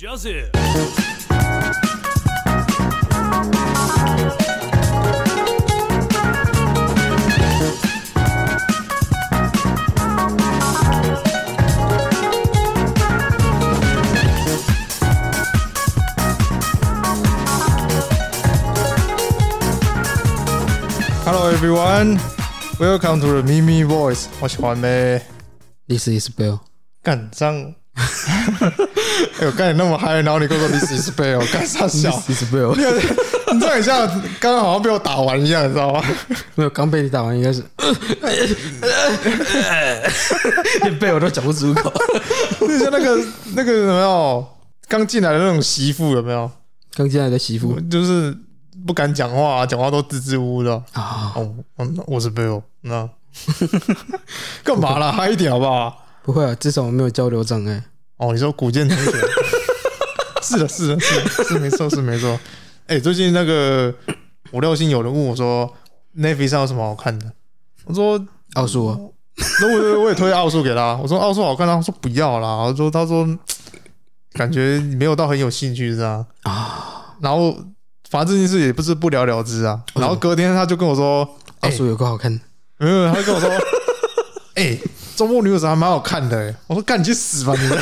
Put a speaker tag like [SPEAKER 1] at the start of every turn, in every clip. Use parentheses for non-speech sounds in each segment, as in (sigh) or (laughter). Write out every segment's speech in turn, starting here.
[SPEAKER 1] Joseph，
[SPEAKER 2] Hello everyone, welcome to the Mimi Voice。我喜欢呗，
[SPEAKER 3] This is Bill。
[SPEAKER 2] 干 (laughs) 上。哎呦，干你那么嗨，然后你跟我说 This is Bell，干啥 (laughs) 笑？
[SPEAKER 3] is Bill。
[SPEAKER 2] 你这样一下，刚刚好像被我打完一样，你知道 (laughs) 吗？
[SPEAKER 3] 没有，刚被你打完，应该是， (laughs) 连贝我都讲不出口。
[SPEAKER 2] 就像那个那个有没有刚进来的那种媳妇有没有？
[SPEAKER 3] 刚进来的媳妇
[SPEAKER 2] 就是不敢讲话、啊讲话都支支吾吾的。
[SPEAKER 3] 啊，
[SPEAKER 2] 哦，嗯，我是 Bell，那 (laughs) 干嘛啦？嗨一点好不好？
[SPEAKER 3] 不会啊，至少我没有交流障碍。
[SPEAKER 2] 哦，你说古剑同 (laughs) 学？是的，是的，是的是没错，是没错。哎、最近那个五六星有人问我说 Navy 上有什么好看的？我说，
[SPEAKER 3] 告诉我，
[SPEAKER 2] 那我我也推奥数给他。我说奥数好看啊，他说不要啦。我说他说感觉没有到很有兴趣是啊啊。然后反正这件事也不是不了了之啊。然后隔天他就跟我说，哎
[SPEAKER 3] 奥数有个好看的，
[SPEAKER 2] 没有，嗯他就跟我说，哎、周末女友还蛮好看的、欸。我说干你去死吧你！ (laughs)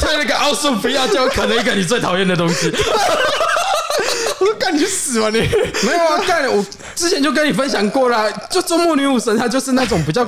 [SPEAKER 3] 他那个奥数不要教，可能一个你最讨厌的东西。
[SPEAKER 2] 我说干你去死吧你！
[SPEAKER 3] (laughs) 没有啊，干！我之前就跟你分享过啦，就周末女武神，她就是那种比较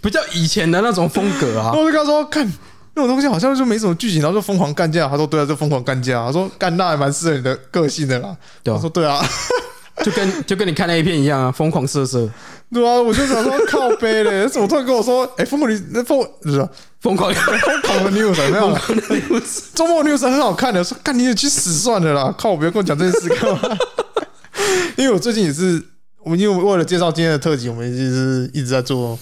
[SPEAKER 3] 比较以前的那种风格啊
[SPEAKER 2] 然。后我就跟他说，看那种东西好像就没什么剧情，然后就疯狂干架。他说对啊，就疯狂干架。他说干那还蛮适合你的个性的啦。
[SPEAKER 3] 对啊
[SPEAKER 2] 我说对啊， (laughs)
[SPEAKER 3] 就跟就跟你看那一片一样啊，疯狂色色，
[SPEAKER 2] 对啊，我就想说靠背嘞，怎么突然跟我说，哎、疯狂女那疯不是
[SPEAKER 3] 疯狂 (laughs)
[SPEAKER 2] 疯狂的女友神没有啦？
[SPEAKER 3] 疯狂的女武神。
[SPEAKER 2] 啊周末女友神很好看的，说干你也去死算了啦，靠，我不要跟我讲这件事干嘛？ (laughs) 因为我最近也是，我们因为为了介绍今天的特辑，我们就是一直在做，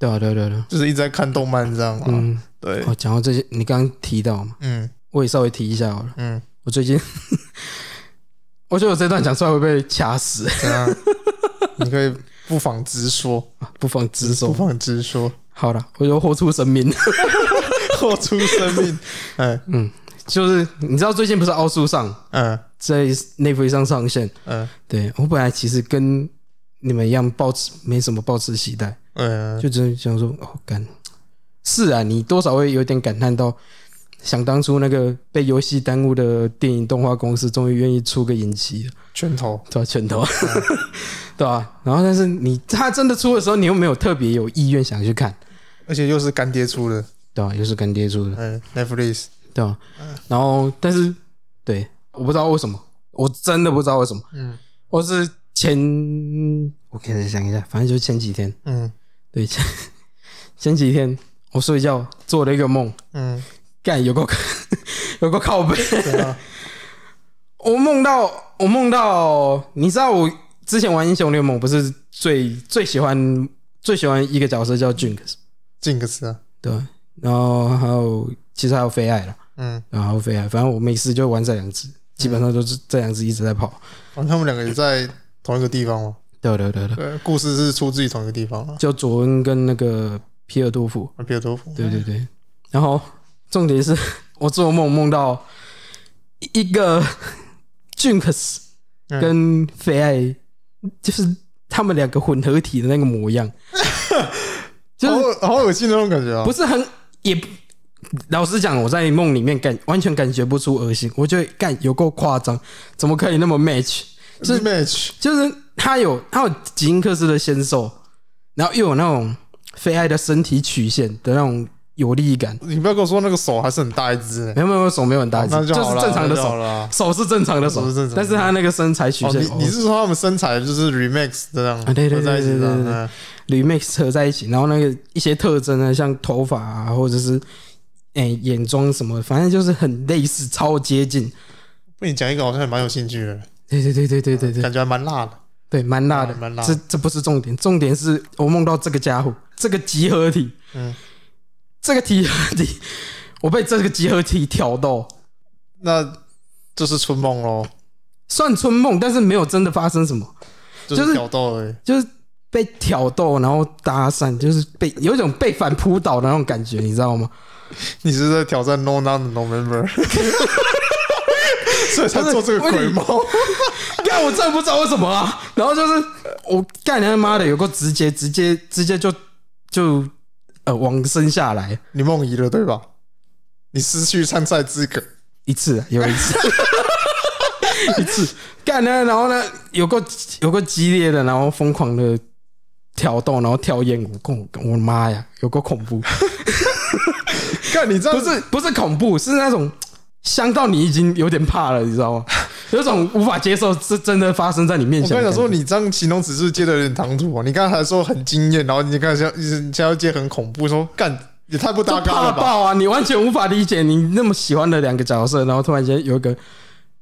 [SPEAKER 3] 对啊，对啊，对啊对啊。
[SPEAKER 2] 就是一直在看动漫，这样嘛。
[SPEAKER 3] 嗯，
[SPEAKER 2] 对，
[SPEAKER 3] 哦，讲到这些，你刚刚提到嘛，
[SPEAKER 2] 嗯
[SPEAKER 3] 我也稍微提一下好了。
[SPEAKER 2] 嗯，
[SPEAKER 3] 我最近， (laughs) 我觉得我这段讲出来会被掐死，
[SPEAKER 2] 怎样？ (laughs) 你可以不妨直说。
[SPEAKER 3] 不妨直
[SPEAKER 2] 不
[SPEAKER 3] 说。
[SPEAKER 2] 妨直 (laughs) 说，
[SPEAKER 3] 好了，我就豁出神明。 (laughs)
[SPEAKER 2] 豁出生命。哎，
[SPEAKER 3] 就是你知道最近不是奥数上
[SPEAKER 2] 嗯
[SPEAKER 3] 在内飞上上线？
[SPEAKER 2] 嗯
[SPEAKER 3] 对我本来其实跟你们一样，抱持没什么抱持期待，
[SPEAKER 2] 嗯，
[SPEAKER 3] 就只是想说，哦，感是啊，你多少会有点感叹到，想当初那个被游戏耽误的电影动画公司，终于愿意出个影集了。
[SPEAKER 2] 拳头。
[SPEAKER 3] 对啊，拳头， (laughs) 对啊，然后但是你他真的出的时候，你又没有特别有意愿想去看，
[SPEAKER 2] 而且又是干爹出的，
[SPEAKER 3] 对啊，又是干爹出的，
[SPEAKER 2] 嗯，Netflix，
[SPEAKER 3] 对啊，然后但是对，我不知道为什么，我真的不知道为什么，
[SPEAKER 2] 嗯
[SPEAKER 3] 我是前我给你想一下，反正就是前几天，
[SPEAKER 2] 嗯
[SPEAKER 3] 对前前几天我睡觉做了一个梦，
[SPEAKER 2] 嗯，
[SPEAKER 3] 干有个 (laughs) 有个靠背，
[SPEAKER 2] 对啊，
[SPEAKER 3] (laughs) 我梦到我梦到，你知道我之前玩英雄联盟不是最最喜欢最喜欢一个角色叫 Jinx
[SPEAKER 2] 进个词啊，
[SPEAKER 3] 对，然后还有其实还有菲艾了，
[SPEAKER 2] 嗯，
[SPEAKER 3] 然后还有菲艾，反正我每次就玩这两只，基本上都是这两只一直在跑。
[SPEAKER 2] 反正哦他们两个也在同一个地方嘛，
[SPEAKER 3] 对对对对，
[SPEAKER 2] 对，故事是出自于同一个地方啊，啊
[SPEAKER 3] 就佐恩跟那个皮尔多夫，
[SPEAKER 2] 比尔多夫，
[SPEAKER 3] 对对对，然后重点是 (laughs) 我做梦梦到一个 Jinx
[SPEAKER 2] 嗯
[SPEAKER 3] 跟菲艾，就是他们两个混合体的那个模样，就是
[SPEAKER 2] 好好恶心的那种感觉啊，
[SPEAKER 3] 不
[SPEAKER 2] 是，
[SPEAKER 3] 是很也不。老实讲，我在梦里面感完全感觉不出恶心，我觉得干有够夸张，怎么可以那么 match？
[SPEAKER 2] 是 match，
[SPEAKER 3] 就是他有他有吉恩克斯的纤瘦，然后又有那种菲艾的身体曲线的那种有力感，
[SPEAKER 2] 你不要跟我说那个手还是很大一只呢，
[SPEAKER 3] 没有没有没有手没有很大一只，
[SPEAKER 2] 哦那
[SPEAKER 3] 就
[SPEAKER 2] 就是好了，
[SPEAKER 3] 正常的
[SPEAKER 2] 那就好
[SPEAKER 3] 手，
[SPEAKER 2] 了啊。
[SPEAKER 3] 手是正常的手
[SPEAKER 2] 手是正常的，
[SPEAKER 3] 但是他那个身材曲
[SPEAKER 2] 哦，
[SPEAKER 3] 线，
[SPEAKER 2] 你你是说他们身材就是 remix 这样
[SPEAKER 3] 啊对对对
[SPEAKER 2] 合在一起这样
[SPEAKER 3] 对对对
[SPEAKER 2] 嗯
[SPEAKER 3] 铝 mix 哦合在一起，然后那个一些特征呢，像头发啊，或者是诶、眼妆什么的，反正就是很类似，超接近。
[SPEAKER 2] 被你讲一个好像还蛮有兴趣的，
[SPEAKER 3] 对对对对对对对
[SPEAKER 2] 感觉还蛮辣的，
[SPEAKER 3] 对，蛮辣的，
[SPEAKER 2] 嗯蛮辣
[SPEAKER 3] 这这不是重点，重点是我梦到这个家伙，这个集合体，
[SPEAKER 2] 嗯，
[SPEAKER 3] 这个集合体， (laughs) 我被这个集合体挑逗，
[SPEAKER 2] 那就是春梦喽，
[SPEAKER 3] 算春梦，但是没有真的发生什么，
[SPEAKER 2] 就
[SPEAKER 3] 就是
[SPEAKER 2] 是挑逗而已。
[SPEAKER 3] 就是被挑逗，然后搭讪，就是被有一种被反扑倒的那种感觉，你知道吗？
[SPEAKER 2] 你是在挑战 No Down
[SPEAKER 3] (laughs)
[SPEAKER 2] November，所以才做这个鬼猫。
[SPEAKER 3] 干，我真的不知道为什么啊。然后就是我干你他妈的，有个直接直接直接就就呃往生下来
[SPEAKER 2] 你梦遗了对吧？你失去参赛资格。
[SPEAKER 3] 一次啊，有一次一次干呢，然后呢有个有个激烈的，然后疯狂的挑逗，然后跳艳舞，跟我跟我的妈呀，有个恐怖，
[SPEAKER 2] 看你这
[SPEAKER 3] 不
[SPEAKER 2] 样子，
[SPEAKER 3] 是不是恐怖，是那种香到你已经有点怕了，你知道
[SPEAKER 2] (laughs)
[SPEAKER 3] 吗？有种无法接受是真的发生在你面
[SPEAKER 2] 我
[SPEAKER 3] 前
[SPEAKER 2] 跟
[SPEAKER 3] 的
[SPEAKER 2] 你讲
[SPEAKER 3] 感觉。
[SPEAKER 2] 说，你这样形容词是接的有点唐突啊。你刚才说很惊艳，然后你刚才像现在要接很恐怖，说干也太不搭
[SPEAKER 3] 就
[SPEAKER 2] 嘎
[SPEAKER 3] 怕
[SPEAKER 2] 了吧？
[SPEAKER 3] 爆啊！你完全无法理解，你那么喜欢的两个角色，然后突然间有一个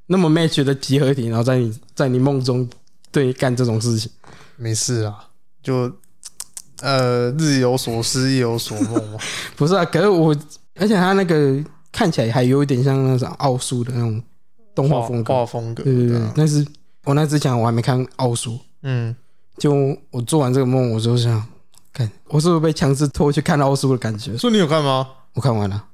[SPEAKER 3] 那么 match 的集合体，然后在你在你梦中对你干这种事情，
[SPEAKER 2] 没事啊，就呃日有所思夜有所梦嘛。
[SPEAKER 3] 不是啊？可是我，而且他那个看起来还有一点像那种奥数的那种动 (laughs) 画风格，
[SPEAKER 2] 画风格，
[SPEAKER 3] 对对对
[SPEAKER 2] 啊。
[SPEAKER 3] 但是我那之前我还没看奥数，
[SPEAKER 2] 嗯，
[SPEAKER 3] 就我做完这个梦，我就想，看我是不是被强制拖去看奥数的感觉？
[SPEAKER 2] 所以你有看吗？
[SPEAKER 3] 我看完了，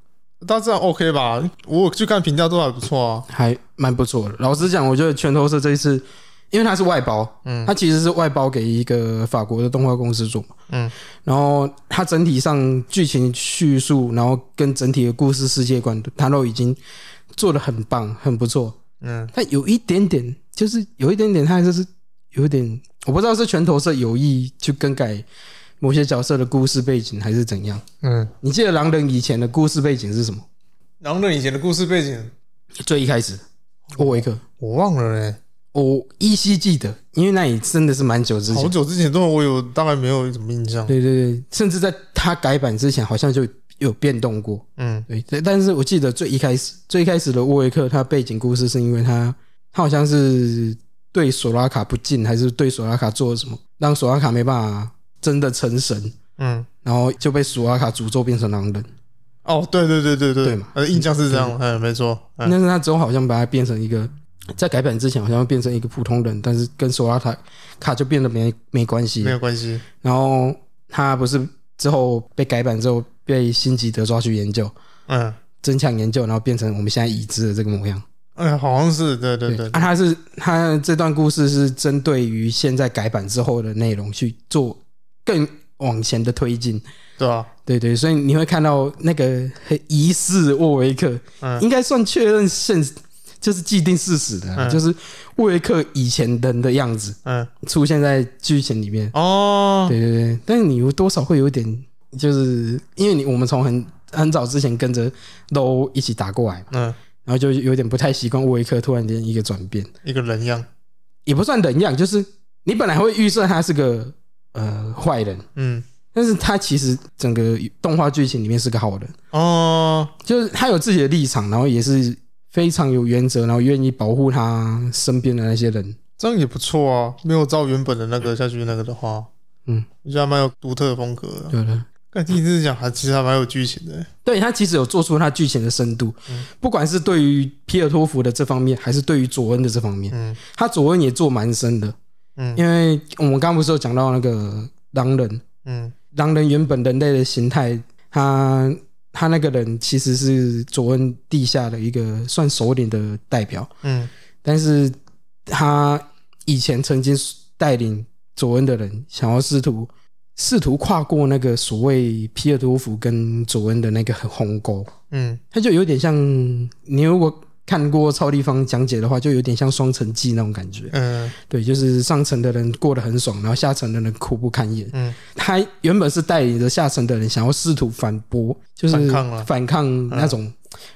[SPEAKER 2] 大致上 OK 吧，我有去看评价都还不错啊。
[SPEAKER 3] 还蛮不错的。老实讲，我觉得《拳头社》这一次，因为它是外包。
[SPEAKER 2] 嗯
[SPEAKER 3] 它其实是外包给一个法国的动画公司做嘛，
[SPEAKER 2] 嗯，
[SPEAKER 3] 然后它整体上剧情叙述，然后跟整体的故事世界观，它都已经做的很棒，很不错。
[SPEAKER 2] 嗯，
[SPEAKER 3] 但有一点点，就是有一点点，它就是有一点，我不知道是拳头社有意去更改某些角色的故事背景，还是怎样。
[SPEAKER 2] 嗯，
[SPEAKER 3] 你记得狼人以前的故事背景是什么？
[SPEAKER 2] 狼人以前的故事背景
[SPEAKER 3] 最一开始，哦我维克，
[SPEAKER 2] 我忘了嘞、
[SPEAKER 3] 我依稀记得，因为那里真的是蛮久之前
[SPEAKER 2] 好。久之前都我有大概没有什么印象。
[SPEAKER 3] 对对对，甚至在它改版之前，好像就有变动过。
[SPEAKER 2] 嗯
[SPEAKER 3] 对，但但是我记得最一开始，最一开始的沃维克，他背景故事是因为他，他好像是对索拉卡不敬，还是对索拉卡做了什么，让索拉卡没办法真的成神，
[SPEAKER 2] 嗯，
[SPEAKER 3] 然后就被索拉卡诅咒变成狼人。
[SPEAKER 2] 哦，对对对对对，
[SPEAKER 3] 对嘛
[SPEAKER 2] 呃，印象是这样，嗯，没错，嗯
[SPEAKER 3] 但是他之后好像把他变成一个，在改版之前好像变成一个普通人，但是跟索拉卡卡就变得没没关系
[SPEAKER 2] 没。有关系。
[SPEAKER 3] 然后他不是之后被改版之后被辛吉德抓去研究。
[SPEAKER 2] 嗯
[SPEAKER 3] 增强研究，然后变成我们现在已知的这个模样。
[SPEAKER 2] 嗯，好像是，对对对
[SPEAKER 3] 啊，，它是它这段故事是针对于现在改版之后的内容去做更往前的推进。
[SPEAKER 2] 对啊吧？
[SPEAKER 3] 对对，所以你会看到那个疑似沃维克，
[SPEAKER 2] 嗯
[SPEAKER 3] 应该算确认现就是既定事实的啊、
[SPEAKER 2] 嗯
[SPEAKER 3] 就是沃维克以前人的样子
[SPEAKER 2] 嗯，
[SPEAKER 3] 出现在剧情里面。
[SPEAKER 2] 哦，
[SPEAKER 3] 对对对，但是你有多少会有一点，就是因为你我们从很很早之前跟着 l 一起打过来嘛。
[SPEAKER 2] 嗯，
[SPEAKER 3] 然后就有点不太习惯沃伊克突然间一个转变，
[SPEAKER 2] 一个人样，
[SPEAKER 3] 也不算人样，就是你本来会预设他是个呃坏人，
[SPEAKER 2] 嗯，
[SPEAKER 3] 但是他其实整个动画剧情里面是个好人，
[SPEAKER 2] 哦，
[SPEAKER 3] 就是他有自己的立场，然后也是非常有原则，然后愿意保护他身边的那些人。
[SPEAKER 2] 这样也不错啊，没有照原本的那个下去那个的话，
[SPEAKER 3] 嗯，
[SPEAKER 2] 我觉得还蛮有独特的风格的。
[SPEAKER 3] 对的，
[SPEAKER 2] 但第一次讲，还其实还蛮有剧情的、
[SPEAKER 3] 对他其实有做出他剧情的深度，不管是对于皮尔托夫的这方面，还是对于佐恩的这方面，
[SPEAKER 2] 嗯
[SPEAKER 3] 他佐恩也做蛮深的。
[SPEAKER 2] 嗯
[SPEAKER 3] 因为我们刚刚不是有讲到那个狼人，
[SPEAKER 2] 嗯
[SPEAKER 3] 狼人原本人类的形态，他他那个人其实是佐恩地下的一个算首领的代表，
[SPEAKER 2] 嗯
[SPEAKER 3] 但是他以前曾经带领佐恩的人，想要试图试图跨过那个所谓皮尔多夫跟佐恩的那个鸿沟，
[SPEAKER 2] 嗯
[SPEAKER 3] 他就有点像你如果看过超立方讲解的话，就有点像双城记那种感觉。
[SPEAKER 2] 嗯
[SPEAKER 3] 对，就是上层的人过得很爽，然后下层的人苦不堪言。
[SPEAKER 2] 嗯，
[SPEAKER 3] 他原本是带领着下层的人，想要试图反驳，就是
[SPEAKER 2] 反抗了嗯
[SPEAKER 3] 反抗那种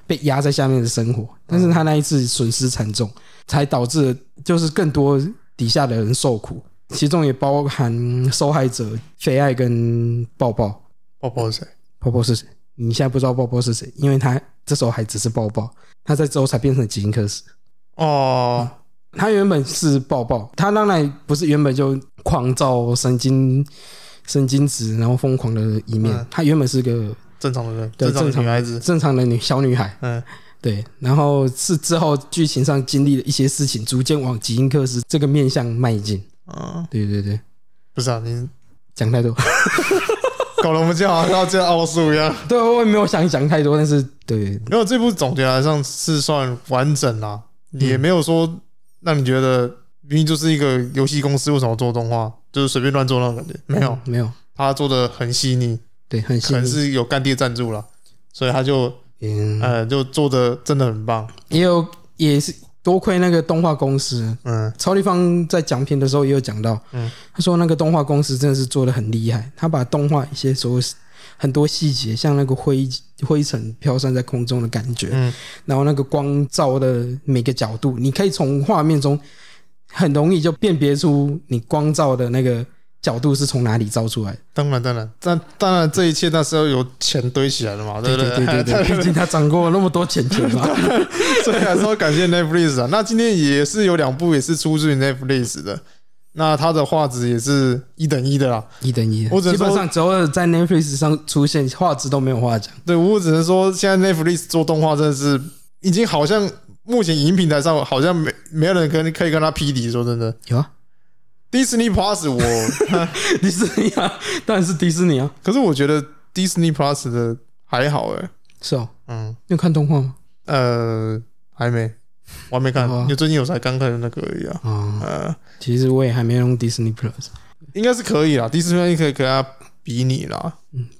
[SPEAKER 3] 被压在下面的生活。但是他那一次损失惨重，才导致就是更多底下的人受苦，其中也包含受害者菲爱跟抱抱。
[SPEAKER 2] 抱抱谁？
[SPEAKER 3] 抱抱是谁？你现在不知道抱抱是谁，因为他这时候还只是抱抱，他在之后才变成吉恩克斯。
[SPEAKER 2] 哦，
[SPEAKER 3] 他原本是抱抱，他当然不是原本就狂躁、神经神经质，然后疯狂的一面。
[SPEAKER 2] 嗯
[SPEAKER 3] 他原本是个
[SPEAKER 2] 正常的人，
[SPEAKER 3] 对
[SPEAKER 2] 正常的
[SPEAKER 3] 正常
[SPEAKER 2] 女孩子。
[SPEAKER 3] 正常的女小女孩，
[SPEAKER 2] 嗯
[SPEAKER 3] 对。然后是之后剧情上经历了一些事情，逐渐往吉恩克斯这个面向迈进。
[SPEAKER 2] 嗯，
[SPEAKER 3] 对对对，
[SPEAKER 2] 不不是啊，你
[SPEAKER 3] 讲太多， (laughs)
[SPEAKER 2] 搞得我们就好像要这样奥数一
[SPEAKER 3] (laughs)
[SPEAKER 2] 样。
[SPEAKER 3] 对，我也没有想讲太多，但是对，
[SPEAKER 2] 因为这部总结来上是算完整啦，
[SPEAKER 3] 嗯
[SPEAKER 2] 也没有说让你觉得明明就是一个游戏公司为什么做动画，就是随便乱做那种感觉。没有
[SPEAKER 3] 嗯，没有，
[SPEAKER 2] 他做的很细腻，
[SPEAKER 3] 对，很
[SPEAKER 2] 可
[SPEAKER 3] 幸
[SPEAKER 2] 能
[SPEAKER 3] 运，
[SPEAKER 2] 是有干爹赞助啦，所以他就
[SPEAKER 3] 嗯，
[SPEAKER 2] 呃就做的真的很棒。
[SPEAKER 3] 也有也是多亏那个动画公司，
[SPEAKER 2] 嗯，
[SPEAKER 3] 超立方在讲片的时候也有讲到，
[SPEAKER 2] 嗯
[SPEAKER 3] 他说那个动画公司真的是做的很厉害，他把动画一些所有很多细节，像那个灰灰尘飘散在空中的感觉，
[SPEAKER 2] 嗯
[SPEAKER 3] 然后那个光照的每个角度，你可以从画面中很容易就辨别出你光照的那个角度是从哪里照出来的。
[SPEAKER 2] 当然当然，但当然这一切那是要有钱堆起来的嘛，对不
[SPEAKER 3] 对对
[SPEAKER 2] (laughs)
[SPEAKER 3] 对，毕竟他涨过那么多钱钱嘛。
[SPEAKER 2] 所以还是要感谢 Netflix 啊。那今天也是有两部也是出自于 Netflix 的，那它的画质也是一等一的啦。
[SPEAKER 3] 一等一，啊
[SPEAKER 2] 我只能
[SPEAKER 3] 基本
[SPEAKER 2] 说
[SPEAKER 3] 上只要在 Netflix 上出现，画质都没有话讲。
[SPEAKER 2] 对我只能说，现在 Netflix 做动画真的是已经好像目前影音平台上好像没没有人跟可以跟他匹敌。说真的
[SPEAKER 3] 有啊， (laughs)
[SPEAKER 2] ，Disney Plus 我， (laughs)
[SPEAKER 3] 迪士尼啊，当然是迪士尼啊，
[SPEAKER 2] 可是我觉得 Disney Plus 的还好哎、
[SPEAKER 3] 是哦。
[SPEAKER 2] 嗯
[SPEAKER 3] 你有看动画吗？
[SPEAKER 2] 呃还没，我还没看，
[SPEAKER 3] 好啊
[SPEAKER 2] 因为最近我才刚看那个而已啊。
[SPEAKER 3] 啊、
[SPEAKER 2] 呃，
[SPEAKER 3] 其实我也还没用 Disney Plus，
[SPEAKER 2] 应该是可以啦，Disney 可以跟他比拟啦。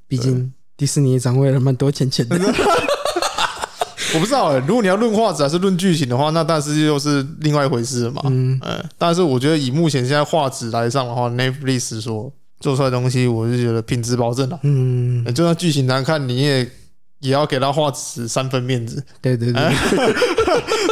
[SPEAKER 3] 毕竟迪士尼也掌握了蛮多钱
[SPEAKER 2] (laughs)
[SPEAKER 3] 钱的。
[SPEAKER 2] 啊我不知道、欸，如果你要论画质还是论剧情的话，那但是又是另外一回事了嘛。
[SPEAKER 3] 嗯，
[SPEAKER 2] 嗯，但是我觉得以目前现在画质来上的话，Netflix 说做出来的东西，我是觉得品质保证了、
[SPEAKER 3] 嗯
[SPEAKER 2] 呃，就算剧情难看，你也也要给他画质三分面子， (laughs)
[SPEAKER 3] 对对对，
[SPEAKER 2] 啊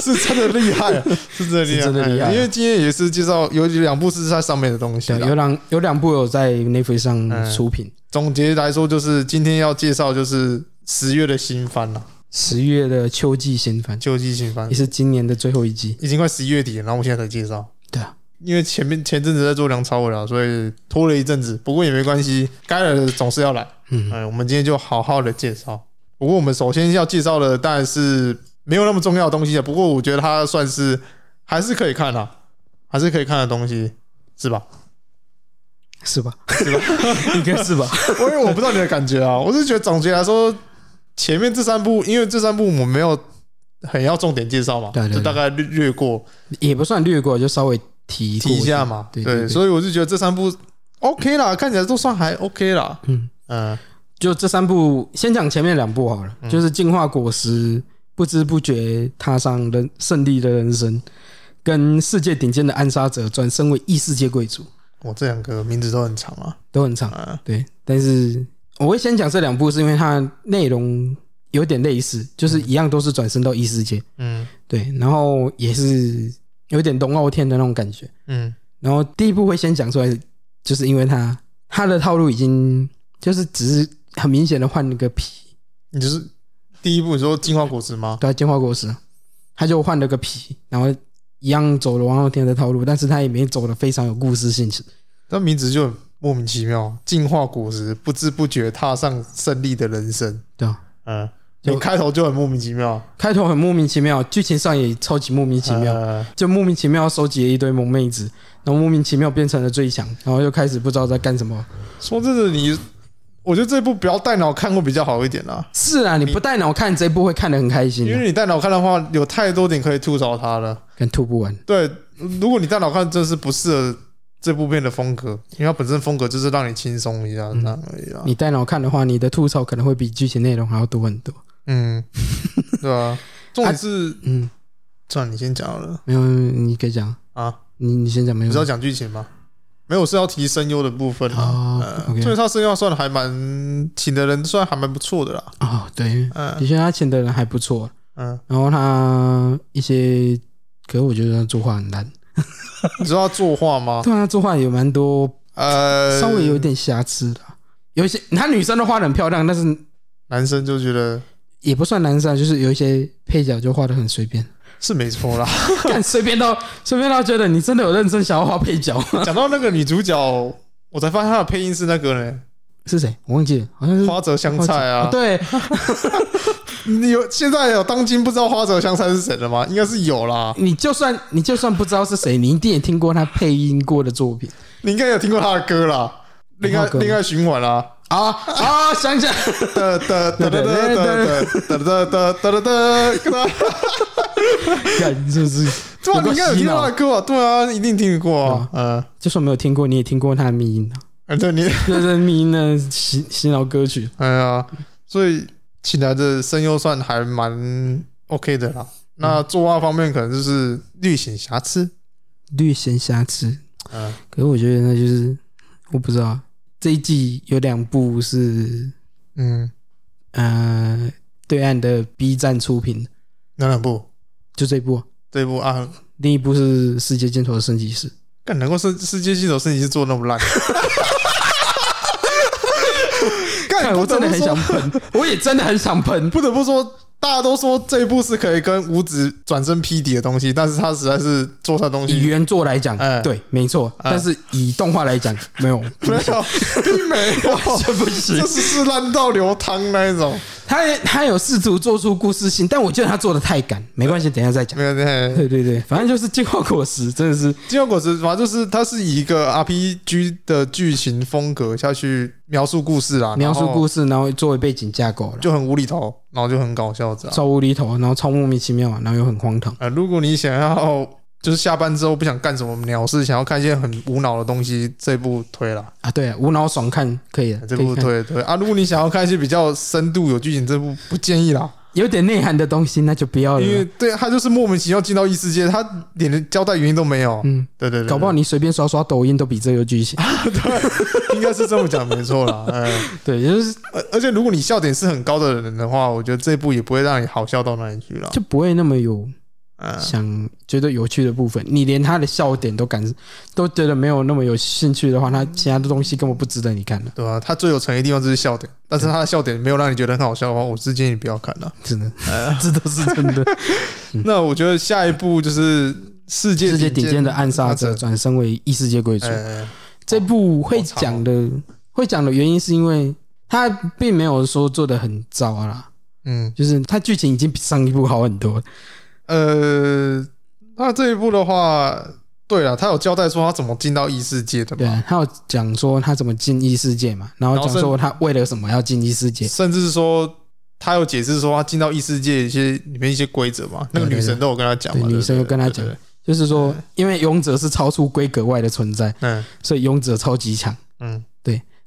[SPEAKER 2] 是真的厉害
[SPEAKER 3] (laughs)
[SPEAKER 2] 啊，是真的厉害，
[SPEAKER 3] 是真的厉害啊
[SPEAKER 2] 因为今天也是介绍有两部是在啊嗯上面的东西
[SPEAKER 3] 对，有
[SPEAKER 2] 啦。
[SPEAKER 3] 两有两部有在 Netflix 上出品，
[SPEAKER 2] 总结来说，就是今天要介绍就是十月的新番了，
[SPEAKER 3] 十月的秋季新番
[SPEAKER 2] 秋季新番
[SPEAKER 3] 也，是今年的最后一季。
[SPEAKER 2] 已经快十一月底了，然后我现在才介绍。
[SPEAKER 3] 对啊，
[SPEAKER 2] 因为前面前阵子在做梁朝伟了，所以拖了一阵子，不过也没关系，该来的总是要来。
[SPEAKER 3] 嗯
[SPEAKER 2] 哎，我们今天就好好的介绍。不过我们首先要介绍的当然是没有那么重要的东西啊，不过我觉得它算是还是可以看的、啊还是可以看的东西，是吧？
[SPEAKER 3] 是吧？ (laughs) 应该是吧？ (laughs)
[SPEAKER 2] 我因为我不知道你的感觉啊，我是觉得总结来说，前面这三部，因为这三部我们没有很要重点介绍嘛，
[SPEAKER 3] 对对对
[SPEAKER 2] 就大概略略过
[SPEAKER 3] 也不算略过，就稍微提过
[SPEAKER 2] 提一下。嘛。
[SPEAKER 3] 对对对
[SPEAKER 2] 所以我就觉得这三部 OK 啦，看起来都算还 OK 啦。
[SPEAKER 3] 嗯
[SPEAKER 2] 嗯
[SPEAKER 3] 就这三部，先讲前面两部好了，就是《进化果实》，不知不觉踏上人胜利的人生，跟世界顶尖的暗杀者转身为异世界贵族，
[SPEAKER 2] 我这两个名字都很长啊，
[SPEAKER 3] 都很长。
[SPEAKER 2] 嗯
[SPEAKER 3] 对，但是我会先讲这两部，是因为它内容有点类似，就是一样都是转身到异世界，
[SPEAKER 2] 嗯
[SPEAKER 3] 对，然后也是有点龙傲天的那种感觉。
[SPEAKER 2] 嗯
[SPEAKER 3] 然后第一部会先讲出来，就是因为它它的套路已经就是只是很明显的换了个皮，
[SPEAKER 2] 你就是第一部你说进化果实吗？
[SPEAKER 3] 对啊，进化果实，他就换了个皮，然后一样走龙傲天的套路，但是他也没走的非常有故事性质。
[SPEAKER 2] 那名字就很莫名其妙，进化果实不知不觉踏上胜利的人生。
[SPEAKER 3] 对啊，
[SPEAKER 2] 嗯，
[SPEAKER 3] 就
[SPEAKER 2] 你开头就很莫名其妙，
[SPEAKER 3] 开头很莫名其妙，剧情上也超级莫名其妙。
[SPEAKER 2] 呃
[SPEAKER 3] 就莫名其妙收集了一堆萌妹子，然后莫名其妙变成了最强，然后又开始不知道在干什么。
[SPEAKER 2] 说真的，你我觉得这部不要带脑看会比较好一点啦，
[SPEAKER 3] 是啊，你不带脑看这一部会看得很开心、
[SPEAKER 2] 因
[SPEAKER 3] 啊
[SPEAKER 2] 为，你带脑看的话，有太多点可以吐槽它了。
[SPEAKER 3] 跟吐不完。
[SPEAKER 2] 对，如果你带脑看，真是不适合这部片的风格，因为它本身风格就是让你轻松一下那样哎而已啦。
[SPEAKER 3] 嗯你带脑看的话，你的吐槽可能会比剧情内容还要多很多。
[SPEAKER 2] 嗯，对啊，
[SPEAKER 3] (laughs)
[SPEAKER 2] 重点是，
[SPEAKER 3] 嗯，
[SPEAKER 2] 算了，你先讲好了
[SPEAKER 3] 没有，没有你可以讲，
[SPEAKER 2] 啊。
[SPEAKER 3] 你你先讲，没
[SPEAKER 2] 你
[SPEAKER 3] 有
[SPEAKER 2] 知道讲剧情吗？没有，是要提声优的部分啊。
[SPEAKER 3] 哦
[SPEAKER 2] 呃，
[SPEAKER 3] ，OK，
[SPEAKER 2] 所以他声优算还蛮请的人，算还蛮不错的啦。
[SPEAKER 3] 哦，对，
[SPEAKER 2] 嗯
[SPEAKER 3] 的确他请的人还不错，
[SPEAKER 2] 嗯，
[SPEAKER 3] 然后他一些，可是我觉得他作画很烂，
[SPEAKER 2] 你知道他作画
[SPEAKER 3] (laughs)
[SPEAKER 2] 吗？
[SPEAKER 3] 对啊，作画有蛮多
[SPEAKER 2] 呃，
[SPEAKER 3] 稍微有点瑕疵的啊，有一些他女生都画的很漂亮，但是
[SPEAKER 2] 男生就觉得
[SPEAKER 3] 也不算男生啊，就是有一些配角就画的很随 (laughs) 便，
[SPEAKER 2] 是没错啦。
[SPEAKER 3] 看随便到随便到觉得你真的有认真想要画配 (laughs) 角吗
[SPEAKER 2] 讲到那个女主角，我才发现她的配音是那个呢，
[SPEAKER 3] 是谁？我忘记了，好像是
[SPEAKER 2] 花泽香菜
[SPEAKER 3] 哦
[SPEAKER 2] 啊。
[SPEAKER 3] 对，
[SPEAKER 2] 你有现在有当今不知道花泽香菜是谁了吗？应该是有啦。
[SPEAKER 3] (laughs) 你就算你就算不知道是谁，你一定也听过他配音过的作品。
[SPEAKER 2] 你应该有听过他的歌啦，
[SPEAKER 3] 哪
[SPEAKER 2] 恋
[SPEAKER 3] 首
[SPEAKER 2] 爱
[SPEAKER 3] 歌
[SPEAKER 2] 恋爱循环啦，
[SPEAKER 3] 啊啊！想想，
[SPEAKER 2] 哒哒哒哒哒哒哒哒哒哒哒，
[SPEAKER 3] 看是不是？
[SPEAKER 2] 对啊，你应该有听过他的歌啊，对啊，一定听过啊，嗯，
[SPEAKER 3] 就算没有听过，你也听过他的迷 (laughs) 音啊，
[SPEAKER 2] 啊，对你，
[SPEAKER 3] 那是迷音的洗洗脑歌曲。
[SPEAKER 2] 哎呀，所以请来的声优算还蛮 OK 的啦。那作画方面可能就是略显瑕疵，
[SPEAKER 3] 略显瑕疵，
[SPEAKER 2] 嗯，
[SPEAKER 3] 可是我觉得那就是我不知道这一季有两部是
[SPEAKER 2] 嗯，
[SPEAKER 3] 呃对岸的 B 站出品的，
[SPEAKER 2] 哪两部？
[SPEAKER 3] 就这一部啊，
[SPEAKER 2] 这一部啊，
[SPEAKER 3] 另一部是《世界尽头的升级师》。
[SPEAKER 2] 干能够世世界系统升级是做得那么烂， (laughs) 干哎
[SPEAKER 3] 看，哎我真的很
[SPEAKER 2] 不得
[SPEAKER 3] 想
[SPEAKER 2] 不说
[SPEAKER 3] 喷， (laughs) 我也真的很想喷。
[SPEAKER 2] 不得不说，大家都说这一部是可以跟五指转身劈底的东西，但是他实在是做出来的东
[SPEAKER 3] 以
[SPEAKER 2] 西
[SPEAKER 3] 原作来讲，
[SPEAKER 2] 哎
[SPEAKER 3] 对，没错，
[SPEAKER 2] 哎
[SPEAKER 3] 但是以动画来讲，没 (laughs) 有，
[SPEAKER 2] 没有，并 (laughs) 没
[SPEAKER 3] (laughs)
[SPEAKER 2] 有，
[SPEAKER 3] 哦不
[SPEAKER 2] 这。是是烂到流汤那一种。
[SPEAKER 3] 他也他有试图做出故事性，但我觉得他做的太赶，没关系，等一下再讲
[SPEAKER 2] 没。有，对
[SPEAKER 3] 对对对，反正就是进化果实，真的是
[SPEAKER 2] 金融果实反正就是它是以一个 RPG 的剧情风格下去描述故事啦，
[SPEAKER 3] 描述故
[SPEAKER 2] 事
[SPEAKER 3] 事，啊然后作为背景架构了，
[SPEAKER 2] 就很无厘头，然后就很搞笑这样。
[SPEAKER 3] 超无厘头，然后超莫名其妙，然后又很荒唐。
[SPEAKER 2] 呃，如果你想要就是下班之后不想干什么鸟事，想要看一些很无脑的东西，这部推 (laughs) 啦，
[SPEAKER 3] 啊，对啊，无脑爽看可以的，
[SPEAKER 2] 这
[SPEAKER 3] 可以
[SPEAKER 2] 部
[SPEAKER 3] 看
[SPEAKER 2] 推推啊。如果你想要看一些比较深度有剧情，这部不建议啦，
[SPEAKER 3] 有点内涵的东西，那就不要了
[SPEAKER 2] 因为
[SPEAKER 3] 啦。
[SPEAKER 2] 对他就是莫名其妙进到异世界，他连交代原因都没有。
[SPEAKER 3] 嗯，
[SPEAKER 2] (laughs) 对对对，
[SPEAKER 3] 搞不好
[SPEAKER 2] 对
[SPEAKER 3] 你随便刷刷抖音都比这个剧情。
[SPEAKER 2] 啊应该是这么讲没错 (laughs) 啦。嗯。
[SPEAKER 3] 对，就是
[SPEAKER 2] 而而且如果你笑点是很高的人的话，我觉得这一部也不会让你好笑到哪里去了。
[SPEAKER 3] 就不会那么有
[SPEAKER 2] 嗯，
[SPEAKER 3] 想觉得有趣的部分。你连他的笑点都感都觉得没有那么有兴趣的话，他其他的东西根本不值得你看了，
[SPEAKER 2] 对啊？他最有诚意的地方就是笑点，但是他的笑点没有让你觉得很好笑的话，我是建议你不要看了。
[SPEAKER 3] 真的，
[SPEAKER 2] 啊
[SPEAKER 3] (laughs) 这都是真
[SPEAKER 2] (laughs)
[SPEAKER 3] 的。
[SPEAKER 2] 那我觉得下一部就是世界
[SPEAKER 3] 世界顶尖的暗杀者，转身为异世界贵族，
[SPEAKER 2] 啊哎，
[SPEAKER 3] 这部会讲的会讲的原因是因为他并没有说做的很糟啊啦，
[SPEAKER 2] 嗯
[SPEAKER 3] 就是它剧情已经比上一部好很多了。
[SPEAKER 2] 呃，那这一部的话，对了，他有交代说他怎么进到异世界的
[SPEAKER 3] 对
[SPEAKER 2] 嘛，
[SPEAKER 3] 啊，他有讲说他怎么进异世界嘛，然后讲
[SPEAKER 2] 哦
[SPEAKER 3] 说他为了什么要进异世界。
[SPEAKER 2] 甚至说。他有解释说他进到异世界一些里面一些规则嘛，那个
[SPEAKER 3] 对对
[SPEAKER 2] 女
[SPEAKER 3] 对
[SPEAKER 2] 神都有跟他讲嘛，
[SPEAKER 3] 对
[SPEAKER 2] 对
[SPEAKER 3] 女神有跟他讲，
[SPEAKER 2] 对对
[SPEAKER 3] 就是说，因为勇者是超出规格外的存在，
[SPEAKER 2] 嗯
[SPEAKER 3] 所以勇者超级强。
[SPEAKER 2] 嗯，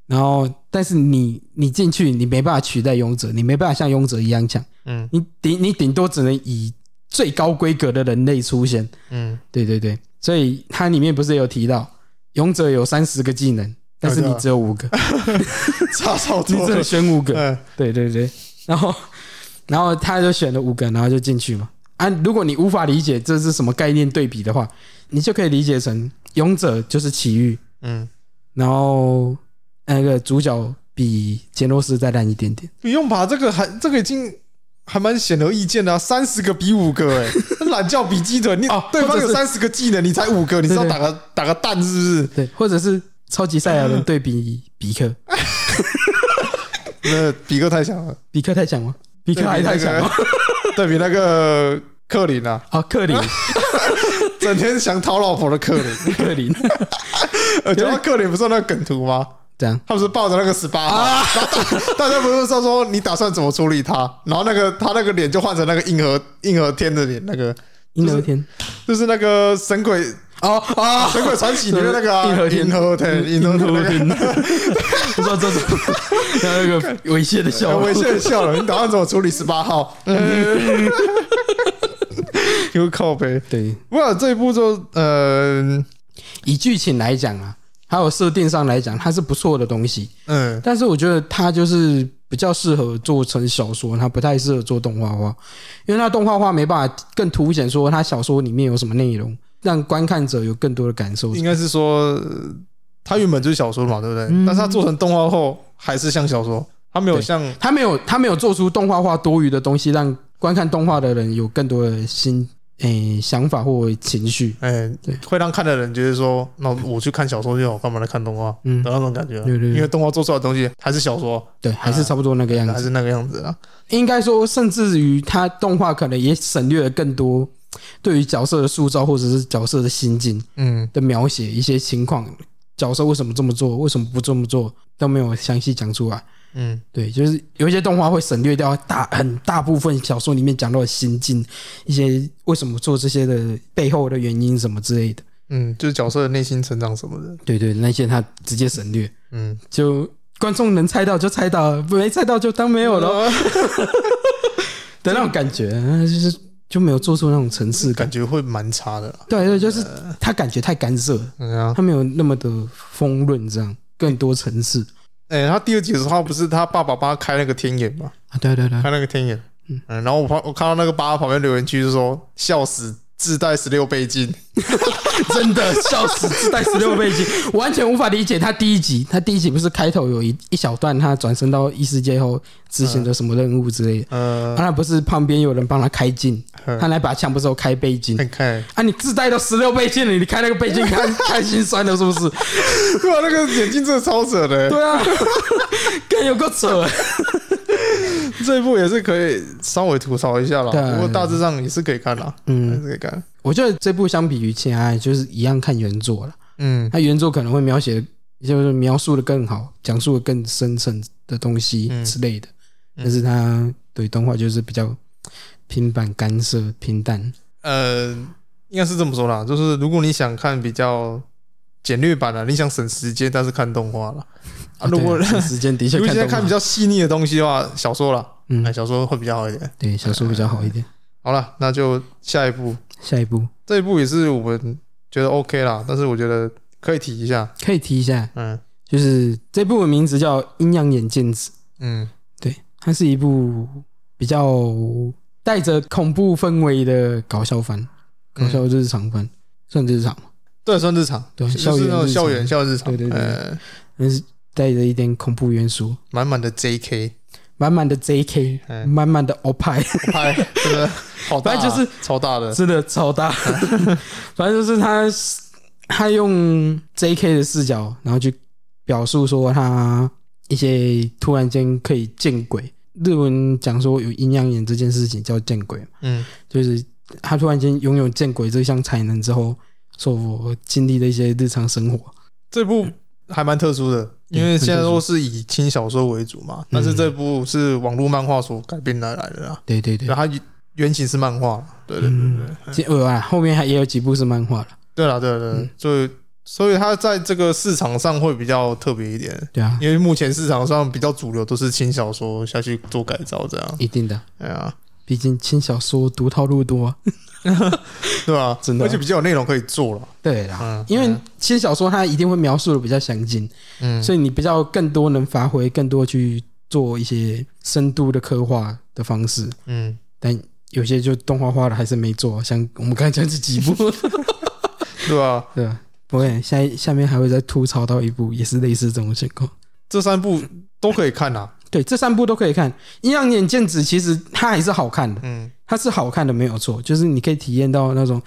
[SPEAKER 3] 然后，但是你你进去，你没办法取代勇者，你没办法像勇者一样强，
[SPEAKER 2] 嗯
[SPEAKER 3] 你顶你顶多只能以最高规格的人类出现。 (laughs)
[SPEAKER 2] 嗯，
[SPEAKER 3] 对对对，所以它里面不是有提到，勇者有三十个技能，但是
[SPEAKER 2] 啊对
[SPEAKER 3] 你
[SPEAKER 2] 啊
[SPEAKER 3] 只有五
[SPEAKER 2] (laughs)
[SPEAKER 3] 个，
[SPEAKER 2] 差超
[SPEAKER 3] 你
[SPEAKER 2] 多
[SPEAKER 3] 只
[SPEAKER 2] 了 (laughs)
[SPEAKER 3] 能。选五个。
[SPEAKER 2] 嗯
[SPEAKER 3] 对对对，然后 (laughs) 然后他就选了五个，然后就进去嘛。啊，如果你无法理解这是什么概念对比的话，你就可以理解成勇者就是奇遇，
[SPEAKER 2] 嗯，
[SPEAKER 3] 然后呃那个主角比杰诺斯再烂一点点。
[SPEAKER 2] 不用吧？这个还这个已经还蛮显而易见的、啊，三十个比五个、欸，哎，懒觉比鸡腿，你、
[SPEAKER 3] 哦
[SPEAKER 2] 对
[SPEAKER 3] 或
[SPEAKER 2] 方
[SPEAKER 3] 者
[SPEAKER 2] 有
[SPEAKER 3] 是
[SPEAKER 2] 三十个技能，你才五个，你是要
[SPEAKER 3] 对对
[SPEAKER 2] 打个打个蛋是不是？
[SPEAKER 3] 对，或者是超级赛亚人对比比 (laughs) 克，
[SPEAKER 2] 那比克太强了，
[SPEAKER 3] 比克太强吗？比克还太强吗？
[SPEAKER 2] (laughs) 对比那个克林啊，
[SPEAKER 3] 啊，克 (laughs) 林，
[SPEAKER 2] 整天想讨老婆的克
[SPEAKER 3] (laughs)
[SPEAKER 2] 林。
[SPEAKER 3] 克林，
[SPEAKER 2] 呃，讲到克林，不是有那个梗图吗？
[SPEAKER 3] 这样
[SPEAKER 2] 他不是抱着那个十八号，
[SPEAKER 3] 啊
[SPEAKER 2] 然后大大家不是说说你打算怎么处理他？然后那个他那个脸就换成那个硬核硬核天的脸，那个
[SPEAKER 3] 银河天
[SPEAKER 2] 就是那个神鬼
[SPEAKER 3] 哦
[SPEAKER 2] 啊，
[SPEAKER 3] 哦，
[SPEAKER 2] 《神鬼传奇》里面那个啊
[SPEAKER 3] 银河呃天嗯
[SPEAKER 2] 银河天，银河天那个，
[SPEAKER 3] (laughs) 不知道这种， (laughs) 然后那个猥亵的笑
[SPEAKER 2] 哎
[SPEAKER 3] 容
[SPEAKER 2] 我，现在笑了。你打算怎么处理十八
[SPEAKER 3] (laughs)
[SPEAKER 2] 号？有靠呗。
[SPEAKER 3] 对，
[SPEAKER 2] 不过这一部就呃
[SPEAKER 3] 以剧情来讲啊，还有设定上来讲，它是不错的东西。
[SPEAKER 2] 嗯
[SPEAKER 3] 但是我觉得它就是比较适合做成小说，它不太适合做动画化，因为它动画化没办法更凸显说它小说里面有什么内容，让观看者有更多的感受
[SPEAKER 2] 应。该是说呃它原本就是小说嘛，对不对？
[SPEAKER 3] 嗯
[SPEAKER 2] 但是它做成动画后还是像小说，它没有
[SPEAKER 3] 对
[SPEAKER 2] 像
[SPEAKER 3] 它没有，它没有做出动画化多余的东西，让观看动画的人有更多的新诶、想法或情绪。
[SPEAKER 2] 哎
[SPEAKER 3] 对
[SPEAKER 2] 会让看的人觉得说，那我去看小说就好，干嘛来看动画
[SPEAKER 3] 嗯
[SPEAKER 2] 的，那种感觉啊。
[SPEAKER 3] 对对对嗯
[SPEAKER 2] 因为动画做出来的东西还是小说，
[SPEAKER 3] 对，还是差不多那个样
[SPEAKER 2] 还
[SPEAKER 3] 子。
[SPEAKER 2] 是那个样子啊。
[SPEAKER 3] 应该说，甚至于它动画可能也省略了更多对于角色的塑造或者是角色的心境。
[SPEAKER 2] 嗯
[SPEAKER 3] 的描写一些情况，角色为什么这么做，为什么不这么做都没有详细讲出来。
[SPEAKER 2] 嗯，
[SPEAKER 3] 对，就是有一些动画会省略掉大很大部分小说里面讲到的心境，一些为什么做这些的背后的原因什么之类的。
[SPEAKER 2] 嗯，就是角色的内心成长什么的，
[SPEAKER 3] 对对，那些他直接省略，
[SPEAKER 2] 嗯，
[SPEAKER 3] 就观众能猜到就猜到，没猜到就当没
[SPEAKER 2] 哦
[SPEAKER 3] 有了的那种感觉，就是就没有做出那种层次感。
[SPEAKER 2] (laughs) 感觉会蛮差的 (laughs) 啦。
[SPEAKER 3] 对对，就是他感觉太干涉了，
[SPEAKER 2] 嗯啊，
[SPEAKER 3] 他没有那么的丰润，这样更多层次
[SPEAKER 2] 哎，他第二集的时候，他不是他爸爸帮他开那个天眼嘛，
[SPEAKER 3] 啊。对对对，
[SPEAKER 2] 开那个天眼，嗯，然后我旁我看到那个爸爸旁边留言区就说笑死，自带十六倍镜，
[SPEAKER 3] (laughs) 真的笑死，自带十六倍镜， (laughs) 完全无法理解他第一集，他第一集不是开头有一一小段，他转身到异世界后执行的什么任务之类的，
[SPEAKER 2] 呃
[SPEAKER 3] 啊，，那不是旁边有人帮他开镜，
[SPEAKER 2] 嗯
[SPEAKER 3] 他那把枪不是有开倍镜。
[SPEAKER 2] 看看，
[SPEAKER 3] 啊！你自带到十六倍镜了，你开那个 (laughs) 倍镜开开心酸了是不是？
[SPEAKER 2] (laughs) 哇，那个眼镜真的超扯的、
[SPEAKER 3] 对啊， (laughs) 更有够扯。
[SPEAKER 2] 这一部也是可以稍微吐槽一下啦，
[SPEAKER 3] 对啊
[SPEAKER 2] 不过大致上也是可以看啦，还是
[SPEAKER 3] 嗯，
[SPEAKER 2] 可以看。
[SPEAKER 3] 我觉得这部相比于其他，就是一样看原作了。
[SPEAKER 2] 嗯
[SPEAKER 3] 它原作可能会描写，就是描述的更好，讲述的更深层的东西
[SPEAKER 2] 嗯
[SPEAKER 3] 之类的。
[SPEAKER 2] 嗯
[SPEAKER 3] 但是它对动画就是比较平板、干涉、平淡。
[SPEAKER 2] 呃，应该是这么说啦，就是如果你想看比较简略版的，你想省时间，但是看动画啦。啊，如果、
[SPEAKER 3] (laughs) 对省时间的确
[SPEAKER 2] 如果
[SPEAKER 3] 看
[SPEAKER 2] 现在
[SPEAKER 3] 动
[SPEAKER 2] 看
[SPEAKER 3] 画
[SPEAKER 2] 比，较细腻的东西的话，小说啦，哎、
[SPEAKER 3] 嗯，
[SPEAKER 2] 小说会比较好一点。
[SPEAKER 3] 对，小说比较好一点。
[SPEAKER 2] 好了，那就下一部，
[SPEAKER 3] 下一部
[SPEAKER 2] 这一部也是我们觉得 OK 啦，但是我觉得可以提一下，
[SPEAKER 3] 可以提一下，
[SPEAKER 2] 嗯
[SPEAKER 3] 就是这部的名字叫《阴阳眼镜子》，
[SPEAKER 2] 嗯
[SPEAKER 3] 对，它是一部比较带着恐怖氛围的搞笑番，搞
[SPEAKER 2] 嗯
[SPEAKER 3] 笑日常番，算日常。
[SPEAKER 2] 对，算日常，
[SPEAKER 3] 对
[SPEAKER 2] 就是那种校
[SPEAKER 3] 校
[SPEAKER 2] 园
[SPEAKER 3] 园日常
[SPEAKER 2] 校园日常，
[SPEAKER 3] 对对对
[SPEAKER 2] 呃
[SPEAKER 3] 但是带着一点恐怖元素，
[SPEAKER 2] 满满的 JK，
[SPEAKER 3] 满满的 JK，、
[SPEAKER 2] 嗯
[SPEAKER 3] 满满的 O (laughs) 派，
[SPEAKER 2] 我拍真的好
[SPEAKER 3] (laughs)
[SPEAKER 2] 大啊，
[SPEAKER 3] 反正就是
[SPEAKER 2] 超大的，
[SPEAKER 3] 真的超 (laughs) 大。反正就是他，他用 JK 的视角，然后去表述说他一些突然间可以见鬼。日文讲说有阴阳眼这件事情叫见鬼，
[SPEAKER 2] 嗯
[SPEAKER 3] 就是他突然间拥有见鬼这项才能之后，所经历的一些日常生活。
[SPEAKER 2] 这部
[SPEAKER 3] 嗯
[SPEAKER 2] 还蛮特殊的，因为现在都是以轻小说为主
[SPEAKER 3] 嗯
[SPEAKER 2] 嘛，但是这部是网络漫画所改编而来的啦。
[SPEAKER 3] 对对对
[SPEAKER 2] 然，后它原型是漫画，对对对对
[SPEAKER 3] 嗯，这呃、啊，后面还也有几部是漫画了，
[SPEAKER 2] 对啦对
[SPEAKER 3] 嗯
[SPEAKER 2] 对对，所以所以它在这个市场上会比较特别一点，
[SPEAKER 3] 对啊，
[SPEAKER 2] 因为目前市场上比较主流都是轻小说下去做改造这样，
[SPEAKER 3] 一定的。
[SPEAKER 2] 哎呀，
[SPEAKER 3] 毕竟轻小说读套路多，
[SPEAKER 2] 对吧？
[SPEAKER 3] 真的
[SPEAKER 2] 而且比较有内容可以做了，
[SPEAKER 3] 对啦，
[SPEAKER 2] 嗯，
[SPEAKER 3] 因为轻小说它一定会描述的比较详尽，
[SPEAKER 2] 嗯
[SPEAKER 3] 所以你比较更多能发挥，更多去做一些深度的刻画的方式。
[SPEAKER 2] 嗯，
[SPEAKER 3] 但有些就动画化的还是没做，像我们刚才讲这几部，
[SPEAKER 2] (laughs) 对吧？
[SPEAKER 3] 对吧？不会，下一下面还会再吐槽到一部，也是类似这种情况。
[SPEAKER 2] 这三部都可以看啊啦，
[SPEAKER 3] 对，这三部都可以看。《阴阳眼剑子》其实它还是好看的，
[SPEAKER 2] 嗯
[SPEAKER 3] 它是好看的没有错，就是你可以体验到那种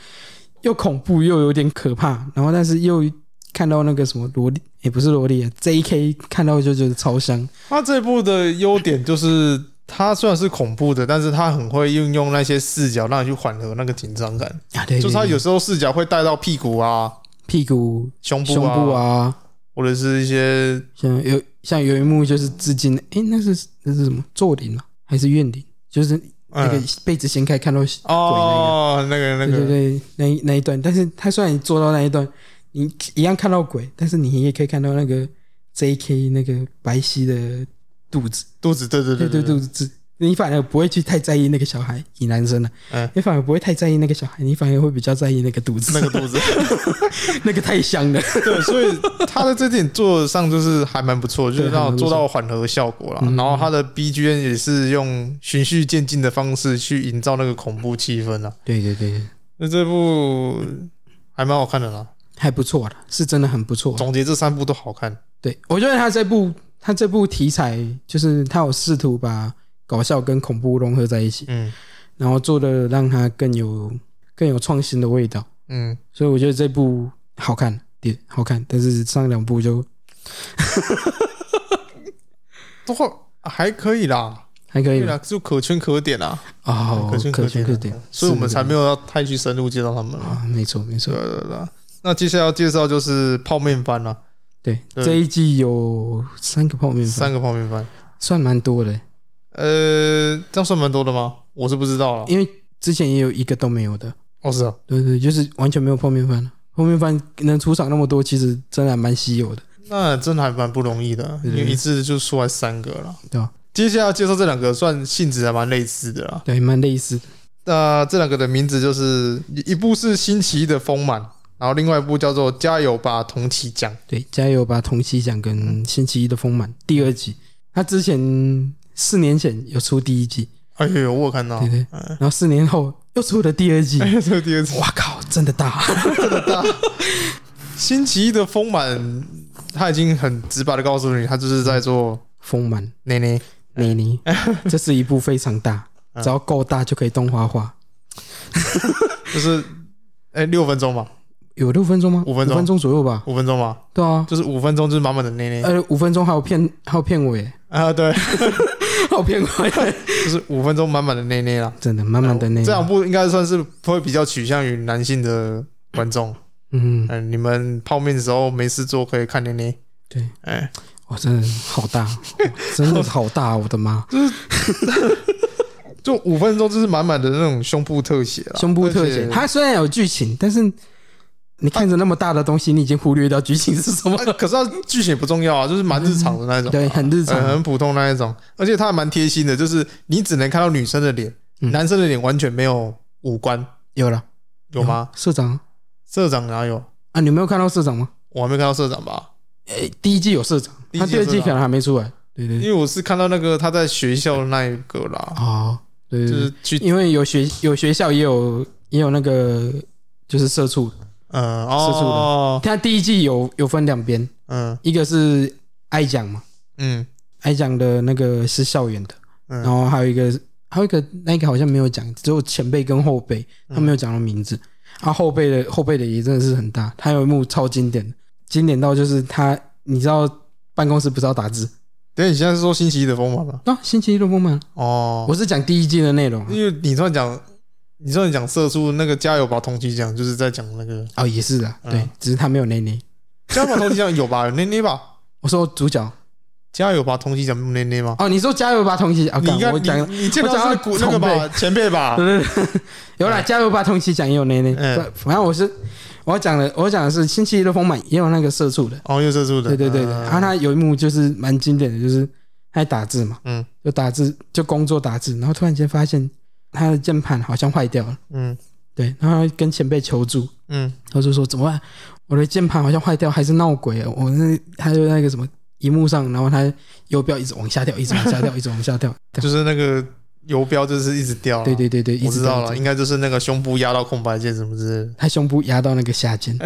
[SPEAKER 3] 又恐怖又有点可怕，然后但是又看到那个什么萝莉，也不是萝莉，J.K. 看到就觉得超香。
[SPEAKER 2] 它这部的优点就是，它虽然是恐怖的，但是它很会运用那些视角，让你去缓和那个紧张感。
[SPEAKER 3] 啊，对，
[SPEAKER 2] 就是
[SPEAKER 3] 他
[SPEAKER 2] 它有时候视角会带到屁股啊、
[SPEAKER 3] 屁股、
[SPEAKER 2] 胸部啊，
[SPEAKER 3] 胸部啊，
[SPEAKER 2] 或者是一些
[SPEAKER 3] 像有像有一幕就是致敬，诶，那是那是什么？坐灵啊，还是怨灵？就是那个
[SPEAKER 2] 嗯
[SPEAKER 3] 被子掀开看到，
[SPEAKER 2] 哦，那个那
[SPEAKER 3] 对对
[SPEAKER 2] 个，
[SPEAKER 3] 对，那一那一段。但是他虽然做到那一段，你一样看到鬼，但是你也可以看到那个 J.K. 那个白皙的肚子，
[SPEAKER 2] 肚子，对对
[SPEAKER 3] 对
[SPEAKER 2] 对
[SPEAKER 3] 对
[SPEAKER 2] 对
[SPEAKER 3] 肚，子。你反而不会去太在意那个小孩，以男生呢、啊
[SPEAKER 2] 嗯
[SPEAKER 3] 你反而不会太在意那个小孩，你反而会比较在意那个肚子，
[SPEAKER 2] 那
[SPEAKER 3] (laughs) 那个
[SPEAKER 2] 个肚子，
[SPEAKER 3] 太香了。
[SPEAKER 2] (laughs) 对，所以它的这点做上就是还蛮不
[SPEAKER 3] (laughs)
[SPEAKER 2] 错，就是让我做到缓和效果啦。
[SPEAKER 3] 嗯
[SPEAKER 2] 然后它的 BGM 也是用循序渐进的方式去营造那个恐怖气氛啦。
[SPEAKER 3] (laughs) 对对对，
[SPEAKER 2] 那这部还蛮好看的啦，
[SPEAKER 3] 还不错的，是真的很不错。
[SPEAKER 2] 总结这三部都好看。
[SPEAKER 3] 对我觉得他这部他这部题材就是他有试图把搞笑跟恐怖融合在一起，
[SPEAKER 2] 嗯
[SPEAKER 3] 然后做的让它更有更有创新的味道。
[SPEAKER 2] 嗯，
[SPEAKER 3] 所以我觉得这部好看，对，好看，但是上两部就
[SPEAKER 2] 都还可以啦，
[SPEAKER 3] 还可以
[SPEAKER 2] 对
[SPEAKER 3] 了
[SPEAKER 2] 啦，就可圈可点啦，
[SPEAKER 3] 哦，
[SPEAKER 2] 啊可圈
[SPEAKER 3] 可
[SPEAKER 2] 点
[SPEAKER 3] 圈
[SPEAKER 2] 啦，
[SPEAKER 3] 可点，
[SPEAKER 2] 所以我们才没
[SPEAKER 3] 有
[SPEAKER 2] 有要太去深入介绍他们了。
[SPEAKER 3] 哦啊，没错没
[SPEAKER 2] 对
[SPEAKER 3] 错，
[SPEAKER 2] 对对，那接下来要介绍就是泡面番了。
[SPEAKER 3] 对，
[SPEAKER 2] 对
[SPEAKER 3] 这一季有三个泡面饭，
[SPEAKER 2] 嗯三个泡面饭，
[SPEAKER 3] 算蛮多的，
[SPEAKER 2] 呃，这样算蛮多的吗？我是不知道了。
[SPEAKER 3] 因为之前也有一个都没有的。
[SPEAKER 2] 哦，是啊，
[SPEAKER 3] 对对，就是完全没有泡面饭了。泡面饭能出场那么多，其实真的还蛮稀有的，
[SPEAKER 2] 那真的还蛮不容易的，
[SPEAKER 3] 嗯
[SPEAKER 2] 因为一次就出来三个了。
[SPEAKER 3] 对吧？
[SPEAKER 2] 接下来介绍这两个，算性质还蛮类似的啦。
[SPEAKER 3] 对，蛮类似的。
[SPEAKER 2] 那这两个的名字就是一一部是《星期一的丰满》，然后另外一部叫做《加油吧，同期酱》。
[SPEAKER 3] 对，加油吧！同期奖跟星期一的丰满第二季，他之前四年前有出第一季，
[SPEAKER 2] 哎呦，我有看到
[SPEAKER 3] 对，对，
[SPEAKER 2] 哎
[SPEAKER 3] 然后四年后又出了第二季。
[SPEAKER 2] 哎， (laughs) 这个第二次
[SPEAKER 3] 哇靠，真的大！
[SPEAKER 2] 星期一的丰满，他已经很直白的告诉你，他就是在
[SPEAKER 3] 嗯
[SPEAKER 2] 做
[SPEAKER 3] 丰满
[SPEAKER 2] 内内。
[SPEAKER 3] 妮
[SPEAKER 2] (laughs)
[SPEAKER 3] 妮，这是一部非常大，
[SPEAKER 2] 嗯
[SPEAKER 3] 只要够大就可以动画化。
[SPEAKER 2] 就是哎、六分钟吧，
[SPEAKER 3] 有六分钟吗？
[SPEAKER 2] 五分钟
[SPEAKER 3] 五分钟左右吧。
[SPEAKER 2] 五分钟吧，
[SPEAKER 3] 对啊，
[SPEAKER 2] 就是五分钟就是满满的内内
[SPEAKER 3] 呃，五分钟还有片，还有片尾，
[SPEAKER 2] 啊，对，
[SPEAKER 3] 还有片 (laughs) 尾，
[SPEAKER 2] 就是五分钟满满的内内啦。
[SPEAKER 3] 真的满满的那
[SPEAKER 2] 这两部应该算是会比较取向于男性的观众，
[SPEAKER 3] 嗯，
[SPEAKER 2] 嗯，你们泡面的时候没事做可以看内内，
[SPEAKER 3] 对，
[SPEAKER 2] 哎，
[SPEAKER 3] 哇，真的好大，真的好大，我
[SPEAKER 2] (laughs)
[SPEAKER 3] 的妈！
[SPEAKER 2] 就五分钟就是满满的那种胸部特写啦，
[SPEAKER 3] 胸部特写，
[SPEAKER 2] 而且
[SPEAKER 3] 它虽然有剧情，但是你看着那么大的东西，你已经忽略掉剧情是什么。
[SPEAKER 2] (laughs) 啊可是它剧情也不重要啊，就是蛮日常的那种，
[SPEAKER 3] 对，很日
[SPEAKER 2] 呃
[SPEAKER 3] 常，
[SPEAKER 2] 很普通那一种，而且它还蛮贴心的，就是你只能看到女生的脸，
[SPEAKER 3] 嗯
[SPEAKER 2] 男生的脸完全没有五官，
[SPEAKER 3] 有了
[SPEAKER 2] 有吗？？
[SPEAKER 3] 社长
[SPEAKER 2] 社长哪有？
[SPEAKER 3] 啊，你没有看到社长吗？
[SPEAKER 2] 我还没看到社长吧？
[SPEAKER 3] 诶，第一季有社长，
[SPEAKER 2] 第一
[SPEAKER 3] 他
[SPEAKER 2] 季
[SPEAKER 3] 第
[SPEAKER 2] 有
[SPEAKER 3] 二
[SPEAKER 2] 社长
[SPEAKER 3] 季可能还没出来。对对
[SPEAKER 2] 因
[SPEAKER 3] 对，
[SPEAKER 2] 为我是看到那个他在学校的那一个啦，
[SPEAKER 3] 哦，对
[SPEAKER 2] 就
[SPEAKER 3] 对
[SPEAKER 2] 是
[SPEAKER 3] 对，
[SPEAKER 2] 去
[SPEAKER 3] 因为有学有学校也有也有那个就是社畜，
[SPEAKER 2] 嗯
[SPEAKER 3] 社畜的
[SPEAKER 2] 哦，
[SPEAKER 3] 他第一季有有分两边，
[SPEAKER 2] 嗯
[SPEAKER 3] 一个是爱讲嘛，
[SPEAKER 2] 嗯
[SPEAKER 3] 爱讲的那个是校园的。然
[SPEAKER 2] 嗯，
[SPEAKER 3] 后还有一个，还有一个那个好像没有讲，只有前辈跟后辈，
[SPEAKER 2] 嗯
[SPEAKER 3] 他没有讲到名字。啊，后辈的后辈的也真的是很大，他有一幕超经典的，经典到就是他，你知道办公室不是要打字
[SPEAKER 2] 对，你现在是说星期一的风嘛吗？
[SPEAKER 3] 啊？星期一的风吗？
[SPEAKER 2] 哦，嗯
[SPEAKER 3] 我是讲第一季的内容啊
[SPEAKER 2] 因为你突然讲，你突然讲社畜那个加油吧同期讲，就是在讲那个
[SPEAKER 3] 哦，也是的，对
[SPEAKER 2] 嗯，
[SPEAKER 3] 只是他没有内内。
[SPEAKER 2] 加油吧同期讲有吧，有 (laughs) 捏捏吧，
[SPEAKER 3] 我说主角
[SPEAKER 2] 加油吧同期讲没有捏捏吗？
[SPEAKER 3] 哦，你说加油吧，同期啊，
[SPEAKER 2] 你应
[SPEAKER 3] 干
[SPEAKER 2] 该
[SPEAKER 3] 我讲
[SPEAKER 2] 你你见到是古
[SPEAKER 3] 我
[SPEAKER 2] 那
[SPEAKER 3] 讲啊
[SPEAKER 2] 个
[SPEAKER 3] 到
[SPEAKER 2] 吧前辈
[SPEAKER 3] (laughs)
[SPEAKER 2] 吧， (laughs)
[SPEAKER 3] 有啦，加油吧，同期讲也有内内。
[SPEAKER 2] 嗯
[SPEAKER 3] 反正我是我讲的，我讲的是星期一的丰满也有那个社畜的。
[SPEAKER 2] 哦，又社畜的，
[SPEAKER 3] 对啊对对对，
[SPEAKER 2] 嗯
[SPEAKER 3] 然后他有一幕就是蛮经典的，就是他在打字嘛，
[SPEAKER 2] 嗯，
[SPEAKER 3] 就打字就工作打字，然后突然间发现他的键盘好像坏掉了，
[SPEAKER 2] 嗯
[SPEAKER 3] 对，然后他跟前辈求助，
[SPEAKER 2] 嗯
[SPEAKER 3] 他就说怎么办？我的键盘好像坏掉，还是闹鬼了？我那他就那个什么荧幕上，然后他右标一直往下掉，一直往下掉，一直往下 (laughs) 掉，
[SPEAKER 2] 就是那个游标就是一直掉啦，
[SPEAKER 3] 对对对对，一
[SPEAKER 2] 我
[SPEAKER 3] 直
[SPEAKER 2] 知道
[SPEAKER 3] 掉
[SPEAKER 2] 了，，应该就是那个胸部压到空白键什么之类的。
[SPEAKER 3] 他胸部压到那个下 (laughs) 键，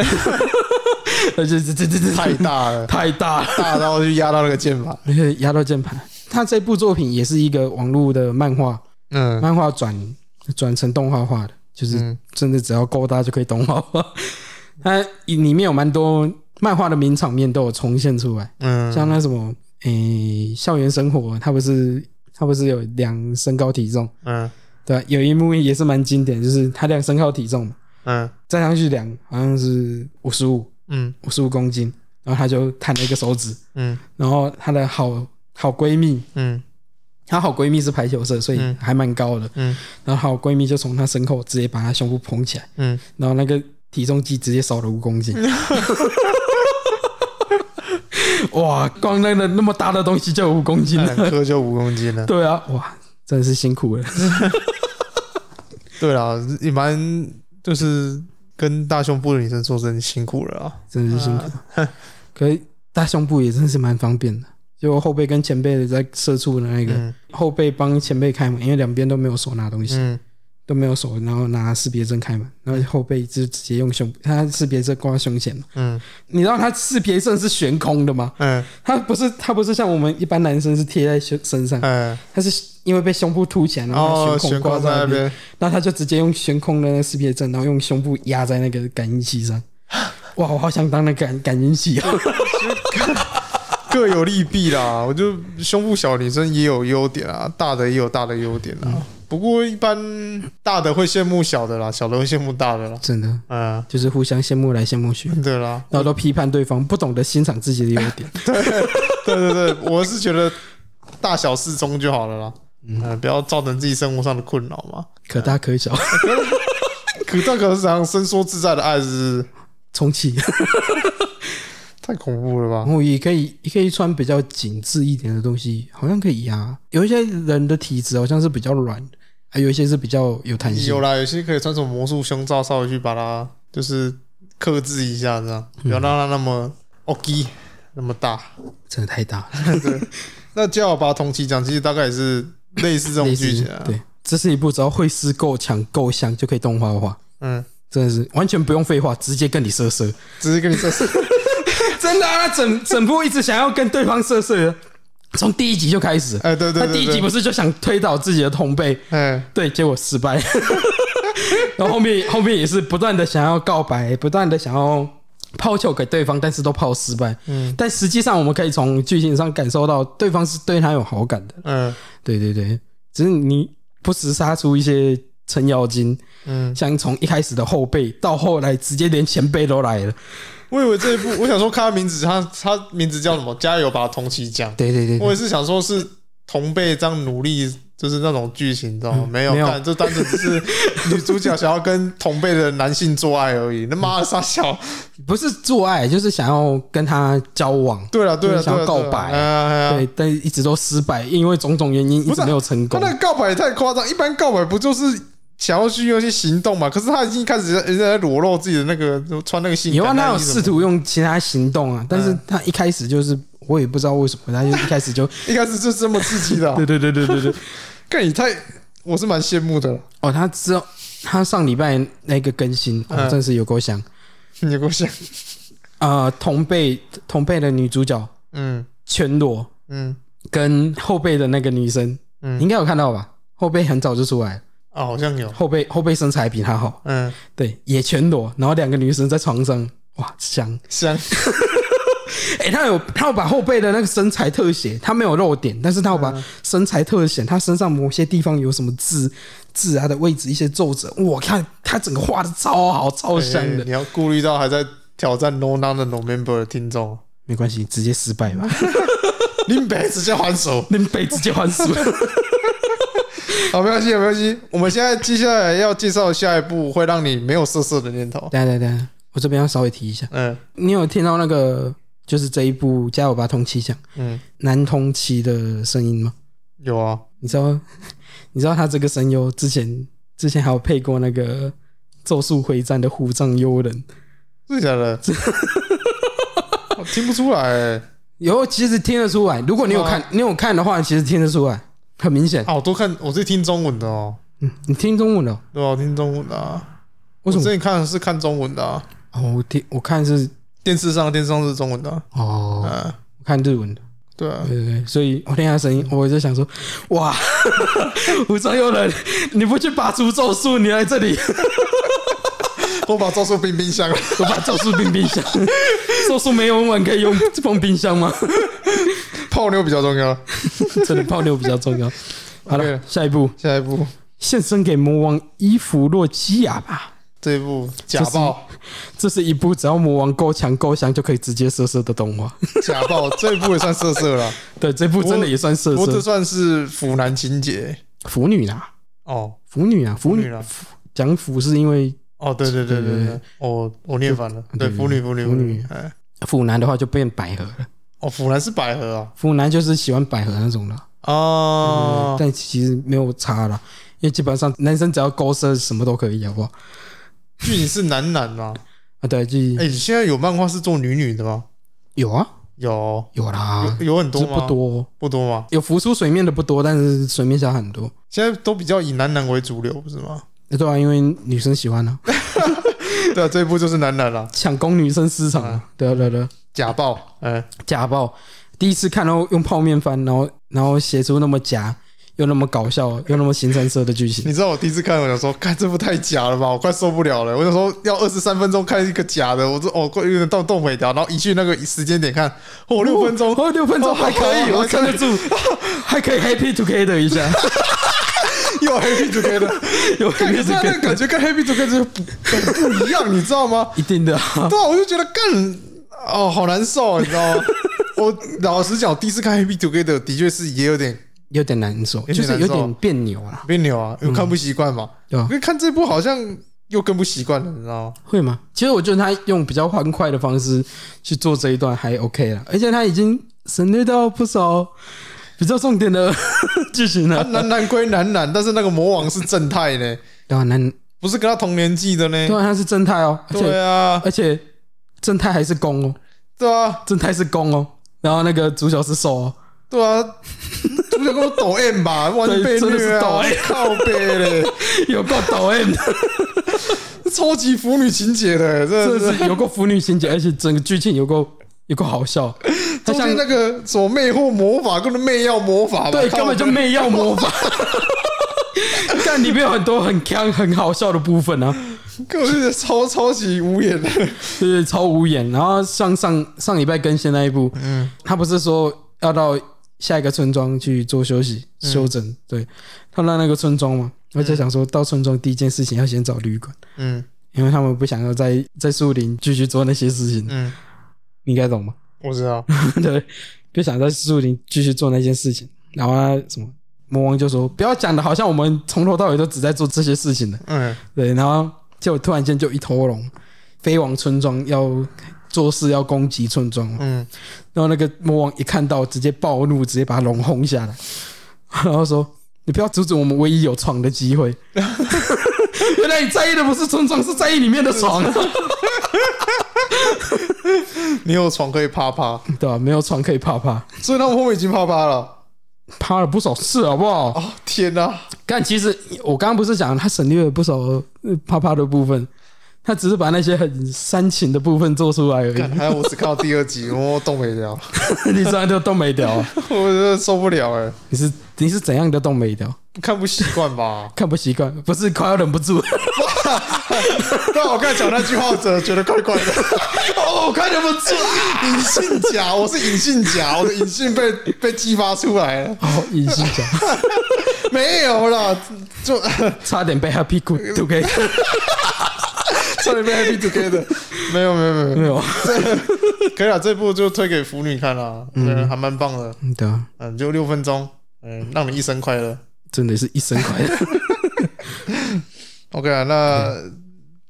[SPEAKER 3] 这这这这
[SPEAKER 2] 太大了，
[SPEAKER 3] 太大了。
[SPEAKER 2] 大到就压到那个键
[SPEAKER 3] (laughs)
[SPEAKER 2] 盘。
[SPEAKER 3] 那个压到键盘。他这部作品也是一个网络的漫画，
[SPEAKER 2] 嗯
[SPEAKER 3] 漫画转转成动画化的，就是
[SPEAKER 2] 嗯
[SPEAKER 3] 真的只要够大就可以动画化。 (laughs) 它里面有蛮多漫画的名场面都有重现出来，
[SPEAKER 2] 嗯，
[SPEAKER 3] 像那什么诶、校园生活，他不是他不是有量身高体重，
[SPEAKER 2] 嗯
[SPEAKER 3] 对吧、有一幕也是蛮经典，就是他量身高体重嘛，
[SPEAKER 2] 嗯
[SPEAKER 3] 站上去量好像是五十五
[SPEAKER 2] 嗯
[SPEAKER 3] 五十五公斤，然后他就弹了一个手指，
[SPEAKER 2] 嗯
[SPEAKER 3] 然后她的好好闺蜜
[SPEAKER 2] 嗯
[SPEAKER 3] 她好闺蜜是排球社，所以
[SPEAKER 2] 嗯
[SPEAKER 3] 还蛮高的。
[SPEAKER 2] 嗯
[SPEAKER 3] 然后好闺蜜就从她身后直接把她胸部捧起来，
[SPEAKER 2] 嗯，
[SPEAKER 3] 然后那个体重计直接少了五公斤。 (laughs) 哇，光那个那么大的东西就有五公斤
[SPEAKER 2] 两
[SPEAKER 3] 了。
[SPEAKER 2] 颗就五公斤了。
[SPEAKER 3] (laughs) 对啊，哇，真的是辛苦了。
[SPEAKER 2] 对啦，也蛮就是跟大胸部的女生说声辛苦了啊。
[SPEAKER 3] 真的是辛苦。可是大胸部也真的是蛮方便的，就后背跟前辈在社畜的那个、
[SPEAKER 2] 嗯
[SPEAKER 3] 后背帮前辈开门，因为两边都没有手拿东西，
[SPEAKER 2] 嗯
[SPEAKER 3] 都没有手，然后拿识别证开门，然后后背就直接用胸，他识别证挂胸前嘛。
[SPEAKER 2] 嗯
[SPEAKER 3] 你知道他识别证是悬空的吗？
[SPEAKER 2] 嗯
[SPEAKER 3] 他不是他不是像我们一般男生是贴在胸身上，
[SPEAKER 2] 嗯，
[SPEAKER 3] 他是因为被胸部凸起来，然
[SPEAKER 2] 然
[SPEAKER 3] 后
[SPEAKER 2] 后
[SPEAKER 3] 他啊哦悬
[SPEAKER 2] 悬
[SPEAKER 3] 空挂
[SPEAKER 2] 空在
[SPEAKER 3] 在那
[SPEAKER 2] 那
[SPEAKER 3] 边，
[SPEAKER 2] 边，
[SPEAKER 3] 然后他就直接用悬空的那个识别证，然后用胸部压在那个感应器上。哇，我好想当那感感应器 (laughs) 啊！
[SPEAKER 2] (laughs) 各有利弊啦。我就胸部小的女生也有优点啊，大的也有大的优点啊。不过一般大的会羡慕小的啦，小的会羡慕大的啦。
[SPEAKER 3] 真的
[SPEAKER 2] 嗯，
[SPEAKER 3] 就是互相羡慕来羡慕去，
[SPEAKER 2] 对啦，
[SPEAKER 3] 然后都批判对方，不懂得欣赏自己的优 (laughs) 点。
[SPEAKER 2] 对对对，我是觉得大小适中就好了啦。嗯、不要造成自己生活上的困扰嘛。
[SPEAKER 3] 可大可小， (laughs)
[SPEAKER 2] 可大可小，伸缩自在的爱是
[SPEAKER 3] 充气。
[SPEAKER 2] 太恐怖了吧？
[SPEAKER 3] 然后也可以，也可以穿比较紧致一点的东西，好像可以压。有一些人的体质好像是比较软，还有一些是比较有弹性
[SPEAKER 2] 有。啦，有些可以穿什么魔术胸罩，稍微去把它就是克制一下，这样不要让它那么 OK 那么大。
[SPEAKER 3] 真的太大了，
[SPEAKER 2] 那《叫我把同期讲，其实大概也
[SPEAKER 3] (laughs)
[SPEAKER 2] 是类似这种
[SPEAKER 3] 类
[SPEAKER 2] 剧
[SPEAKER 3] 似
[SPEAKER 2] 情啊。
[SPEAKER 3] 对，这是一部只要会师够强、够香就可以动画化，
[SPEAKER 2] 嗯，
[SPEAKER 3] 真的是完全不用废话，直接跟你
[SPEAKER 2] (laughs)
[SPEAKER 3] 射射。
[SPEAKER 2] 只是跟你
[SPEAKER 3] (laughs)
[SPEAKER 2] 说，
[SPEAKER 3] 真的啊，他整整部一直想要跟对方射射的，从第一集就开始。
[SPEAKER 2] 哎，对对
[SPEAKER 3] 他
[SPEAKER 2] 对，
[SPEAKER 3] 第一
[SPEAKER 2] 对
[SPEAKER 3] 集不是就想推倒自己的同辈，
[SPEAKER 2] 哎，
[SPEAKER 3] 对，结果失败。 (laughs) 然后后面后面也是不断的想要告白，不断的想要抛球给对方，但是都抛失败。
[SPEAKER 2] 嗯
[SPEAKER 3] 但实际上我们可以从剧情上感受到，对方是对他有好感的。
[SPEAKER 2] 嗯
[SPEAKER 3] 对对对，只是你不时杀出一些程咬金，
[SPEAKER 2] 嗯，
[SPEAKER 3] 像从一开始的后辈，到后来直接连前辈都来了。
[SPEAKER 2] 我以为这一部，我想说看他名字，他他名字叫什么？加油吧，同期讲。
[SPEAKER 3] 对对对
[SPEAKER 2] 我
[SPEAKER 3] 对
[SPEAKER 2] 也是想说，是同辈这样努力，就是那种剧情，你知道吗？没有，
[SPEAKER 3] 嗯没有
[SPEAKER 2] 看就单纯只是女主角想要跟同辈的男性做爱而已。他
[SPEAKER 3] (laughs)
[SPEAKER 2] 妈的傻笑！
[SPEAKER 3] 不是做爱，就是想要跟他交往。
[SPEAKER 2] 对了，对了，
[SPEAKER 3] 就是想
[SPEAKER 2] 对
[SPEAKER 3] 要
[SPEAKER 2] 了，
[SPEAKER 3] 告白
[SPEAKER 2] 对了哎呀哎呀
[SPEAKER 3] 对，但一直都失败，因为种种原因一
[SPEAKER 2] 不是
[SPEAKER 3] 直
[SPEAKER 2] 啊
[SPEAKER 3] 没有成功
[SPEAKER 2] 他。那个告白也太夸张，一般告白不就是想要去用一些行动嘛？可是他已经开始人家在裸露自己的那个穿那个性
[SPEAKER 3] 有啊，
[SPEAKER 2] 感内衣什么的，
[SPEAKER 3] 他有试图用其他行动啊，但是
[SPEAKER 2] 嗯
[SPEAKER 3] 他一开始就是，我也不知道为什么，他就一开始 (laughs) 就，，
[SPEAKER 2] 一开始就这么刺激的、啊
[SPEAKER 3] 对对对对对，
[SPEAKER 2] 看你太，我是蛮羡慕的。
[SPEAKER 3] 哦，他之后他上礼拜那个更新，哦
[SPEAKER 2] 嗯
[SPEAKER 3] 真是有够香，
[SPEAKER 2] 你给我想，
[SPEAKER 3] 呃，同辈同辈的女主角
[SPEAKER 2] 嗯
[SPEAKER 3] 全裸
[SPEAKER 2] 嗯
[SPEAKER 3] 跟后辈的那个女生，你应
[SPEAKER 2] 嗯，
[SPEAKER 3] 该有看到吧？后辈很早就出来了，
[SPEAKER 2] 啊，好像有，
[SPEAKER 3] 后辈后辈身材比他好，
[SPEAKER 2] 嗯，
[SPEAKER 3] 对，也全裸，然后两个女生在床上，哇，香。
[SPEAKER 2] 香，
[SPEAKER 3] 哎、他有他有把后背的那个身材特写，他没有露点，但是他有把身材特写，他身上某些地方有什么痣痣啊的位置，一些皱褶，我看他整个画的超好，超香
[SPEAKER 2] 哎
[SPEAKER 3] 的。
[SPEAKER 2] 你要顾虑到还在挑战 No None 的 November 的听众，
[SPEAKER 3] 没关系，直接失败 (laughs) 吧，
[SPEAKER 2] 林北直接还手，
[SPEAKER 3] 林北直接还 (laughs) 俗。
[SPEAKER 2] 好，没关系，没关系。我们现在接下来要介绍下一部会让你没有色色的念头。
[SPEAKER 3] 等一下等一下等一下，我这边要稍微提一下，
[SPEAKER 2] 嗯
[SPEAKER 3] 你有听到那个就是这一部《加油吧通气响》
[SPEAKER 2] 嗯，
[SPEAKER 3] 男通气的声音吗？
[SPEAKER 2] 有啊，
[SPEAKER 3] 你知道 (laughs) 你知道他这个声优之前之前还有配过那个《咒术回战》的虎杖悠人。
[SPEAKER 2] 真的假的？我听不出来、欸，
[SPEAKER 3] 有，其实听得出来。如果你有看，你有看的话，其实听得出来，很明显。
[SPEAKER 2] 啊，我都看，我是听中文的哦，
[SPEAKER 3] 嗯，你听中文了？
[SPEAKER 2] 对吧、我听中文的、啊，
[SPEAKER 3] 为什
[SPEAKER 2] 我
[SPEAKER 3] 么
[SPEAKER 2] 之？前看是看中文的、啊，
[SPEAKER 3] 哦，我听我看是
[SPEAKER 2] 电视上电视上是中文的、啊，
[SPEAKER 3] 哦，
[SPEAKER 2] 嗯，
[SPEAKER 3] 我看日文的，
[SPEAKER 2] 对啊
[SPEAKER 3] 对，对对。所以我听他声音，我就想说，哇， (laughs) 武藏悠人，你不去拔除咒术，你来这里，
[SPEAKER 2] 我把赵树冰冰箱，
[SPEAKER 3] 我把咒术冰冰 (laughs) 箱。咒术没有文可以用放冰箱吗？
[SPEAKER 2] (laughs) 泡妞比较重要。
[SPEAKER 3] (laughs) 真的泡妞比较重要。好了
[SPEAKER 2] OK，
[SPEAKER 3] 下一步
[SPEAKER 2] 下一部
[SPEAKER 3] 献身给魔王伊芙洛基亚吧。
[SPEAKER 2] 这一部假爆
[SPEAKER 3] 这是一部只要魔王够强够香就可以直接射射的动 (laughs) 画。
[SPEAKER 2] 假爆，这一部也算色色了，
[SPEAKER 3] 对，这部真的也算射
[SPEAKER 2] 不过这
[SPEAKER 3] 射。
[SPEAKER 2] 算是腐男情节
[SPEAKER 3] 腐女啦，
[SPEAKER 2] 哦，
[SPEAKER 3] 腐女啊，腐
[SPEAKER 2] 腐
[SPEAKER 3] 女
[SPEAKER 2] 女了。
[SPEAKER 3] 讲腐是因为
[SPEAKER 2] 哦，对对对对
[SPEAKER 3] 对
[SPEAKER 2] 对，我我念反了，
[SPEAKER 3] 对
[SPEAKER 2] 对，腐女腐女
[SPEAKER 3] 腐
[SPEAKER 2] 腐女
[SPEAKER 3] 女，
[SPEAKER 2] 哎，
[SPEAKER 3] 腐男的话就变百合了。
[SPEAKER 2] 哦，腐男是百合啊，
[SPEAKER 3] 腐男就是喜欢百合那种的，
[SPEAKER 2] 哦，
[SPEAKER 3] 但其实没有差啦，因为基本上男生只要勾射什么都可以，好不好？
[SPEAKER 2] 剧情是男男嘛？
[SPEAKER 3] 啊，对，就
[SPEAKER 2] 哎、你现在有漫画是做女女的吗？
[SPEAKER 3] 有啊，
[SPEAKER 2] 有，
[SPEAKER 3] 有啦，
[SPEAKER 2] 有有很
[SPEAKER 3] 啊只是
[SPEAKER 2] 多吗？
[SPEAKER 3] 不多，
[SPEAKER 2] 不多吗？
[SPEAKER 3] 有浮出水面的不多，但是水面下很多。
[SPEAKER 2] 现在都比较以男男为主流，不是吗？ (laughs)
[SPEAKER 3] 对啊，因为女生喜欢啊，
[SPEAKER 2] 对啊，这一部就是男男了，
[SPEAKER 3] 抢攻女生市场啊，对啊，对啊，对啊。
[SPEAKER 2] 假爆，哎、
[SPEAKER 3] 假爆。第一次看到用泡面番，然后然后写出那么假又那么搞笑又那么形三色的剧情，
[SPEAKER 2] (laughs) 你知道我第一次看，我想说，看这部太假了吧，我快受不了了。我想说，要二十三分钟看一个假的，我这哦，快有点动动尾条，然后一去那个时间点看，哦，六分钟，
[SPEAKER 3] 哦，六分钟
[SPEAKER 2] 哦
[SPEAKER 3] 还可以，
[SPEAKER 2] 哦
[SPEAKER 3] 我
[SPEAKER 2] 还可
[SPEAKER 3] 撑
[SPEAKER 2] 以 (laughs)
[SPEAKER 3] 得住，还可以 happy together 一下，
[SPEAKER 2] 又 Happy
[SPEAKER 3] (laughs)
[SPEAKER 2] Together，
[SPEAKER 3] 有
[SPEAKER 2] 干 (laughs) 可是他那个感觉跟 Happy Together 不很不一样，你知道吗？
[SPEAKER 3] (laughs) 一定的、啊，
[SPEAKER 2] 对啊，我就觉得干哦，好难受啊，你知道
[SPEAKER 3] (laughs)
[SPEAKER 2] 吗？我老实讲，我第一次看 Happy Together 的确是也有点
[SPEAKER 3] 有点难受，
[SPEAKER 2] 有点
[SPEAKER 3] 就是
[SPEAKER 2] 难
[SPEAKER 3] 有
[SPEAKER 2] 受
[SPEAKER 3] 点别扭啦，
[SPEAKER 2] 别扭啊，因为看不习惯嘛。
[SPEAKER 3] 嗯对啊吧
[SPEAKER 2] 因？为看这部好像又更不习惯了，你知
[SPEAKER 3] (laughs)
[SPEAKER 2] 道吗？
[SPEAKER 3] 会吗？其实我觉得他用比较欢快的方式去做这一段还 OK 了，而且他已经省略掉不少比较重点的 (laughs) 剧情
[SPEAKER 2] 他
[SPEAKER 3] 了。
[SPEAKER 2] 男男归男男，但是那个魔王是正太呢，
[SPEAKER 3] 对啊，男，
[SPEAKER 2] 不是跟他同年纪的呢
[SPEAKER 3] 对。啊，他是正太哦，而且
[SPEAKER 2] 对啊，
[SPEAKER 3] 而且正太还是公哦，
[SPEAKER 2] 对啊，
[SPEAKER 3] 正太是公哦，然后那个主角是受哦， (laughs)
[SPEAKER 2] 对啊，主角跟我抖 M 吧，完全被
[SPEAKER 3] 对真的是
[SPEAKER 2] 虐
[SPEAKER 3] 抖
[SPEAKER 2] 啊
[SPEAKER 3] M，
[SPEAKER 2] 靠背嘞，
[SPEAKER 3] 有够抖
[SPEAKER 2] (laughs)
[SPEAKER 3] M 的，
[SPEAKER 2] 超级腐女情节的，真
[SPEAKER 3] 真
[SPEAKER 2] 的
[SPEAKER 3] 的
[SPEAKER 2] 是。
[SPEAKER 3] 是有够腐女情节，而且整个剧情有够有够好笑，他
[SPEAKER 2] 中
[SPEAKER 3] 像
[SPEAKER 2] 间那个什么魅惑魔法，跟那媚药魔法吧，
[SPEAKER 3] 对
[SPEAKER 2] 靠
[SPEAKER 3] 根本就
[SPEAKER 2] 背
[SPEAKER 3] 没要魔法。 (laughs) 但里面有很多很强、很好笑的部分啊，
[SPEAKER 2] 根本就是超超级无言的。
[SPEAKER 3] 对，超无言。然后上上上礼拜更新那一部，嗯，他不是说要到下一个村庄去做休息、休整，对，他到那个村庄嘛，我就想说到村庄第一件事情要先找旅馆，
[SPEAKER 2] 嗯
[SPEAKER 3] 因为他们不想要在在树林继续做那些事情，
[SPEAKER 2] 嗯，
[SPEAKER 3] 你应该懂吗？
[SPEAKER 2] 我知道。
[SPEAKER 3] (laughs) 对，不想在树林继续做那件事情。然后他什么魔王就说不要讲的，好像我们从头到尾都只在做这些事情的。
[SPEAKER 2] 嗯
[SPEAKER 3] 对，然后结果突然间就一头龙飞往村庄要做事要攻击村庄嘛，
[SPEAKER 2] 嗯，
[SPEAKER 3] 然后那个魔王一看到，直接暴怒，直接把龙轰下来，然后说：“你不要阻止我们唯一有床的机会。”原来你在意的不是村庄，是在意里面的床，
[SPEAKER 2] 嗯你有床可以啪啪，
[SPEAKER 3] 对吧、啊没有床可以啪啪，
[SPEAKER 2] 所以他们后面已经啪啪了。
[SPEAKER 3] 啪了不少次，好不好？
[SPEAKER 2] 哦天哪、
[SPEAKER 3] 但其实我刚刚不是讲他省略了不少呃啪啪的部分，他只是把那些很煽情的部分做出来而
[SPEAKER 2] 干
[SPEAKER 3] 已，
[SPEAKER 2] 还有我只看到第二集，我动没了，
[SPEAKER 3] (laughs)
[SPEAKER 2] (laughs)
[SPEAKER 3] 你这样就动没掉啊，
[SPEAKER 2] 我真的受不了哎、
[SPEAKER 3] 你是你是怎样的动没掉？
[SPEAKER 2] 看不习惯吧？
[SPEAKER 3] 看不习惯，不是快要忍 (laughs) 不住了。
[SPEAKER 2] 但我刚才讲那句话，我真的觉得怪怪的。 (laughs)
[SPEAKER 3] 哦，我快忍不住了。
[SPEAKER 2] 隐性甲，我是隐性甲，我的隐性被被激发出来了。
[SPEAKER 3] 哦，隐形甲
[SPEAKER 2] 没有啦，就
[SPEAKER 3] (laughs)
[SPEAKER 2] (laughs)
[SPEAKER 3] 差点被他屁股丢给 (laughs)
[SPEAKER 2] 差点被 happy together。没有没有没有，
[SPEAKER 3] 没有。啊
[SPEAKER 2] 可以了，这部就推给腐女看啦，嗯，还蛮棒的，
[SPEAKER 3] 嗯对啊，
[SPEAKER 2] 嗯，就六分钟，嗯，让你一生快乐。
[SPEAKER 3] 真的是一身快乐。 (laughs)
[SPEAKER 2] OK 啊，那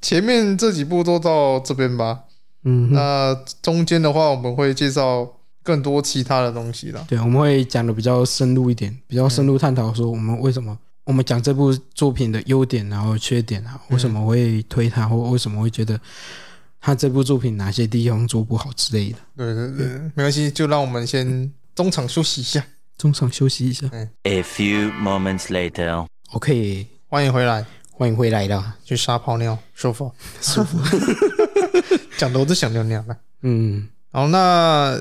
[SPEAKER 2] 前面这几部都到这边吧。
[SPEAKER 3] 嗯哼，
[SPEAKER 2] 那中间的话，我们会介绍更多其他的东西啦。
[SPEAKER 3] 对，我们会讲的比较深入一点，比较深入探讨说我们为什么。我们讲这部作品的优点，然后缺点啊，为什么会推它，或为什么会觉得他这部作品哪些地方做不好之类的。
[SPEAKER 2] 对对对，没关系，就让我们先中场休息一下。
[SPEAKER 3] 中场休息一下
[SPEAKER 1] A few moments later.
[SPEAKER 3] ，OK，
[SPEAKER 2] 欢迎回来，
[SPEAKER 3] 欢迎回来啦。
[SPEAKER 2] 去撒泡尿，舒服，舒
[SPEAKER 3] (laughs)
[SPEAKER 2] 服。讲的我都想尿尿了。
[SPEAKER 3] 嗯，
[SPEAKER 2] 好，那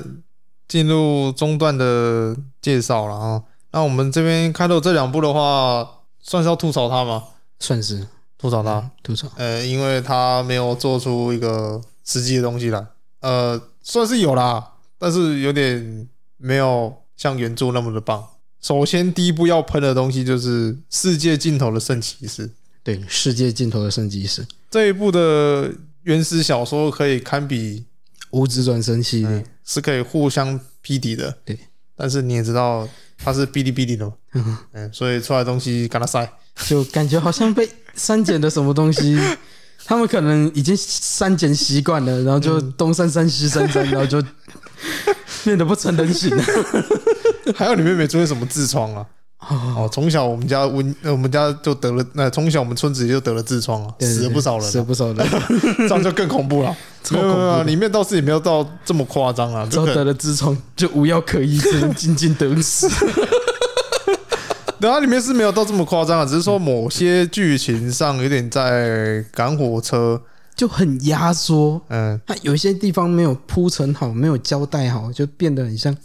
[SPEAKER 2] 进入中段的介绍了啊。那我们这边开头这两部的话，算是要吐槽它吗？
[SPEAKER 3] 算是
[SPEAKER 2] 吐槽它，
[SPEAKER 3] 吐槽。
[SPEAKER 2] 呃，因为它没有做出一个实际的东西来，呃，算是有啦，但是有点没有像原著那么的棒。首先，第一部要喷的东西就是《世界尽头的圣骑士》
[SPEAKER 3] 对，世界尽头的圣骑士，
[SPEAKER 2] 这一部的原始小说，可以堪比
[SPEAKER 3] 无指转身系列
[SPEAKER 2] 嗯，是可以互相匹敌的。
[SPEAKER 3] 对，
[SPEAKER 2] 但是你也知道它是哔哩哔哩的嘛，
[SPEAKER 3] 嗯
[SPEAKER 2] 嗯，所以出来的东西跟它塞。
[SPEAKER 3] 就感觉好像被删减的什么东西， (laughs) 他们可能已经删减习惯了，然后就东删删西删
[SPEAKER 2] (laughs)
[SPEAKER 3] 删，然后就变得不成人形了。
[SPEAKER 2] 还有里面没出现什么痔疮啊。哦，从小我们家瘟，呃我们家就得了，那、从小我们村子里就得了痔疮啊，
[SPEAKER 3] 对对对
[SPEAKER 2] 死了不少
[SPEAKER 3] 死
[SPEAKER 2] 人、啊，
[SPEAKER 3] 了不少
[SPEAKER 2] (laughs)
[SPEAKER 3] 人，
[SPEAKER 2] 这样就更恐怖了。
[SPEAKER 3] (laughs) 超
[SPEAKER 2] 没有
[SPEAKER 3] 恐
[SPEAKER 2] 没有，
[SPEAKER 3] 怖的
[SPEAKER 2] 没有里面倒是也没有到这么夸张啊，
[SPEAKER 3] 之
[SPEAKER 2] 这
[SPEAKER 3] 后得
[SPEAKER 2] 个，
[SPEAKER 3] 了痔疮就无药可医，只能静静等
[SPEAKER 2] (laughs)
[SPEAKER 3] 死。
[SPEAKER 2] 然啊后里面是没有到这么夸张啊，只是说某些剧情上有点在赶火车，
[SPEAKER 3] 就很压缩，
[SPEAKER 2] 嗯，
[SPEAKER 3] 它有一些地方没有铺陈好，没有交代好，就变得很像，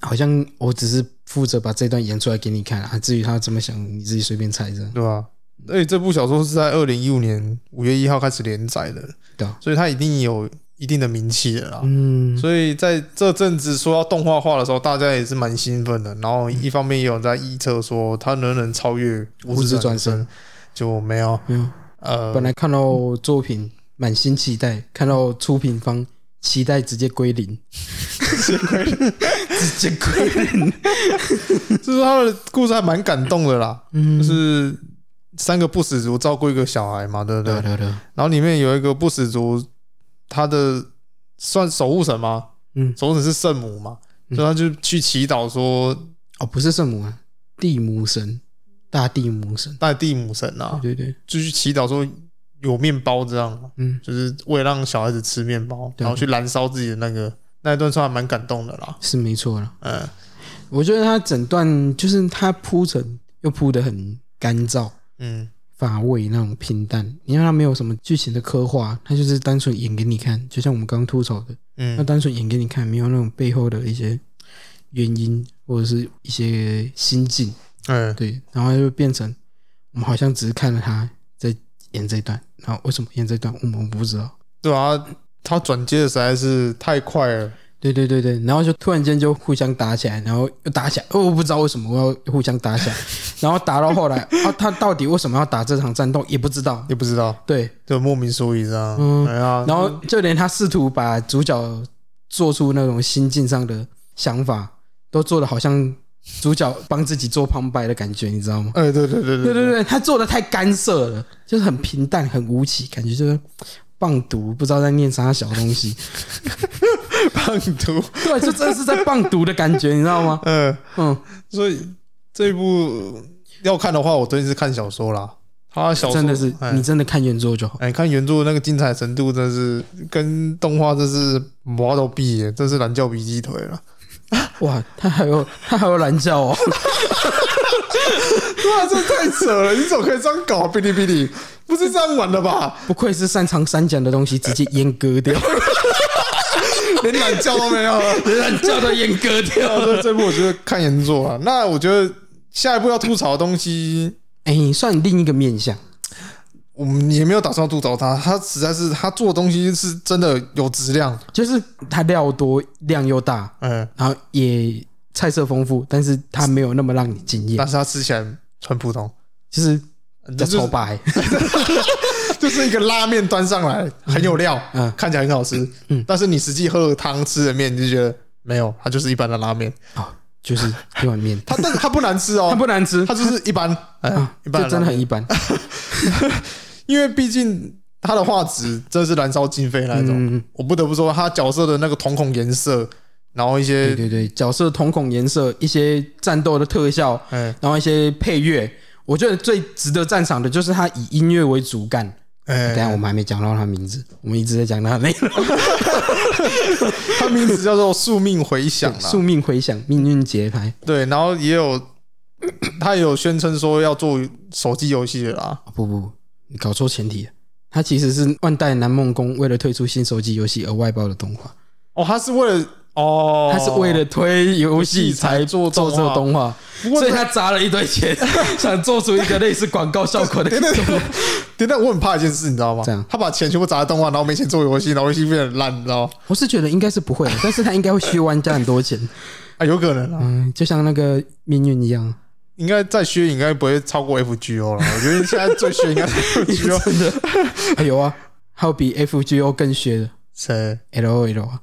[SPEAKER 3] 好像我只是负责把这段演出来给你看啊，至于他怎么想，你自己随便猜着。
[SPEAKER 2] 对吧？而且这部小说是在二零一五年五月一号开始连载的，
[SPEAKER 3] 对啊
[SPEAKER 2] 所以它一定有一定的名气了啦。
[SPEAKER 3] 嗯，
[SPEAKER 2] 所以在这阵子说要动画化的时候，大家也是蛮兴奋的。然后一方面也有人在臆测说他能不能超越《
[SPEAKER 3] 无
[SPEAKER 2] 无指
[SPEAKER 3] 指转
[SPEAKER 2] 转
[SPEAKER 3] 身
[SPEAKER 2] 身》，就没有。
[SPEAKER 3] 没有。
[SPEAKER 2] 呃，
[SPEAKER 3] 本来看到作品满心期待，看到出品方期待直接归零， (laughs) 直接归零，
[SPEAKER 2] (laughs) 就是他的故事还蛮感动的啦，
[SPEAKER 3] 嗯
[SPEAKER 2] 就是三个不死族照顾一个小孩嘛，对不对？
[SPEAKER 3] 对对，
[SPEAKER 2] 然后里面有一个不死族，他的算守护神吗？
[SPEAKER 3] 嗯
[SPEAKER 2] 守护神是圣母嘛，
[SPEAKER 3] 嗯
[SPEAKER 2] 所以他就去祈祷说
[SPEAKER 3] 哦，不是圣母啊，地母神，大地母神，
[SPEAKER 2] 大地母神啊，
[SPEAKER 3] 对对对，
[SPEAKER 2] 就去祈祷说有面包这样嘛，
[SPEAKER 3] 嗯，
[SPEAKER 2] 就是为了让小孩子吃面包，
[SPEAKER 3] 对
[SPEAKER 2] 然后去燃烧自己的那个那一段，算还蛮感动的啦。
[SPEAKER 3] 是没错了。
[SPEAKER 2] 嗯，
[SPEAKER 3] 我觉得他整段就是他铺陈又铺得很干燥。
[SPEAKER 2] 嗯，
[SPEAKER 3] 乏味那种平淡，你看他没有什么剧情的刻画，他就是单纯演给你看，就像我们刚刚吐槽的，那
[SPEAKER 2] 嗯，
[SPEAKER 3] 单纯演给你看，没有那种背后的一些原因或者是一些心境，
[SPEAKER 2] 嗯，
[SPEAKER 3] 对，然后就变成我们好像只是看了他在演这一段，然后为什么演这一段我们不知道，
[SPEAKER 2] 对啊，他转接的实在是太快了。
[SPEAKER 3] 对对对对，然后就突然间就互相打起来，然后又打起来，哦，我不知道为什么我要互相打起来，然后打到后来啊，他到底为什么要打这场战斗也不知道，
[SPEAKER 2] 也不知道，
[SPEAKER 3] 对，
[SPEAKER 2] 就莫名所以这样。
[SPEAKER 3] 嗯
[SPEAKER 2] 哎呀，
[SPEAKER 3] 然后就连他试图把主角做出那种心境上的想法，都做的好像主角帮自己做旁白的感觉，你知道吗？
[SPEAKER 2] 哎，对对对
[SPEAKER 3] 对对对，他做的太干涉了，就是很平淡、很无奇，感觉就是棒读，不知道在念啥小东西。
[SPEAKER 2] 棒读，
[SPEAKER 3] (laughs) 对，啊就真的是在棒读的感觉，你知道 (laughs) 吗？
[SPEAKER 2] (laughs) 嗯，
[SPEAKER 3] 嗯，
[SPEAKER 2] 所以这一部要看的话，我最近是看小说啦。他小说
[SPEAKER 3] 真的是
[SPEAKER 2] 哎
[SPEAKER 3] 你真的看原作就好。
[SPEAKER 2] 哎，看原著那个精彩程度，真是跟动画真是磨到闭耶，真是蓝教比鸡腿了。
[SPEAKER 3] 哇，他还有他还有蓝教哦， (laughs)
[SPEAKER 2] 哇， (laughs) 这太扯了！你怎么可以这样搞、啊？哔哩哔哩不是这样玩的吧？
[SPEAKER 3] 不愧是擅长三讲的东西，直接阉割 (laughs) 掉，
[SPEAKER 2] 连懒觉都没 (laughs) 有了。
[SPEAKER 3] 蓝教都阉割掉了。
[SPEAKER 2] 所以这部我觉得看原作啊。那我觉得下一步要吐槽的东西，
[SPEAKER 3] 哎、算另一个面相。
[SPEAKER 2] 我们也没有打算吐槽他，他实在是他做的东西是真的有质量。
[SPEAKER 3] 就是它料多，量又大，
[SPEAKER 2] 嗯，
[SPEAKER 3] 然后也菜色丰富，但是它没有那么让你惊艳
[SPEAKER 2] 但，是他吃起来很普通，
[SPEAKER 3] 就是
[SPEAKER 2] 啊呃就
[SPEAKER 3] 在
[SPEAKER 2] 是
[SPEAKER 3] 超
[SPEAKER 2] (laughs)
[SPEAKER 3] 白，
[SPEAKER 2] 就是一个拉面端上来很有料，
[SPEAKER 3] 嗯
[SPEAKER 2] 看起来很好吃，
[SPEAKER 3] 嗯
[SPEAKER 2] 但是你实际喝了汤吃的面，你就觉得没有，它就是一般的拉面。
[SPEAKER 3] 就是一碗面，
[SPEAKER 2] 它但是它不难吃
[SPEAKER 3] (laughs) 它
[SPEAKER 2] 哦，
[SPEAKER 3] 不难吃
[SPEAKER 2] 它就是一般，哎、
[SPEAKER 3] 啊，
[SPEAKER 2] 一
[SPEAKER 3] 就
[SPEAKER 2] 般
[SPEAKER 3] 真的
[SPEAKER 2] 拉面
[SPEAKER 3] 很一般。
[SPEAKER 2] 因为毕竟它的画质真是燃烧经费那一种。
[SPEAKER 3] 嗯，
[SPEAKER 2] 我不得不说，它角色的那个瞳孔颜色，然后一
[SPEAKER 3] 对
[SPEAKER 2] 些
[SPEAKER 3] 对对，角色瞳孔颜色，一些战斗的特效，
[SPEAKER 2] 哎
[SPEAKER 3] 然后一些配乐，我觉得最值得赞赏的就是它以音乐为主干。等一下
[SPEAKER 2] 哎，
[SPEAKER 3] 我们还没讲到它名字，我们一直在讲它的内容。
[SPEAKER 2] 它名字叫做《宿命回响》啦。
[SPEAKER 3] (laughs) 宿命回响，命运节拍，
[SPEAKER 2] 对，然后也有 (clears throat) 他也有宣称说要做手机游戏的啊啦。
[SPEAKER 3] 啊不不，你搞错前提了。它其实是万代南梦宫为了推出新手机游戏而外包的动画，
[SPEAKER 2] 哦，他是为了哦，
[SPEAKER 3] 它是为了推游戏才做
[SPEAKER 2] 做
[SPEAKER 3] 做这
[SPEAKER 2] 这
[SPEAKER 3] 个
[SPEAKER 2] 个
[SPEAKER 3] 动画，
[SPEAKER 2] 不过
[SPEAKER 3] 所以他砸了一
[SPEAKER 2] (laughs)
[SPEAKER 3] 堆钱，想做出一个类似广告效果的动画。
[SPEAKER 2] 对，但我很怕一件事，你知道吗
[SPEAKER 3] 这样？
[SPEAKER 2] 他把钱全部砸在动画，然后没钱做游戏，然后游戏变得很烂，你知道
[SPEAKER 3] (laughs)
[SPEAKER 2] 吗？
[SPEAKER 3] 我是觉得应该是不会的，但是他应该会削玩家很
[SPEAKER 2] (laughs)
[SPEAKER 3] 多钱，
[SPEAKER 2] 啊，有可能啊，
[SPEAKER 3] 嗯，就像那个命运一样，
[SPEAKER 2] 应该再削应该不会超过 FGO 了。我觉得现在最削应该是 (laughs)
[SPEAKER 3] (laughs)
[SPEAKER 2] FGO，
[SPEAKER 3] 真的、哎有啊，还有比 FGO 更削的
[SPEAKER 2] 谁？
[SPEAKER 3] LOL 啊，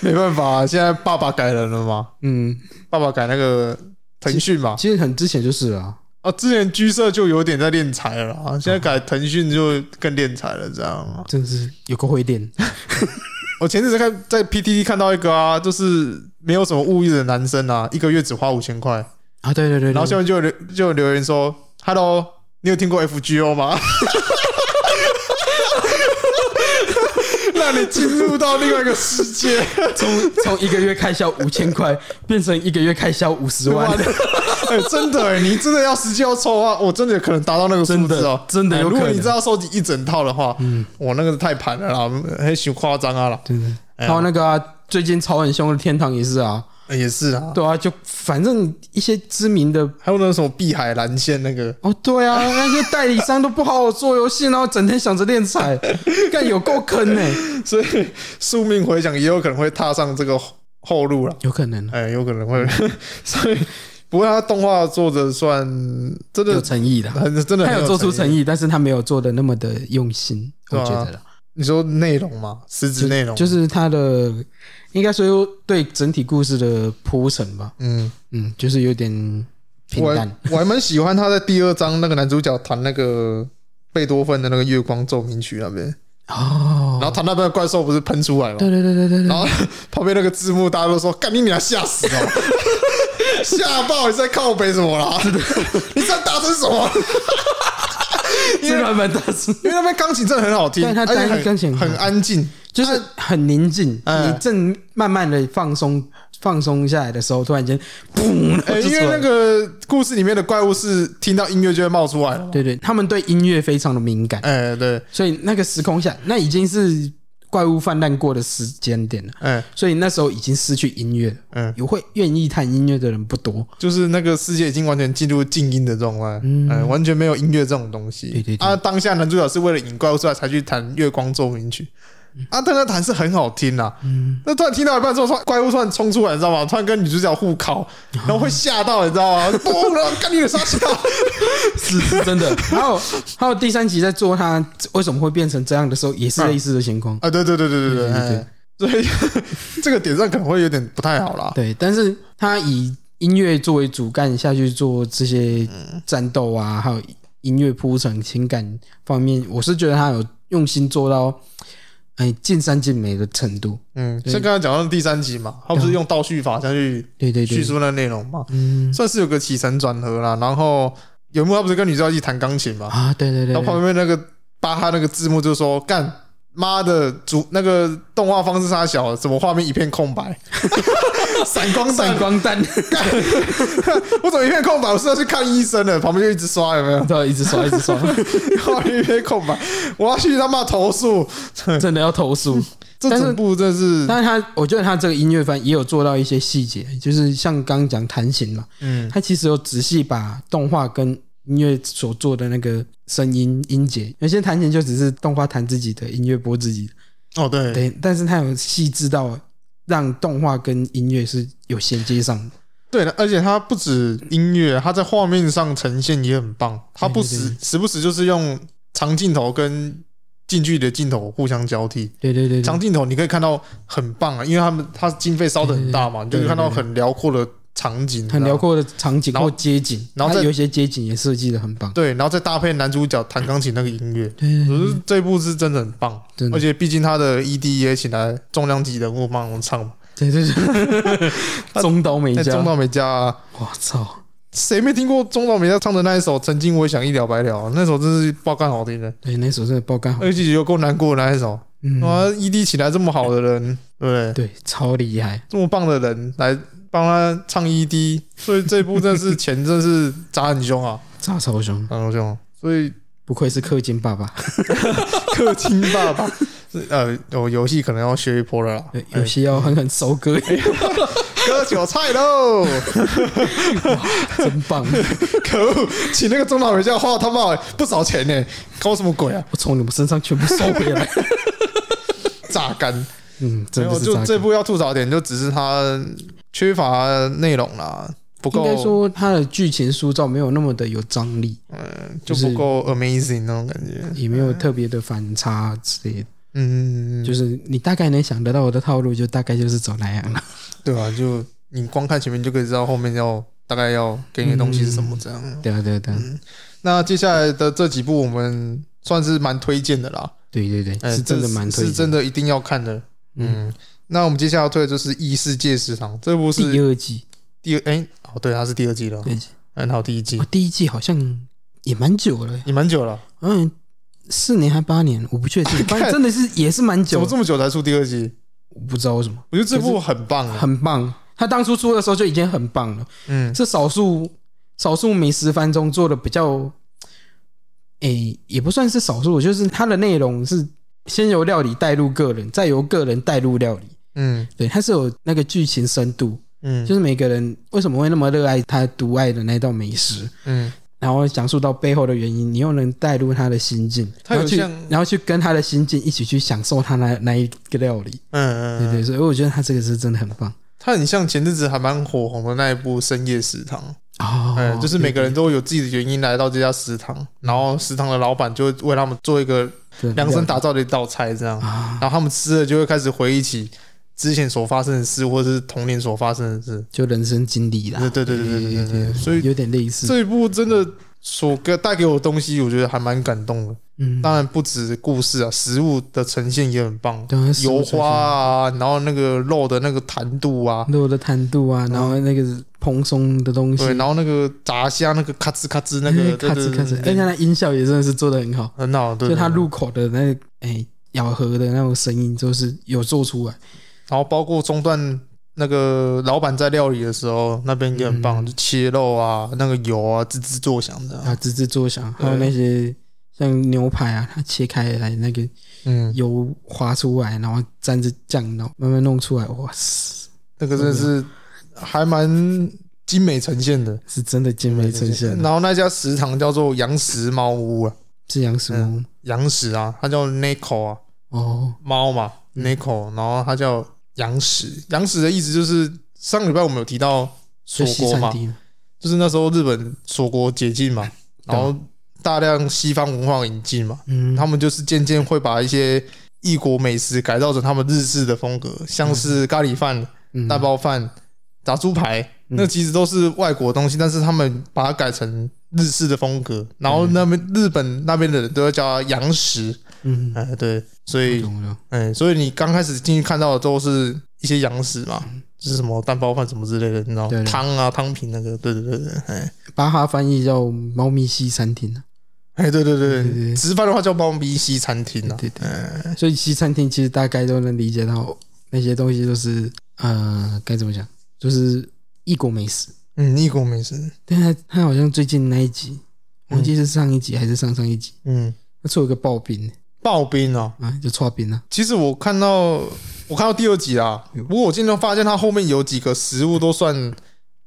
[SPEAKER 2] 没办法、啊，现在爸爸改人了嘛，
[SPEAKER 3] 嗯，
[SPEAKER 2] 爸爸改那个腾讯嘛。
[SPEAKER 3] 其实很之前就是了啊，
[SPEAKER 2] 啊，之前居社就有点在练财了啊，现在改腾讯就更练财了，这样吗？
[SPEAKER 3] 真的是有个会练，
[SPEAKER 2] 我前阵子看在 PTT 看到一个啊，就是没有什么物欲的男生啊，一个月只花五千块，
[SPEAKER 3] 啊，对对对对，
[SPEAKER 2] 然后下面就有留就有留言说：“Hello，你有听过 FGO 吗？” (laughs) 让你进入到另外一个世界，
[SPEAKER 3] 从 (laughs) 从一个月开销五千块变成一个月开销五十万
[SPEAKER 2] 哇， (laughs) 哎，真的、欸，你真的要实际要抽啊，我真的有可能达到那个数字哦、
[SPEAKER 3] 真的真的
[SPEAKER 2] 哎
[SPEAKER 3] 有可
[SPEAKER 2] 如
[SPEAKER 3] 能
[SPEAKER 2] 果你知道收集一整套的话，嗯，我那个太盘了啦，很夸张啊啦。
[SPEAKER 3] (laughs) 对对，
[SPEAKER 2] 哎呀
[SPEAKER 3] 还有那个啊、最近吵很凶的天堂也是啊，
[SPEAKER 2] 呃也是啊。
[SPEAKER 3] 对啊，就反正一些知名的
[SPEAKER 2] 还有那什么碧海蓝线那个，
[SPEAKER 3] 哦，对 (laughs) 啊，那些代理商都不好好做游戏，然后整天想着练财，干有够坑欸呢、
[SPEAKER 2] 所以宿命回响也有可能会踏上这个后后路了。
[SPEAKER 3] (laughs) 有可能啊
[SPEAKER 2] 哎、有可能会， (laughs) 所以不过他动画做的算真
[SPEAKER 3] 有
[SPEAKER 2] 的
[SPEAKER 3] 诚意的，
[SPEAKER 2] 很真的
[SPEAKER 3] 他
[SPEAKER 2] 很
[SPEAKER 3] 有做出诚
[SPEAKER 2] 意。
[SPEAKER 3] 意，但是他没有做的那么的用心，我
[SPEAKER 2] 对啊
[SPEAKER 3] 觉得啦，
[SPEAKER 2] 你说内容嘛，实质内容
[SPEAKER 3] 就是他的应该说对整体故事的铺陈吧，
[SPEAKER 2] 嗯，
[SPEAKER 3] 嗯，就是有点平
[SPEAKER 2] 我还
[SPEAKER 3] 淡，
[SPEAKER 2] 我还蛮喜欢他在第二章那个男主角弹那个贝多芬的那个月光奏鸣曲那边，
[SPEAKER 3] 哦
[SPEAKER 2] 然，后弹那边的怪兽不是喷出来吗？
[SPEAKER 3] 对对对对对对
[SPEAKER 2] 然，后 (laughs) 旁边那个字幕大家都说：“干你娘，吓死了！” (laughs) 吓爆！你在靠北什么
[SPEAKER 3] (laughs)
[SPEAKER 2] 啦？你在打成什么？
[SPEAKER 3] 这个还蛮大声，
[SPEAKER 2] 因为那边钢琴真的很好听，
[SPEAKER 3] 对它
[SPEAKER 2] 而且
[SPEAKER 3] 单
[SPEAKER 2] 很
[SPEAKER 3] 钢琴很好
[SPEAKER 2] 很安静，
[SPEAKER 3] 就是很宁静，
[SPEAKER 2] 哎
[SPEAKER 3] 你正慢慢的放松放松下来的时候，突然间，嘣，然后
[SPEAKER 2] 哎，
[SPEAKER 3] 就
[SPEAKER 2] 因为
[SPEAKER 3] 出来
[SPEAKER 2] 那个故事里面的怪物是听到音乐就会冒出来了嘛。
[SPEAKER 3] 对对，他们对音乐非常的敏感，
[SPEAKER 2] 哎，对，
[SPEAKER 3] 所以那个时空下，那已经是怪物泛滥过的时间点了，
[SPEAKER 2] 哎，
[SPEAKER 3] 所以那时候已经失去音乐了。
[SPEAKER 2] 嗯，
[SPEAKER 3] 有会愿意弹音乐的人不多，
[SPEAKER 2] 就是那个世界已经完全进入静音的状态，
[SPEAKER 3] 嗯
[SPEAKER 2] 哎，完全没有音乐这种东西。
[SPEAKER 3] 对对对
[SPEAKER 2] 啊，当下男主角是为了引怪物出来才去弹《月光奏鸣曲》。啊，但他弹是很好听啦、
[SPEAKER 3] 嗯，
[SPEAKER 2] 那突然听到一半之后，突然怪物突然冲出来，你知道吗？突然跟女主角互
[SPEAKER 3] (laughs)
[SPEAKER 2] 靠，然后会吓到，你知道吗？嘣，然后干你的傻笑。
[SPEAKER 3] 是是真的。还有还有第三集在做他为什么会变成这样的时候，也是类似的情况。
[SPEAKER 2] 啊，对对对对对对
[SPEAKER 3] 对对
[SPEAKER 2] 哎所以 (laughs) 这个点上可能会有点不太好啦。
[SPEAKER 3] 对，但是他以音乐作为主干下去做这些
[SPEAKER 2] 嗯
[SPEAKER 3] 战斗啊，还有音乐铺陈、情感方面，我是觉得他有用心做到，哎，尽善尽美的程度。
[SPEAKER 2] 嗯，像刚才讲到第三集嘛，他不是用倒叙法下去
[SPEAKER 3] 对对对
[SPEAKER 2] 叙，述那内容嘛，
[SPEAKER 3] 嗯
[SPEAKER 2] 算是有个起承转合啦。然后有一幕他不是跟女主角一起弹钢琴嘛，
[SPEAKER 3] 啊，对对对
[SPEAKER 2] 然后
[SPEAKER 3] 对，
[SPEAKER 2] 旁边那个巴哈那个字幕就说干。妈的，主那个动画方式差小，怎么画面一片空白？闪光弹
[SPEAKER 3] 闪，光弹，
[SPEAKER 2] 我怎么一片空白？我是要去看医生的，旁边就一直刷，有没
[SPEAKER 3] (laughs)
[SPEAKER 2] 有？
[SPEAKER 3] (laughs) 对，一直刷一直刷，
[SPEAKER 2] (laughs) 画面一片空白，我要去他妈投诉！
[SPEAKER 3] 真的要投诉。
[SPEAKER 2] 这
[SPEAKER 3] 但是
[SPEAKER 2] 整部真的是，
[SPEAKER 3] 但是他，我觉得他这个音乐番也有做到一些细节，就是像刚刚讲弹琴嘛，
[SPEAKER 2] 嗯，
[SPEAKER 3] 他其实有仔细把动画跟音乐所做的那个声音音节，有些弹琴就只是动画弹自己的，音乐播自己的，
[SPEAKER 2] 哦对，
[SPEAKER 3] 对，但是他有细致到让动画跟音乐是有衔接上的，
[SPEAKER 2] 对的，而且它不止音乐，它在画面上呈现也很棒。它不时
[SPEAKER 3] 对对
[SPEAKER 2] 时不时就是用长镜头跟近距离的镜头互相交替。
[SPEAKER 3] 对对对对
[SPEAKER 2] 长镜头你可以看到很棒啊，因为他们它经费烧的很大嘛，你就
[SPEAKER 3] 对对
[SPEAKER 2] 可
[SPEAKER 3] 对
[SPEAKER 2] 以看到很辽阔的场景，啊
[SPEAKER 3] 很辽。阔的场景
[SPEAKER 2] 然后
[SPEAKER 3] 或街景，
[SPEAKER 2] 然后
[SPEAKER 3] 他
[SPEAKER 2] 再
[SPEAKER 3] 有一些街景也设计的很棒，
[SPEAKER 2] 对，然后再搭配男主角弹钢琴那个音乐，
[SPEAKER 3] 对对
[SPEAKER 2] 可
[SPEAKER 3] 对，
[SPEAKER 2] 是这部是真的很棒。
[SPEAKER 3] 嗯真
[SPEAKER 2] 而
[SPEAKER 3] 的，
[SPEAKER 2] 且毕竟他的 ED 也请来重量级人物帮忙唱嘛，
[SPEAKER 3] 对
[SPEAKER 2] (laughs)
[SPEAKER 3] 对对，中岛美
[SPEAKER 2] 那
[SPEAKER 3] 嘉
[SPEAKER 2] 中，岛美嘉啊、
[SPEAKER 3] 我操，
[SPEAKER 2] 谁没听过中岛美嘉唱的那一首《曾经我也想一了百了》啊？那首真是爆肝好听的，
[SPEAKER 3] 对，那首真的爆肝好，
[SPEAKER 2] 而且有够难过的那一首。
[SPEAKER 3] 嗯，
[SPEAKER 2] 哎哇，ED 请来这么好的人，对不对？
[SPEAKER 3] (laughs) 对，超厉害。
[SPEAKER 2] 这么棒的人来帮他唱 ED，所以这部真的是钱真的是砸很凶啊，
[SPEAKER 3] 炸超凶，
[SPEAKER 2] 砸很凶。所以
[SPEAKER 3] 不愧是氪金爸爸，
[SPEAKER 2] 氪金爸爸， (laughs) 是呃，有游戏可能要学一波了啦哎
[SPEAKER 3] 对，有些要狠狠收割，
[SPEAKER 2] 割韭菜喽！
[SPEAKER 3] (laughs)
[SPEAKER 2] (laughs)
[SPEAKER 3] 真棒！
[SPEAKER 2] 可恶，请那个中岛美嘉花了他妈不少钱呢，搞什么鬼啊？
[SPEAKER 3] 哎我从你们身上全部收回
[SPEAKER 2] (laughs)
[SPEAKER 3] 来。
[SPEAKER 2] 榨干。
[SPEAKER 3] 嗯，
[SPEAKER 2] 没
[SPEAKER 3] 真
[SPEAKER 2] 有，
[SPEAKER 3] 的是
[SPEAKER 2] 就
[SPEAKER 3] 炸
[SPEAKER 2] 这
[SPEAKER 3] 开
[SPEAKER 2] 部要吐槽的点，就只是它缺乏内容啦，不
[SPEAKER 3] 应
[SPEAKER 2] 够，
[SPEAKER 3] 该说他的剧情塑造没有那么的有张力，
[SPEAKER 2] 就
[SPEAKER 3] 就是
[SPEAKER 2] 不够 amazing 那种感觉。
[SPEAKER 3] 也没有特别的反差之类的，
[SPEAKER 2] 嗯，
[SPEAKER 3] 就是你大概能想得到我的套路，就大概就是走那
[SPEAKER 2] 嗯
[SPEAKER 3] 样了。
[SPEAKER 2] 对吧、就你光看前面就可以知道后面要大概要给你的东西是什么这样。
[SPEAKER 3] 对啊，对啊，对啊，
[SPEAKER 2] 嗯那接下来的这几部我们算是蛮推荐的啦，
[SPEAKER 3] 对对对，
[SPEAKER 2] 哎
[SPEAKER 3] 是真的
[SPEAKER 2] 这
[SPEAKER 3] 蛮推
[SPEAKER 2] 是
[SPEAKER 3] 荐
[SPEAKER 2] 真。的一定要看的。嗯，那我们接下来要推的就是《异世界食堂》，这部是
[SPEAKER 3] 第二季，
[SPEAKER 2] 第二哎、哦对，它是第二季了，
[SPEAKER 3] 第二季，
[SPEAKER 2] 很好，第一季
[SPEAKER 3] 哦，第一季好像也蛮久了，
[SPEAKER 2] 也蛮久了，
[SPEAKER 3] 嗯，四年还八年，我
[SPEAKER 2] (laughs)
[SPEAKER 3] 不确定，反正真的是也是蛮
[SPEAKER 2] 怎
[SPEAKER 3] 久
[SPEAKER 2] 么，这么久才出第二季？
[SPEAKER 3] 我不知道为什么。
[SPEAKER 2] 我觉得这部很棒啊，
[SPEAKER 3] 很棒。他当初出的时候就已经很棒了，
[SPEAKER 2] 嗯，
[SPEAKER 3] 是少数少数美食番中做的比较，诶、也不算是少数，就是它的内容是先由料理带入个人，再由个人带入料理。
[SPEAKER 2] 嗯
[SPEAKER 3] 对，它是有那个剧情深度，
[SPEAKER 2] 嗯
[SPEAKER 3] 就是每个人为什么会那么热爱他独爱的那道美食，
[SPEAKER 2] 嗯，
[SPEAKER 3] 然后讲述到背后的原因，你又能带入他的心境，
[SPEAKER 2] 他有
[SPEAKER 3] 然后去
[SPEAKER 2] 像
[SPEAKER 3] 然后去跟他的心境一起去享受他那那一个料理，
[SPEAKER 2] 嗯
[SPEAKER 3] 对
[SPEAKER 2] 嗯，
[SPEAKER 3] 对，所以我觉得他这个是真的很棒
[SPEAKER 2] 它很像前阵子还蛮火红的那一部《深夜食堂》
[SPEAKER 3] 哦
[SPEAKER 2] 哎，就是每个人都有自己的原因来到这家食堂，然后食堂的老板就会为他们做一个
[SPEAKER 3] 对
[SPEAKER 2] 量身打造的一道菜，这样，
[SPEAKER 3] 啊，
[SPEAKER 2] 然后他们吃了就会开始回忆起之前所发生的事，或者是童年所发生的事。
[SPEAKER 3] 就人生经历啦，
[SPEAKER 2] 对对对对对对对，所以
[SPEAKER 3] 有点类似，
[SPEAKER 2] 这一部真的所给带给我的东西，我觉得还蛮感动的。
[SPEAKER 3] 嗯，
[SPEAKER 2] 当然不止故事啊，食物的呈现也很棒，
[SPEAKER 3] 对啊食物
[SPEAKER 2] 油
[SPEAKER 3] 呈现
[SPEAKER 2] 花啊，然后那个肉的那个弹度啊，
[SPEAKER 3] 肉的弹度啊，然后那个蓬松的东
[SPEAKER 2] 嗯
[SPEAKER 3] 西，
[SPEAKER 2] 对，然后那个炸虾那个咔吱咔吱那
[SPEAKER 3] (laughs)
[SPEAKER 2] 个，对
[SPEAKER 3] 咔
[SPEAKER 2] 对
[SPEAKER 3] 哧
[SPEAKER 2] 对
[SPEAKER 3] 咔哧，而
[SPEAKER 2] 对
[SPEAKER 3] 且它的音效也真的是做的很好，
[SPEAKER 2] 很好，对，
[SPEAKER 3] 就它
[SPEAKER 2] 对
[SPEAKER 3] 入口的那个哎咬合的那种声音，就是有做出来，
[SPEAKER 2] 然后包括中段那个老板在料理的时候，那边也很棒，
[SPEAKER 3] 嗯
[SPEAKER 2] 就切肉啊，那个油啊，吱吱作响的、
[SPEAKER 3] 啊，吱吱作响，还有
[SPEAKER 2] 对
[SPEAKER 3] 那些像牛排啊，它切开来那个
[SPEAKER 2] 嗯，
[SPEAKER 3] 油滑出来，然后沾着酱，然后慢慢弄出来，哇塞，
[SPEAKER 2] 那个真的是还蛮精美呈现的。
[SPEAKER 3] 是真的精美呈现，
[SPEAKER 2] 然后那家食堂叫做羊食猫屋啊，
[SPEAKER 3] 是杨什么？
[SPEAKER 2] 羊食啊，它叫 Nico 啊，
[SPEAKER 3] 哦，
[SPEAKER 2] 猫嘛
[SPEAKER 3] 嗯
[SPEAKER 2] Nico，然后它叫羊食。羊食的意思就是上礼拜我们有提到
[SPEAKER 3] 就
[SPEAKER 2] 锁
[SPEAKER 3] 西
[SPEAKER 2] 国
[SPEAKER 3] 餐
[SPEAKER 2] 嘛，
[SPEAKER 3] 厅，
[SPEAKER 2] 就是那时候日本锁国解禁嘛，
[SPEAKER 3] 对啊
[SPEAKER 2] 然后大量西方文化引进嘛，
[SPEAKER 3] 嗯，
[SPEAKER 2] 他们就是渐渐会把一些异国美食改造成他们日式的风格，像是咖喱饭、
[SPEAKER 3] 嗯
[SPEAKER 2] 蛋包饭、炸猪排，
[SPEAKER 3] 嗯
[SPEAKER 2] 那其实都是外国东西，但是他们把它改成日式的风格，然后那边日本那边的人都要叫它洋食，
[SPEAKER 3] 嗯，
[SPEAKER 2] 哎，对，所以
[SPEAKER 3] 懂了，
[SPEAKER 2] 哎，所以你刚开始进去看到的都是一些洋食嘛。就是什么蛋包饭什么之类的，你知道
[SPEAKER 3] 嗯对
[SPEAKER 2] 吗
[SPEAKER 3] 对
[SPEAKER 2] 汤啊汤品那个，对对对对，哎，
[SPEAKER 3] 巴哈翻译叫猫咪西餐厅啊，
[SPEAKER 2] 哎，对对对
[SPEAKER 3] 对对
[SPEAKER 2] 对，直翻的话叫猫咪西餐厅啊。
[SPEAKER 3] 对对对，所以西餐厅其实大概都能理解到那些东西，就是呃，该怎么讲，就是异国美食。
[SPEAKER 2] 嗯，异国美食，
[SPEAKER 3] 但他他好像最近那一集，忘记是上一集还是上上一集，
[SPEAKER 2] 嗯，
[SPEAKER 3] 他出了个刨冰
[SPEAKER 2] 刨冰啊。
[SPEAKER 3] 啊，就刨冰啊，
[SPEAKER 2] 其实我看到我看到第二集啦，不过我经常发现它后面有几个食物都算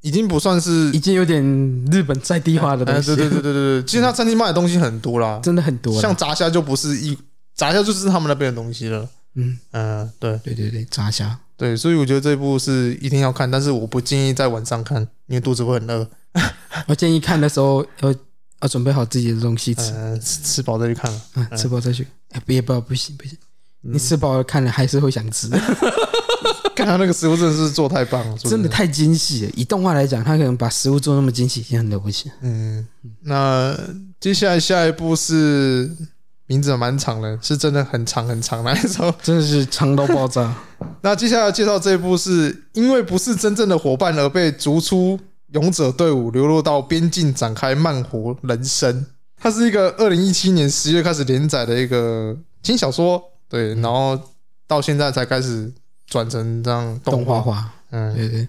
[SPEAKER 2] 已经不算是
[SPEAKER 3] 已，经有点日本在地化的
[SPEAKER 2] 哎，
[SPEAKER 3] 东西
[SPEAKER 2] 对，对对对对对，其实它餐厅卖的东西很多啦，
[SPEAKER 3] 真的很多啦。
[SPEAKER 2] 像炸虾就不是一炸虾就是他们那边的东西了。
[SPEAKER 3] 嗯，
[SPEAKER 2] 嗯，对
[SPEAKER 3] 对对对，炸虾
[SPEAKER 2] 对，所以我觉得这部是一定要看，但是我不建议在晚上看，因为肚子会很饿。
[SPEAKER 3] 我建议看的时候要要准备好自己的东西吃，
[SPEAKER 2] 嗯，吃吃饱再
[SPEAKER 3] (laughs)
[SPEAKER 2] 去看了。
[SPEAKER 3] 啊，吃饱再去。哎，不也不不行不行，你吃饱了看了还是会想吃，
[SPEAKER 2] 看他那个食物真的是做太棒了，说
[SPEAKER 3] 真的太精细了。以动画来讲，他可能把食物做那么精细已经很了不起了。
[SPEAKER 2] 嗯，那接下来下一步是名字蛮长的，是真的很长很长那一首。 (laughs)
[SPEAKER 3] 真的是长到爆炸。
[SPEAKER 2] 那接下来介绍这一部是因为不是真正的伙伴而被逐出勇者队伍，流落到边境展开慢活人生。它是一个二零一七年十月开始连载的一个轻小说，对，然后到现在才开始转成这样
[SPEAKER 3] (laughs) 动
[SPEAKER 2] 动
[SPEAKER 3] 画
[SPEAKER 2] 画。
[SPEAKER 3] 化，
[SPEAKER 2] 嗯，
[SPEAKER 3] 对对，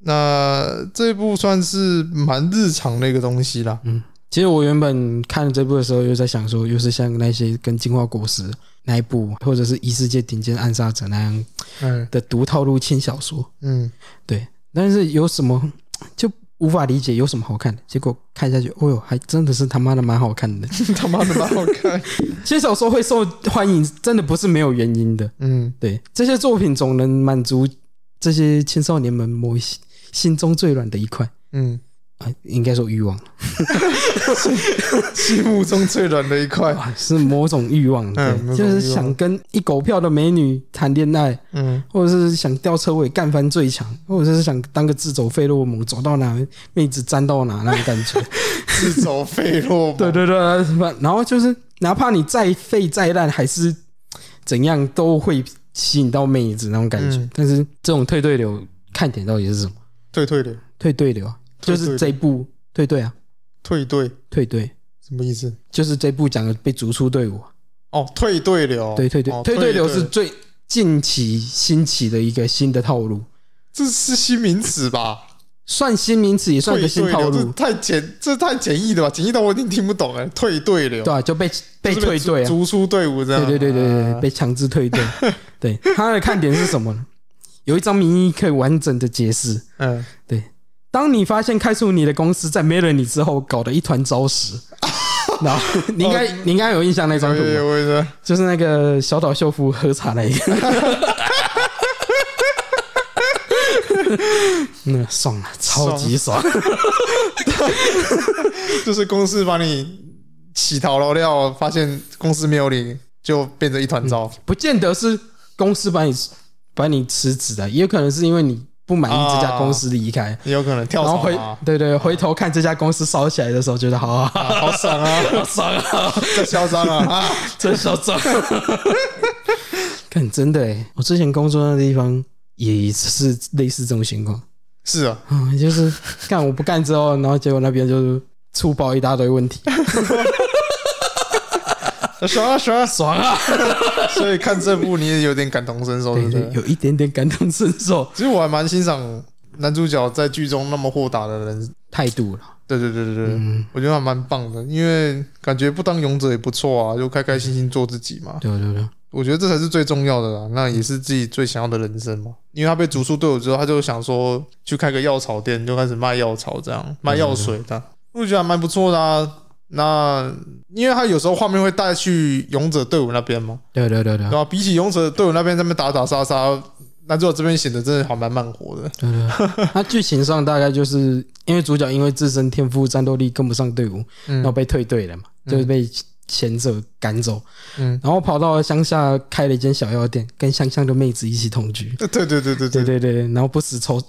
[SPEAKER 2] 那这一部算是蛮日常的一个东西啦。
[SPEAKER 3] 其实我原本看这部的时候，又在想说，又是像那些跟《进化果实》那一部，或者是《异世界顶尖暗杀者》那样
[SPEAKER 2] 嗯
[SPEAKER 3] 的毒套路轻小说，
[SPEAKER 2] 嗯，
[SPEAKER 3] 但是有什么就无法理解有什么好看的。结果看下去，哦哟，还真的是他妈的蛮好 (laughs) 看的。
[SPEAKER 2] (laughs) 他妈的蛮好看。
[SPEAKER 3] (laughs) 轻小说会受欢迎，真的不是没有原因的。
[SPEAKER 2] 嗯
[SPEAKER 3] 对，这些作品总能满足这些青少年们某一些心中最软的一块，
[SPEAKER 2] 嗯，
[SPEAKER 3] 啊，应该说欲望
[SPEAKER 2] 心目中最软的一块。
[SPEAKER 3] 啊，是某种欲望，对，
[SPEAKER 2] 嗯某种
[SPEAKER 3] 就是想跟一狗票的美女谈恋爱，
[SPEAKER 2] 嗯
[SPEAKER 3] 或者是想吊车尾干翻最强，或者是想当个自走费洛蒙，走到哪妹子粘到哪那种感觉。
[SPEAKER 2] 自走费洛蒙。
[SPEAKER 3] 对对对，然后就是哪怕你再废再烂，还是怎样都会吸引到妹子那种感觉。
[SPEAKER 2] 嗯
[SPEAKER 3] 但是这种退队流看点到底是什么？
[SPEAKER 2] 退退的
[SPEAKER 3] 退队流啊，
[SPEAKER 2] 退
[SPEAKER 3] 就
[SPEAKER 2] 队流
[SPEAKER 3] 是这一部退队啊，
[SPEAKER 2] 退队
[SPEAKER 3] 退队
[SPEAKER 2] 什么意思？
[SPEAKER 3] 就是这部讲的被逐出队伍啊。
[SPEAKER 2] 哦，退队流。
[SPEAKER 3] 对退队
[SPEAKER 2] 哦，
[SPEAKER 3] 退队流是
[SPEAKER 2] 队
[SPEAKER 3] 最近期兴起的一个新的套路，
[SPEAKER 2] 这是新名词吧？
[SPEAKER 3] 算新名词也算
[SPEAKER 2] 退
[SPEAKER 3] 个新
[SPEAKER 2] 队
[SPEAKER 3] 套
[SPEAKER 2] 流，这
[SPEAKER 3] 路，
[SPEAKER 2] 太简，这太简易的吧？简易到我已经听不懂哎。退队流，
[SPEAKER 3] 对啊，就被被
[SPEAKER 2] 就是
[SPEAKER 3] 退队啊，
[SPEAKER 2] 逐出队伍这
[SPEAKER 3] 对
[SPEAKER 2] 样。
[SPEAKER 3] 对对对对，
[SPEAKER 2] 啊
[SPEAKER 3] 被强制退队。对，它的看点是什么呢？有一张名义可以完整的解释。
[SPEAKER 2] 嗯，
[SPEAKER 3] 当你发现开除你的公司在没了你之后搞得一团糟时，然后你应该你应该有印象那张图吧，
[SPEAKER 2] 对，我也是。
[SPEAKER 3] 就是那个小岛秀夫喝茶那一个。
[SPEAKER 2] (laughs)
[SPEAKER 3] 那爽啊，超级爽！
[SPEAKER 2] 就是公司把你洗逃了料，发现公司没有你，就变成一团糟。
[SPEAKER 3] 不见得是公司把你把你辞职的，也有可能是因为你不满意这家公司离开，
[SPEAKER 2] 也有可能啊跳
[SPEAKER 3] 然后
[SPEAKER 2] 槽
[SPEAKER 3] 回
[SPEAKER 2] 啊，
[SPEAKER 3] 对对，回头看这家公司烧起来的时候，觉得好啊，
[SPEAKER 2] 啊好爽啊，
[SPEAKER 3] 好爽啊，
[SPEAKER 2] 这嚣张啊 (laughs) 啊！
[SPEAKER 3] 真 (laughs) 嚣张！看，真的欸，我之前工作那地方也是类似这种情况。
[SPEAKER 2] 是啊，
[SPEAKER 3] (laughs) 啊，就是干我不干之后，然后结果那边就是粗暴一大堆问题，
[SPEAKER 2] 爽啊爽啊！
[SPEAKER 3] 爽啊！
[SPEAKER 2] (laughs) 所以看这部你也有点感同身受，对
[SPEAKER 3] 对
[SPEAKER 2] 不
[SPEAKER 3] 对，
[SPEAKER 2] 对？
[SPEAKER 3] 有一点点感同身受
[SPEAKER 2] 其实我还蛮欣赏男主角在剧中那么豁达的人，
[SPEAKER 3] 态度了。
[SPEAKER 2] 对对对对对，
[SPEAKER 3] 嗯，
[SPEAKER 2] 我觉得还蛮棒的，因为感觉不当勇者也不错啊，就开开心心做自己嘛。
[SPEAKER 3] 对对对，
[SPEAKER 2] 我觉得这才是最重要的啦，那也是自己最想要的人生嘛。因为他被主诉对我之后，他就想说去开个药草店，就开始卖药草，这样卖药水的，我觉得还蛮不错的、啊。那因为他有时候画面会带去勇者队伍那边嘛，
[SPEAKER 3] 对对对对
[SPEAKER 2] 对吧、比起勇者队伍那边在那边打打杀杀，男主角这边显得真的还蛮慢活的。
[SPEAKER 3] 对对。那剧情上大概就是因为主角因为自身天赋战斗力跟不上队伍，
[SPEAKER 2] 嗯
[SPEAKER 3] 然后被退队了嘛，就是被前者赶走，
[SPEAKER 2] 嗯，
[SPEAKER 3] 然后跑到乡下开了一间小药店，跟乡下的妹子一起同居。
[SPEAKER 2] 对对对对
[SPEAKER 3] 对
[SPEAKER 2] 对，
[SPEAKER 3] 对对对，然后不时抽，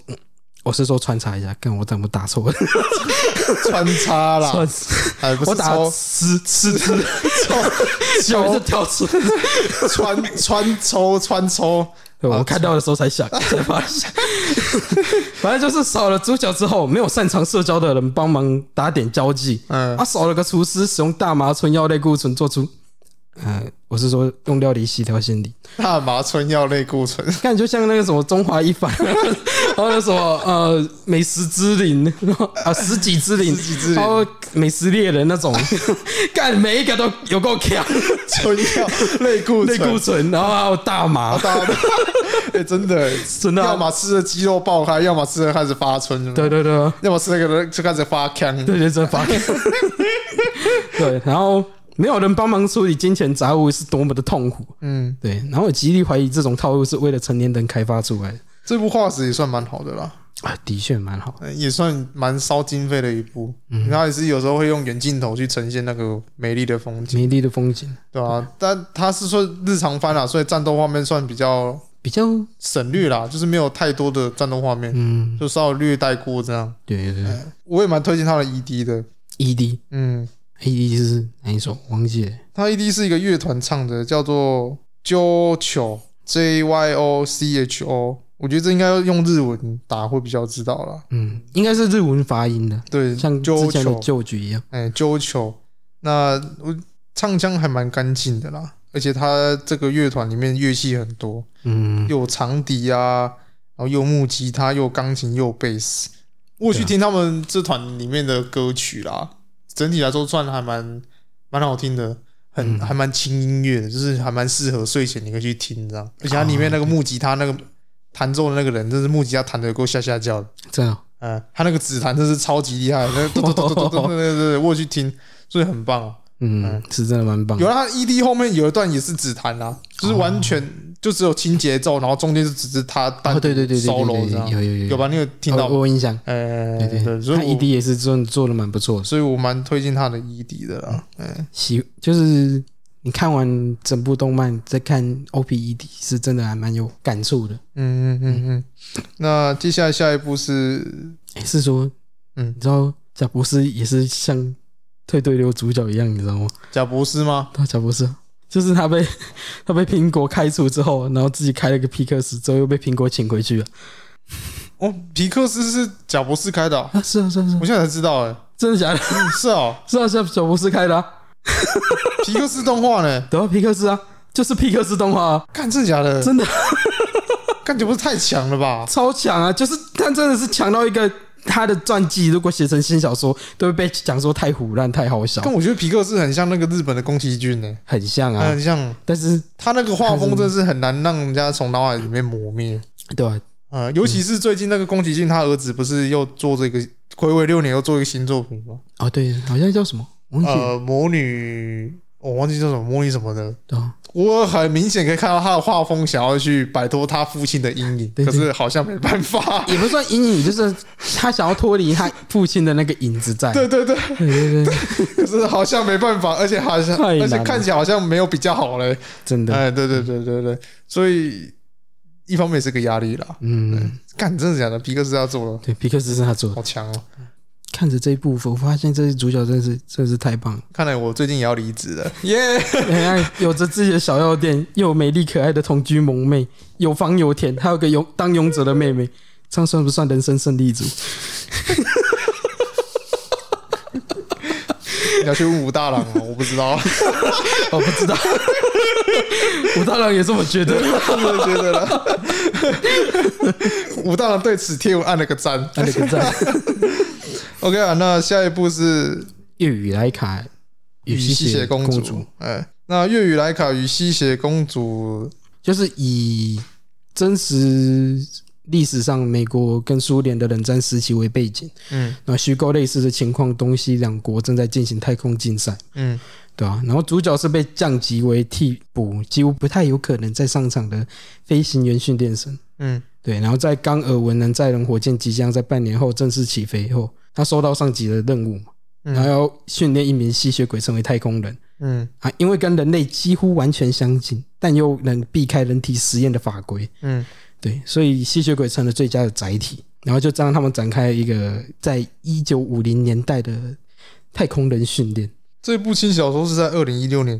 [SPEAKER 3] 我是说穿插一下，看我怎么打错了，
[SPEAKER 2] 穿插啦，
[SPEAKER 3] 穿
[SPEAKER 2] 哎，不
[SPEAKER 3] 我
[SPEAKER 2] 是
[SPEAKER 3] 打
[SPEAKER 2] 抽
[SPEAKER 3] 吃吃吃，
[SPEAKER 2] 抽
[SPEAKER 3] 有一次跳出，
[SPEAKER 2] 抽穿穿抽穿抽，
[SPEAKER 3] 对我看到的时候才想才发现， (laughs) 反正就是少了主角之后，没有擅长社交的人帮忙打点交际，
[SPEAKER 2] 嗯
[SPEAKER 3] 啊，少了个厨师使用大麻醇药类固醇做出，呃，我是说用料理洗掉心理，
[SPEAKER 2] 大麻春药类固醇，
[SPEAKER 3] 看就像那个什么中华一
[SPEAKER 2] (laughs)
[SPEAKER 3] 番，然后有什么呃美食之灵，然后 (laughs) 啊十几之灵，
[SPEAKER 2] 十几之灵
[SPEAKER 3] 然后美食猎人那
[SPEAKER 2] (laughs)
[SPEAKER 3] 种，干每一个都有够强，
[SPEAKER 2] 春药类
[SPEAKER 3] (laughs)
[SPEAKER 2] 固
[SPEAKER 3] 类
[SPEAKER 2] 醇，
[SPEAKER 3] 固醇，然后还有大麻
[SPEAKER 2] 好，大家都， (laughs) 哎，真的欸，
[SPEAKER 3] 真的啊
[SPEAKER 2] 要么吃的肌肉爆开，要么吃的开始发春，
[SPEAKER 3] 对，对对。
[SPEAKER 2] 要么吃那个人就开始发腔，
[SPEAKER 3] 对对，
[SPEAKER 2] (laughs)
[SPEAKER 3] 真发给。对，然后没有人帮忙处理金钱杂物是多么的痛苦。
[SPEAKER 2] 嗯，
[SPEAKER 3] 对，然后我极力怀疑这种套路是为了成年人开发出来的。
[SPEAKER 2] 这部画质也算蛮好的啦，
[SPEAKER 3] 啊，的确蛮好。
[SPEAKER 2] 呃也算蛮烧经费的一部，
[SPEAKER 3] 嗯
[SPEAKER 2] 然后也是有时候会用远镜头去呈现那个美丽的风景，
[SPEAKER 3] 美丽的风景
[SPEAKER 2] 对啊，但它是说日常番啦，所以战斗画面算比较
[SPEAKER 3] 比较，
[SPEAKER 2] 省略啦，就是没有太多的战斗画面，
[SPEAKER 3] 嗯，
[SPEAKER 2] 就稍微略带过这样。
[SPEAKER 3] 对 E 对对
[SPEAKER 2] 我也蛮推荐他的 ED 的，
[SPEAKER 3] ，ED
[SPEAKER 2] 嗯，
[SPEAKER 3] ED E 是哪一首？忘记了。
[SPEAKER 2] 他 ED 是一个乐团唱的，叫做 Jocho J Y O C H O。我觉得这应该要用日文打会比较知道啦。
[SPEAKER 3] 嗯，应该是日文发音的，
[SPEAKER 2] 对，
[SPEAKER 3] 像之前的
[SPEAKER 2] Jocho，
[SPEAKER 3] 旧局一样。
[SPEAKER 2] 哎，Jocho，那我唱腔还蛮干净的啦，而且他这个乐团里面乐器很多，
[SPEAKER 3] 嗯，
[SPEAKER 2] 有长笛啊，然后又木吉他，又钢琴，又贝斯。我有去
[SPEAKER 3] 对啊
[SPEAKER 2] 听他们这团里面的歌曲啦，整体来说算还蛮蛮好听的，很、
[SPEAKER 3] 嗯
[SPEAKER 2] 还蛮轻音乐的，就是还蛮适合睡前你可以去听这样。而且它
[SPEAKER 3] 哦
[SPEAKER 2] 里面那个木吉他那个弹奏的那个人，真是木吉他弹的够吓吓叫的。
[SPEAKER 3] 真的哦。
[SPEAKER 2] 嗯，他那个指弹真是超级厉害，那咚咚咚咚咚咚，对对对，我有去听，所以很棒、啊。
[SPEAKER 3] 嗯，是真的蛮棒的
[SPEAKER 2] 有。啊啦他 ED 后面有一段也是指弹啦，就是完全就只有轻节奏，然后中间就只是他单
[SPEAKER 3] 哦，对对对对对
[SPEAKER 2] solo
[SPEAKER 3] 对
[SPEAKER 2] 啊这
[SPEAKER 3] 对，
[SPEAKER 2] 样，
[SPEAKER 3] 有有有
[SPEAKER 2] 有吧？？你有听到
[SPEAKER 3] 我
[SPEAKER 2] 吗？
[SPEAKER 3] 我印象，
[SPEAKER 2] 呃，
[SPEAKER 3] 对对，
[SPEAKER 2] 对，所以
[SPEAKER 3] 他 E
[SPEAKER 2] 我
[SPEAKER 3] ED 也是做做的蛮不错的。
[SPEAKER 2] 所以我蛮推荐他的 ED 的啦。嗯，
[SPEAKER 3] 喜就是你看完整部动漫再看 OPED，是真的还蛮有感触的。
[SPEAKER 2] 嗯嗯嗯嗯。那接下来下一步是，
[SPEAKER 3] 诶是说，
[SPEAKER 2] 嗯
[SPEAKER 3] 你知道贾博士也是像退队流主角一样，你知道吗？ (laughs)
[SPEAKER 2] 贾博士吗？
[SPEAKER 3] 对，贾博士就是他被他被苹果开除之后，然后自己开了个皮克斯，之后又被苹果请回去了。
[SPEAKER 2] 哦，皮克斯是贾博士开的哦、
[SPEAKER 3] 啊，是啊，是啊，是啊
[SPEAKER 2] 我现在才知道、欸，
[SPEAKER 3] 真的假的？ (laughs)
[SPEAKER 2] 哎，是哦，
[SPEAKER 3] 是啊，是啊贾博士开的、啊，
[SPEAKER 2] (laughs) 皮克斯动画呢？
[SPEAKER 3] 对啊，皮克斯啊，就是皮克斯动画、啊，
[SPEAKER 2] 干真的假的？
[SPEAKER 3] 真的
[SPEAKER 2] (laughs) 干这不是太强了吧？
[SPEAKER 3] 超强啊！就是他真的是强到一个，他的传记如果写成新小说，都会被讲说太胡乱、太好笑
[SPEAKER 2] 但，我觉得皮克斯很像那个日本的宫崎骏呢、
[SPEAKER 3] 很像啊。
[SPEAKER 2] 很像
[SPEAKER 3] 但是
[SPEAKER 2] 他那个画风，真的是很难让人家从脑海里面磨灭。
[SPEAKER 3] 对吧？
[SPEAKER 2] 呃，尤其是最近那个宫崎骏他儿子不是又做这个暌违六年又做一个新作品吗？
[SPEAKER 3] 哦，对，好像叫什么？忘记了， (laughs)
[SPEAKER 2] 呃，魔女，我忘记叫什么魔女什么的。
[SPEAKER 3] 对啊
[SPEAKER 2] 我很明显可以看到他的画风想要去摆脱他父亲的阴影，
[SPEAKER 3] 对对
[SPEAKER 2] 可是好像没办法。 (laughs)
[SPEAKER 3] 也不算阴影，就是他想要脱离他父亲的那个影子在。
[SPEAKER 2] 对对
[SPEAKER 3] (laughs)
[SPEAKER 2] 对，
[SPEAKER 3] 对对对，
[SPEAKER 2] 可是好像没办法，而且好像
[SPEAKER 3] 太难了嗯
[SPEAKER 2] 而且看起来好像没有比较好嘞。
[SPEAKER 3] 真的，
[SPEAKER 2] 哎，对对对对对，所以一方面也是个压力啦。
[SPEAKER 3] 嗯，
[SPEAKER 2] 干，真的假的？皮克斯要做了，
[SPEAKER 3] 对，皮克斯是他做的
[SPEAKER 2] 好。强哦！
[SPEAKER 3] 看着这一部分，我发现这些主角真是真是太棒了。
[SPEAKER 2] 看来我最近也要离职了，耶、
[SPEAKER 3] 哎有着自己的小药店，又有美丽可爱的同居萌妹，有房有田，还有个勇当勇者的妹妹，这样算不算人生胜
[SPEAKER 2] (laughs)
[SPEAKER 3] 利组？
[SPEAKER 2] 你要去问武大郎哦， (laughs) 我不知道，
[SPEAKER 3] 我不知道，我当然也这么觉
[SPEAKER 2] (laughs)
[SPEAKER 3] 得。
[SPEAKER 2] 我觉得 (laughs) 了。武大郎对此贴文按了个赞。
[SPEAKER 3] 那个赞，
[SPEAKER 2] OK 啊，那下一步是
[SPEAKER 3] 粤语莱卡
[SPEAKER 2] 与
[SPEAKER 3] 与
[SPEAKER 2] 吸血公
[SPEAKER 3] 主，
[SPEAKER 2] 主。哎，那粤语莱卡与吸血公主，
[SPEAKER 3] 就是以真实历史上美国跟苏联的冷战时期为背景，
[SPEAKER 2] 嗯
[SPEAKER 3] 那虚构类似的情况，东西两国正在进行太空竞赛。
[SPEAKER 2] 嗯，
[SPEAKER 3] 对啊，然后主角是被降级为替补，几乎不太有可能再上场的飞行员训练生。
[SPEAKER 2] 嗯，
[SPEAKER 3] 对，啊然后在刚耳闻能载人火箭即将在半年后正式起飞后，他收到上级的任务嘛，
[SPEAKER 2] 嗯
[SPEAKER 3] 然后要训练一名吸血鬼成为太空人
[SPEAKER 2] 嗯
[SPEAKER 3] 啊，因为跟人类几乎完全相近，但又能避开人体实验的法规，
[SPEAKER 2] 嗯
[SPEAKER 3] 对，所以吸血鬼成了最佳的载体，然后就让他们展开一个在一九五零年代的太空人训练。
[SPEAKER 2] 这部轻小说是在二零一六年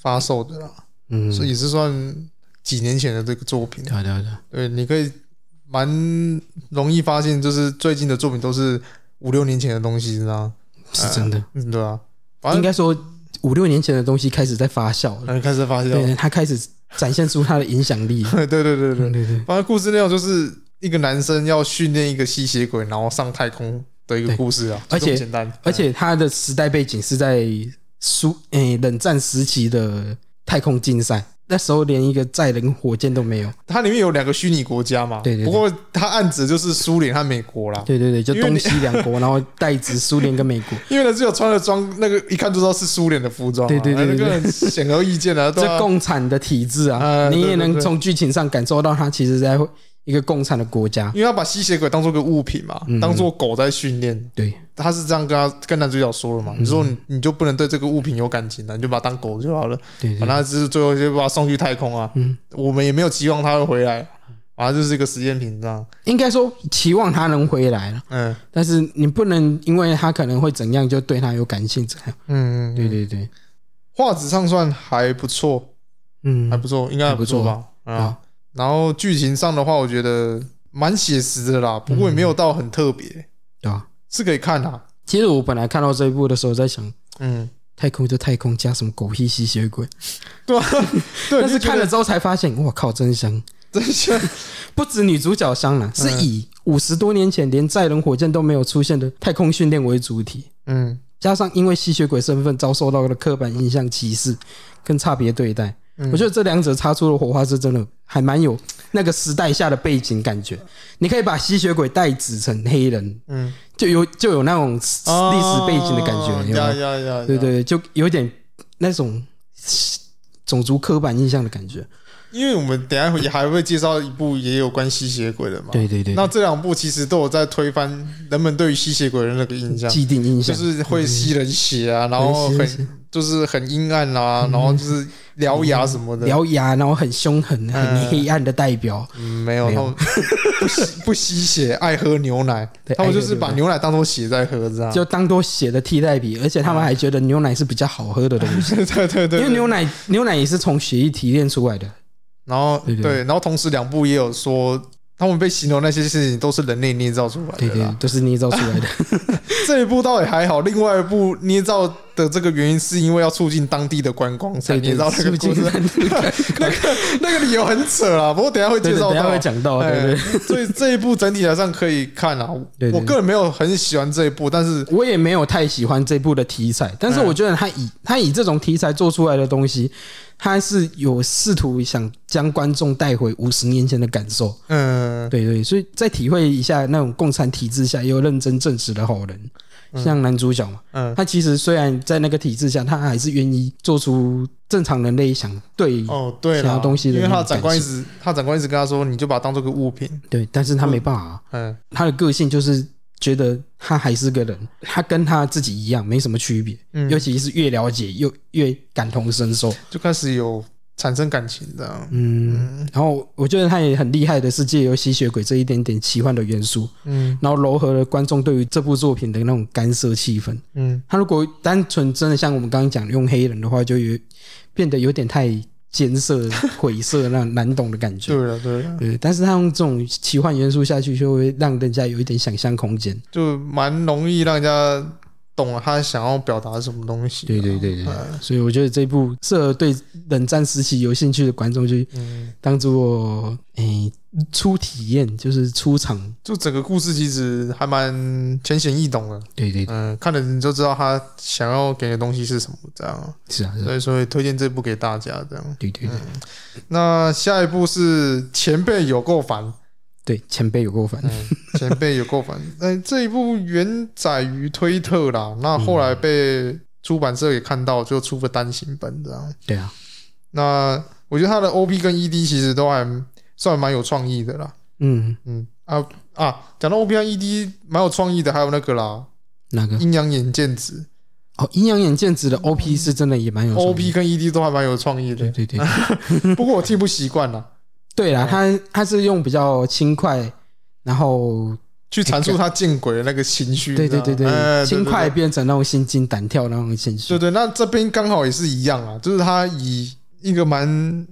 [SPEAKER 2] 发售的啦，
[SPEAKER 3] 嗯，
[SPEAKER 2] 所以也是算几年前的这个作品。
[SPEAKER 3] 对啊对啊对啊，
[SPEAKER 2] 对，你可以蛮容易发现，就是最近的作品都是五六年前的东西，你知道吗？
[SPEAKER 3] 是真的。
[SPEAKER 2] 嗯，对啊，反
[SPEAKER 3] 应
[SPEAKER 2] 正
[SPEAKER 3] 该说五六年前的东西开始在发酵了，
[SPEAKER 2] 嗯开始发现了，
[SPEAKER 3] 呃对，哦它开始展现出它的影响力。 (laughs)
[SPEAKER 2] (laughs) 对对对对对
[SPEAKER 3] 对，对对，
[SPEAKER 2] 反正故事内容就是一个男生要训练一个吸血鬼，然后上太空的一个
[SPEAKER 3] 对
[SPEAKER 2] 故事啊，
[SPEAKER 3] 而
[SPEAKER 2] 就这么
[SPEAKER 3] 且
[SPEAKER 2] 简单，
[SPEAKER 3] 而且它的时代背景是在苏诶、冷战时期的太空竞赛，那时候连一个载人火箭都没有。
[SPEAKER 2] 它里面有两个虚拟国家嘛，
[SPEAKER 3] 对对对
[SPEAKER 2] 不过它暗指就是苏联和美国啦，
[SPEAKER 3] 对对对，就
[SPEAKER 2] 因为
[SPEAKER 3] 东
[SPEAKER 2] 你
[SPEAKER 3] 西两 (laughs) 国，然后代指苏联跟美国。
[SPEAKER 2] 因为呢只有穿了装，那个一看就知道是苏联的服装啊，
[SPEAKER 3] 对对对对
[SPEAKER 2] 那个很显而易见啊，对
[SPEAKER 3] (laughs) 这
[SPEAKER 2] 啊，
[SPEAKER 3] 共产的体制啊，
[SPEAKER 2] 哎
[SPEAKER 3] 你
[SPEAKER 2] 对对
[SPEAKER 3] 也能
[SPEAKER 2] 对
[SPEAKER 3] 从剧情上感受到它其实在一个共产的国家。
[SPEAKER 2] 啊因为他把吸血鬼当做个物品嘛，
[SPEAKER 3] 嗯
[SPEAKER 2] 当做狗在训练，
[SPEAKER 3] 对，
[SPEAKER 2] 他是这样跟他跟男主角说了
[SPEAKER 3] 嗯
[SPEAKER 2] 嘛，你说你你就不能对这个物品有感情了，你就把它当狗就好了，
[SPEAKER 3] 对对
[SPEAKER 2] 反正他就是最后就把它送去太空啊，
[SPEAKER 3] 嗯
[SPEAKER 2] 我们也没有期望它会回来，反正就是一个实验品这样，
[SPEAKER 3] 应该说期望它能回来了，
[SPEAKER 2] 嗯
[SPEAKER 3] 但是你不能因为它可能会怎样就对它有感性怎样。
[SPEAKER 2] 嗯，
[SPEAKER 3] 对
[SPEAKER 2] 嗯，
[SPEAKER 3] 对对，
[SPEAKER 2] 画质上算还不错，
[SPEAKER 3] 嗯
[SPEAKER 2] 还啊不错，应该还不错吧，啊，
[SPEAKER 3] 啊，
[SPEAKER 2] 然后剧情上的话，我觉得蛮写实的啦，不过也
[SPEAKER 3] 嗯
[SPEAKER 2] 没有到很特别，
[SPEAKER 3] 对啊。
[SPEAKER 2] 是可以看啊，
[SPEAKER 3] 其实我本来看到这一部的时候，在想
[SPEAKER 2] 嗯，
[SPEAKER 3] 太空就太空，加什么狗屁吸血鬼？
[SPEAKER 2] 对，
[SPEAKER 3] 但
[SPEAKER 2] 就
[SPEAKER 3] 是
[SPEAKER 2] 觉
[SPEAKER 3] 看
[SPEAKER 2] 得
[SPEAKER 3] 了之后才发现，哇靠，真香！
[SPEAKER 2] 真像，
[SPEAKER 3] 不止女主角香了，
[SPEAKER 2] 嗯
[SPEAKER 3] 是以五十多年前连载人火箭都没有出现的太空训练为主体，
[SPEAKER 2] (laughs) 嗯
[SPEAKER 3] 加上因为吸血鬼身份遭受到的刻板印象歧视跟差别对待，
[SPEAKER 2] 嗯
[SPEAKER 3] 我觉得这两者擦出的火花是真的还蛮有那个时代下的背景感觉。你可以把吸血鬼代指成黑人，
[SPEAKER 2] 嗯，啊
[SPEAKER 3] 就有就有那种历史背景的感觉，有没有
[SPEAKER 2] 呀呀呀，
[SPEAKER 3] 对对，对，就有点那种种族刻板印象的感觉。
[SPEAKER 2] 因为我们等一下也还会介绍一部也有关吸血鬼的嘛。
[SPEAKER 3] 对对
[SPEAKER 2] (laughs) 那这两部其实都有在推翻人们对于吸血鬼的那个印象，
[SPEAKER 3] 既定印
[SPEAKER 2] 就
[SPEAKER 3] 象
[SPEAKER 2] 是会吸人血啊，然后
[SPEAKER 3] 吸人血
[SPEAKER 2] 很就是很阴暗啊，然后就是獠牙什么的。
[SPEAKER 3] 嗯獠牙，然后很凶狠、很
[SPEAKER 2] 嗯
[SPEAKER 3] 黑暗的代表。
[SPEAKER 2] 嗯没有，
[SPEAKER 3] 没
[SPEAKER 2] 他
[SPEAKER 3] 有
[SPEAKER 2] 们不吸 (laughs) 不吸血，爱喝牛奶，
[SPEAKER 3] 对
[SPEAKER 2] 他们就是把
[SPEAKER 3] 爱喝
[SPEAKER 2] 牛奶当做血在喝，这样。
[SPEAKER 3] 就 (laughs) 当做血的替代品，而且他
[SPEAKER 2] 嗯
[SPEAKER 3] 们还觉得牛奶是比较好喝的东西，
[SPEAKER 2] 对对对
[SPEAKER 3] 因
[SPEAKER 2] 对，
[SPEAKER 3] 为牛奶牛奶也是从血液提炼出来的。
[SPEAKER 2] 然后
[SPEAKER 3] 对对对
[SPEAKER 2] 对，然后同时两部也有说，他们被形容那些事情都是人类捏造出来的啦。 (laughs)
[SPEAKER 3] 对对，都是捏造出来的。
[SPEAKER 2] 这一部倒也还好，另外一部捏造的这个原因是因为要促进当地的观光，所以你知道那个故事， (laughs) 那个那个理由很扯啊。不过等一下会
[SPEAKER 3] 对
[SPEAKER 2] 介
[SPEAKER 3] 对，
[SPEAKER 2] 绍
[SPEAKER 3] 等一下
[SPEAKER 2] 到
[SPEAKER 3] 会，讲到，对
[SPEAKER 2] 哎
[SPEAKER 3] 对对。 (laughs)
[SPEAKER 2] 所以这一部整体来上可以看啊。
[SPEAKER 3] 对对
[SPEAKER 2] 我个人没有很喜欢这一部，但是
[SPEAKER 3] 我也没有太喜欢这部的题材，但
[SPEAKER 2] 哎
[SPEAKER 3] 是我觉得他以他以这种题材做出来的东西，他是有试图想将观众带回五十年前的感受，
[SPEAKER 2] 嗯，
[SPEAKER 3] 对对，所以再体会一下那种共产体制下也有认真正直的好人，像男主角嘛，
[SPEAKER 2] 嗯
[SPEAKER 3] 他其实虽然在那个体制下，他还是愿意做出正常人类想对
[SPEAKER 2] 哦，对
[SPEAKER 3] 想
[SPEAKER 2] 啦
[SPEAKER 3] 要东西的
[SPEAKER 2] 因为他的
[SPEAKER 3] 那种
[SPEAKER 2] 长官一
[SPEAKER 3] 感
[SPEAKER 2] 直，他长官一直跟他说，你就把它当做个物品，
[SPEAKER 3] 对，但是他没办法啊、
[SPEAKER 2] 嗯
[SPEAKER 3] 他的个性就是觉得他还是个人，他跟他自己一样没什么区别，
[SPEAKER 2] 嗯
[SPEAKER 3] 尤，其是越了解又越感同身受。
[SPEAKER 2] 就开始有产生感情这样，
[SPEAKER 3] 嗯，然后我觉得他也很厉害的是借由吸血鬼这一点点奇幻的元素，
[SPEAKER 2] 嗯
[SPEAKER 3] 然后柔和了观众对于这部作品的那种干涉气氛。
[SPEAKER 2] 嗯
[SPEAKER 3] 他如果单纯真的像我们刚刚讲用黑人的话，就有变得有点太艰涩、 (laughs) 晦涩、那难懂的感
[SPEAKER 2] 对
[SPEAKER 3] 觉。
[SPEAKER 2] 了对了，
[SPEAKER 3] 对，但是他用这种奇幻元素下去，就会让人家有一点想象空间。
[SPEAKER 2] 就蛮容易让人家懂了他想要表达什么东西，啊
[SPEAKER 3] 对对对对，所以我觉得这部适合对冷战时期有兴趣的观众去
[SPEAKER 2] 嗯，
[SPEAKER 3] 当做诶、初体验，就是出场。
[SPEAKER 2] 就整个故事其实还蛮浅显易懂的，
[SPEAKER 3] 对对，
[SPEAKER 2] 嗯，看了你就知道他想要给的东西是什么这样，
[SPEAKER 3] 是啊，是啊
[SPEAKER 2] 所以所以推荐这部给大家这样。
[SPEAKER 3] 对对对
[SPEAKER 2] 那下一部是前辈有够烦。
[SPEAKER 3] 对，前辈有够烦。
[SPEAKER 2] 嗯， (laughs) 前辈有够烦。哎，这一部原载于推特啦，那后来被出版社也看到，就出个单行本这样。
[SPEAKER 3] 对啊，
[SPEAKER 2] 那我觉得它的 OP 跟 ED 其实都还算蛮有创意的啦。
[SPEAKER 3] 嗯，
[SPEAKER 2] 嗯啊啊，讲到 OP 跟 ED 蛮有创意的，还有那个啦，
[SPEAKER 3] 哪个？
[SPEAKER 2] 阴阳眼见子
[SPEAKER 3] 哦，阴阳眼剑指的 OP 是真的也蛮有创意
[SPEAKER 2] OP 跟 ED 都还蛮有创意
[SPEAKER 3] 对
[SPEAKER 2] 的，
[SPEAKER 3] 对对，
[SPEAKER 2] 不过我听不习惯啦，
[SPEAKER 3] 对啦，他他是用比较轻快，然后
[SPEAKER 2] 去阐述他见鬼的那个情绪。
[SPEAKER 3] 对对
[SPEAKER 2] 你
[SPEAKER 3] 对
[SPEAKER 2] 知道吗哎
[SPEAKER 3] 嗯对，轻快
[SPEAKER 2] 对
[SPEAKER 3] 变成那种心惊胆跳那种情绪
[SPEAKER 2] 对。对，那这边刚好也是一样啊，就是它以一个蛮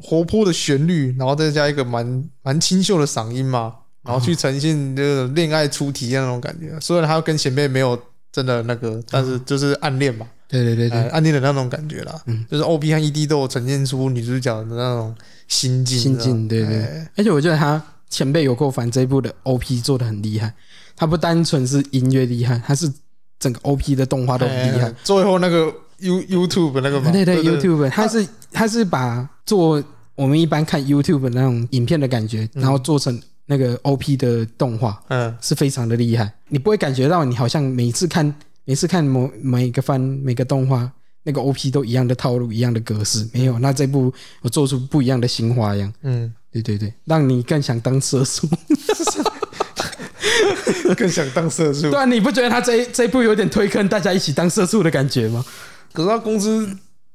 [SPEAKER 2] 活泼的旋律，然后再加一个蛮蛮清秀的嗓音嘛，然后去呈现这个恋爱初体验那种感觉。虽然它跟前面没有真的那个，但是就是暗恋嘛，
[SPEAKER 3] 对嗯对对
[SPEAKER 2] 哎
[SPEAKER 3] 对，
[SPEAKER 2] 暗恋的那种感觉啦。
[SPEAKER 3] 嗯
[SPEAKER 2] 就是 O B 和 E D 都有呈现出女主角的那种心境，
[SPEAKER 3] 心
[SPEAKER 2] 你
[SPEAKER 3] 境，对
[SPEAKER 2] 知道吗
[SPEAKER 3] 对。
[SPEAKER 2] 哎
[SPEAKER 3] 而且我觉得他前辈有够烦这一部的 OP 做的很厉害，他不单纯是音乐厉害，他是整个 OP 的动画都很厉害
[SPEAKER 2] 哎。最后那个 You YouTube 那个嘛，
[SPEAKER 3] 对对
[SPEAKER 2] 对
[SPEAKER 3] ，YouTube 他是他是把做我们一般看 YouTube 那种影片的感觉，然后做成那个 OP 的动画。
[SPEAKER 2] 嗯，
[SPEAKER 3] 是非常的厉害，你不会感觉到你好像每次看每次看某每个番每个动画那个 OP 都一样的套路一样的格式，没有。那这部我做出不一样的新花样，
[SPEAKER 2] 嗯，
[SPEAKER 3] 对对对，让你更想当射手。
[SPEAKER 2] 更想当社畜
[SPEAKER 3] (laughs) 对。啊，你不觉得他这一这一部有点推坑大家一起当社畜的感
[SPEAKER 2] (laughs)
[SPEAKER 3] 觉吗？
[SPEAKER 2] 可是他工资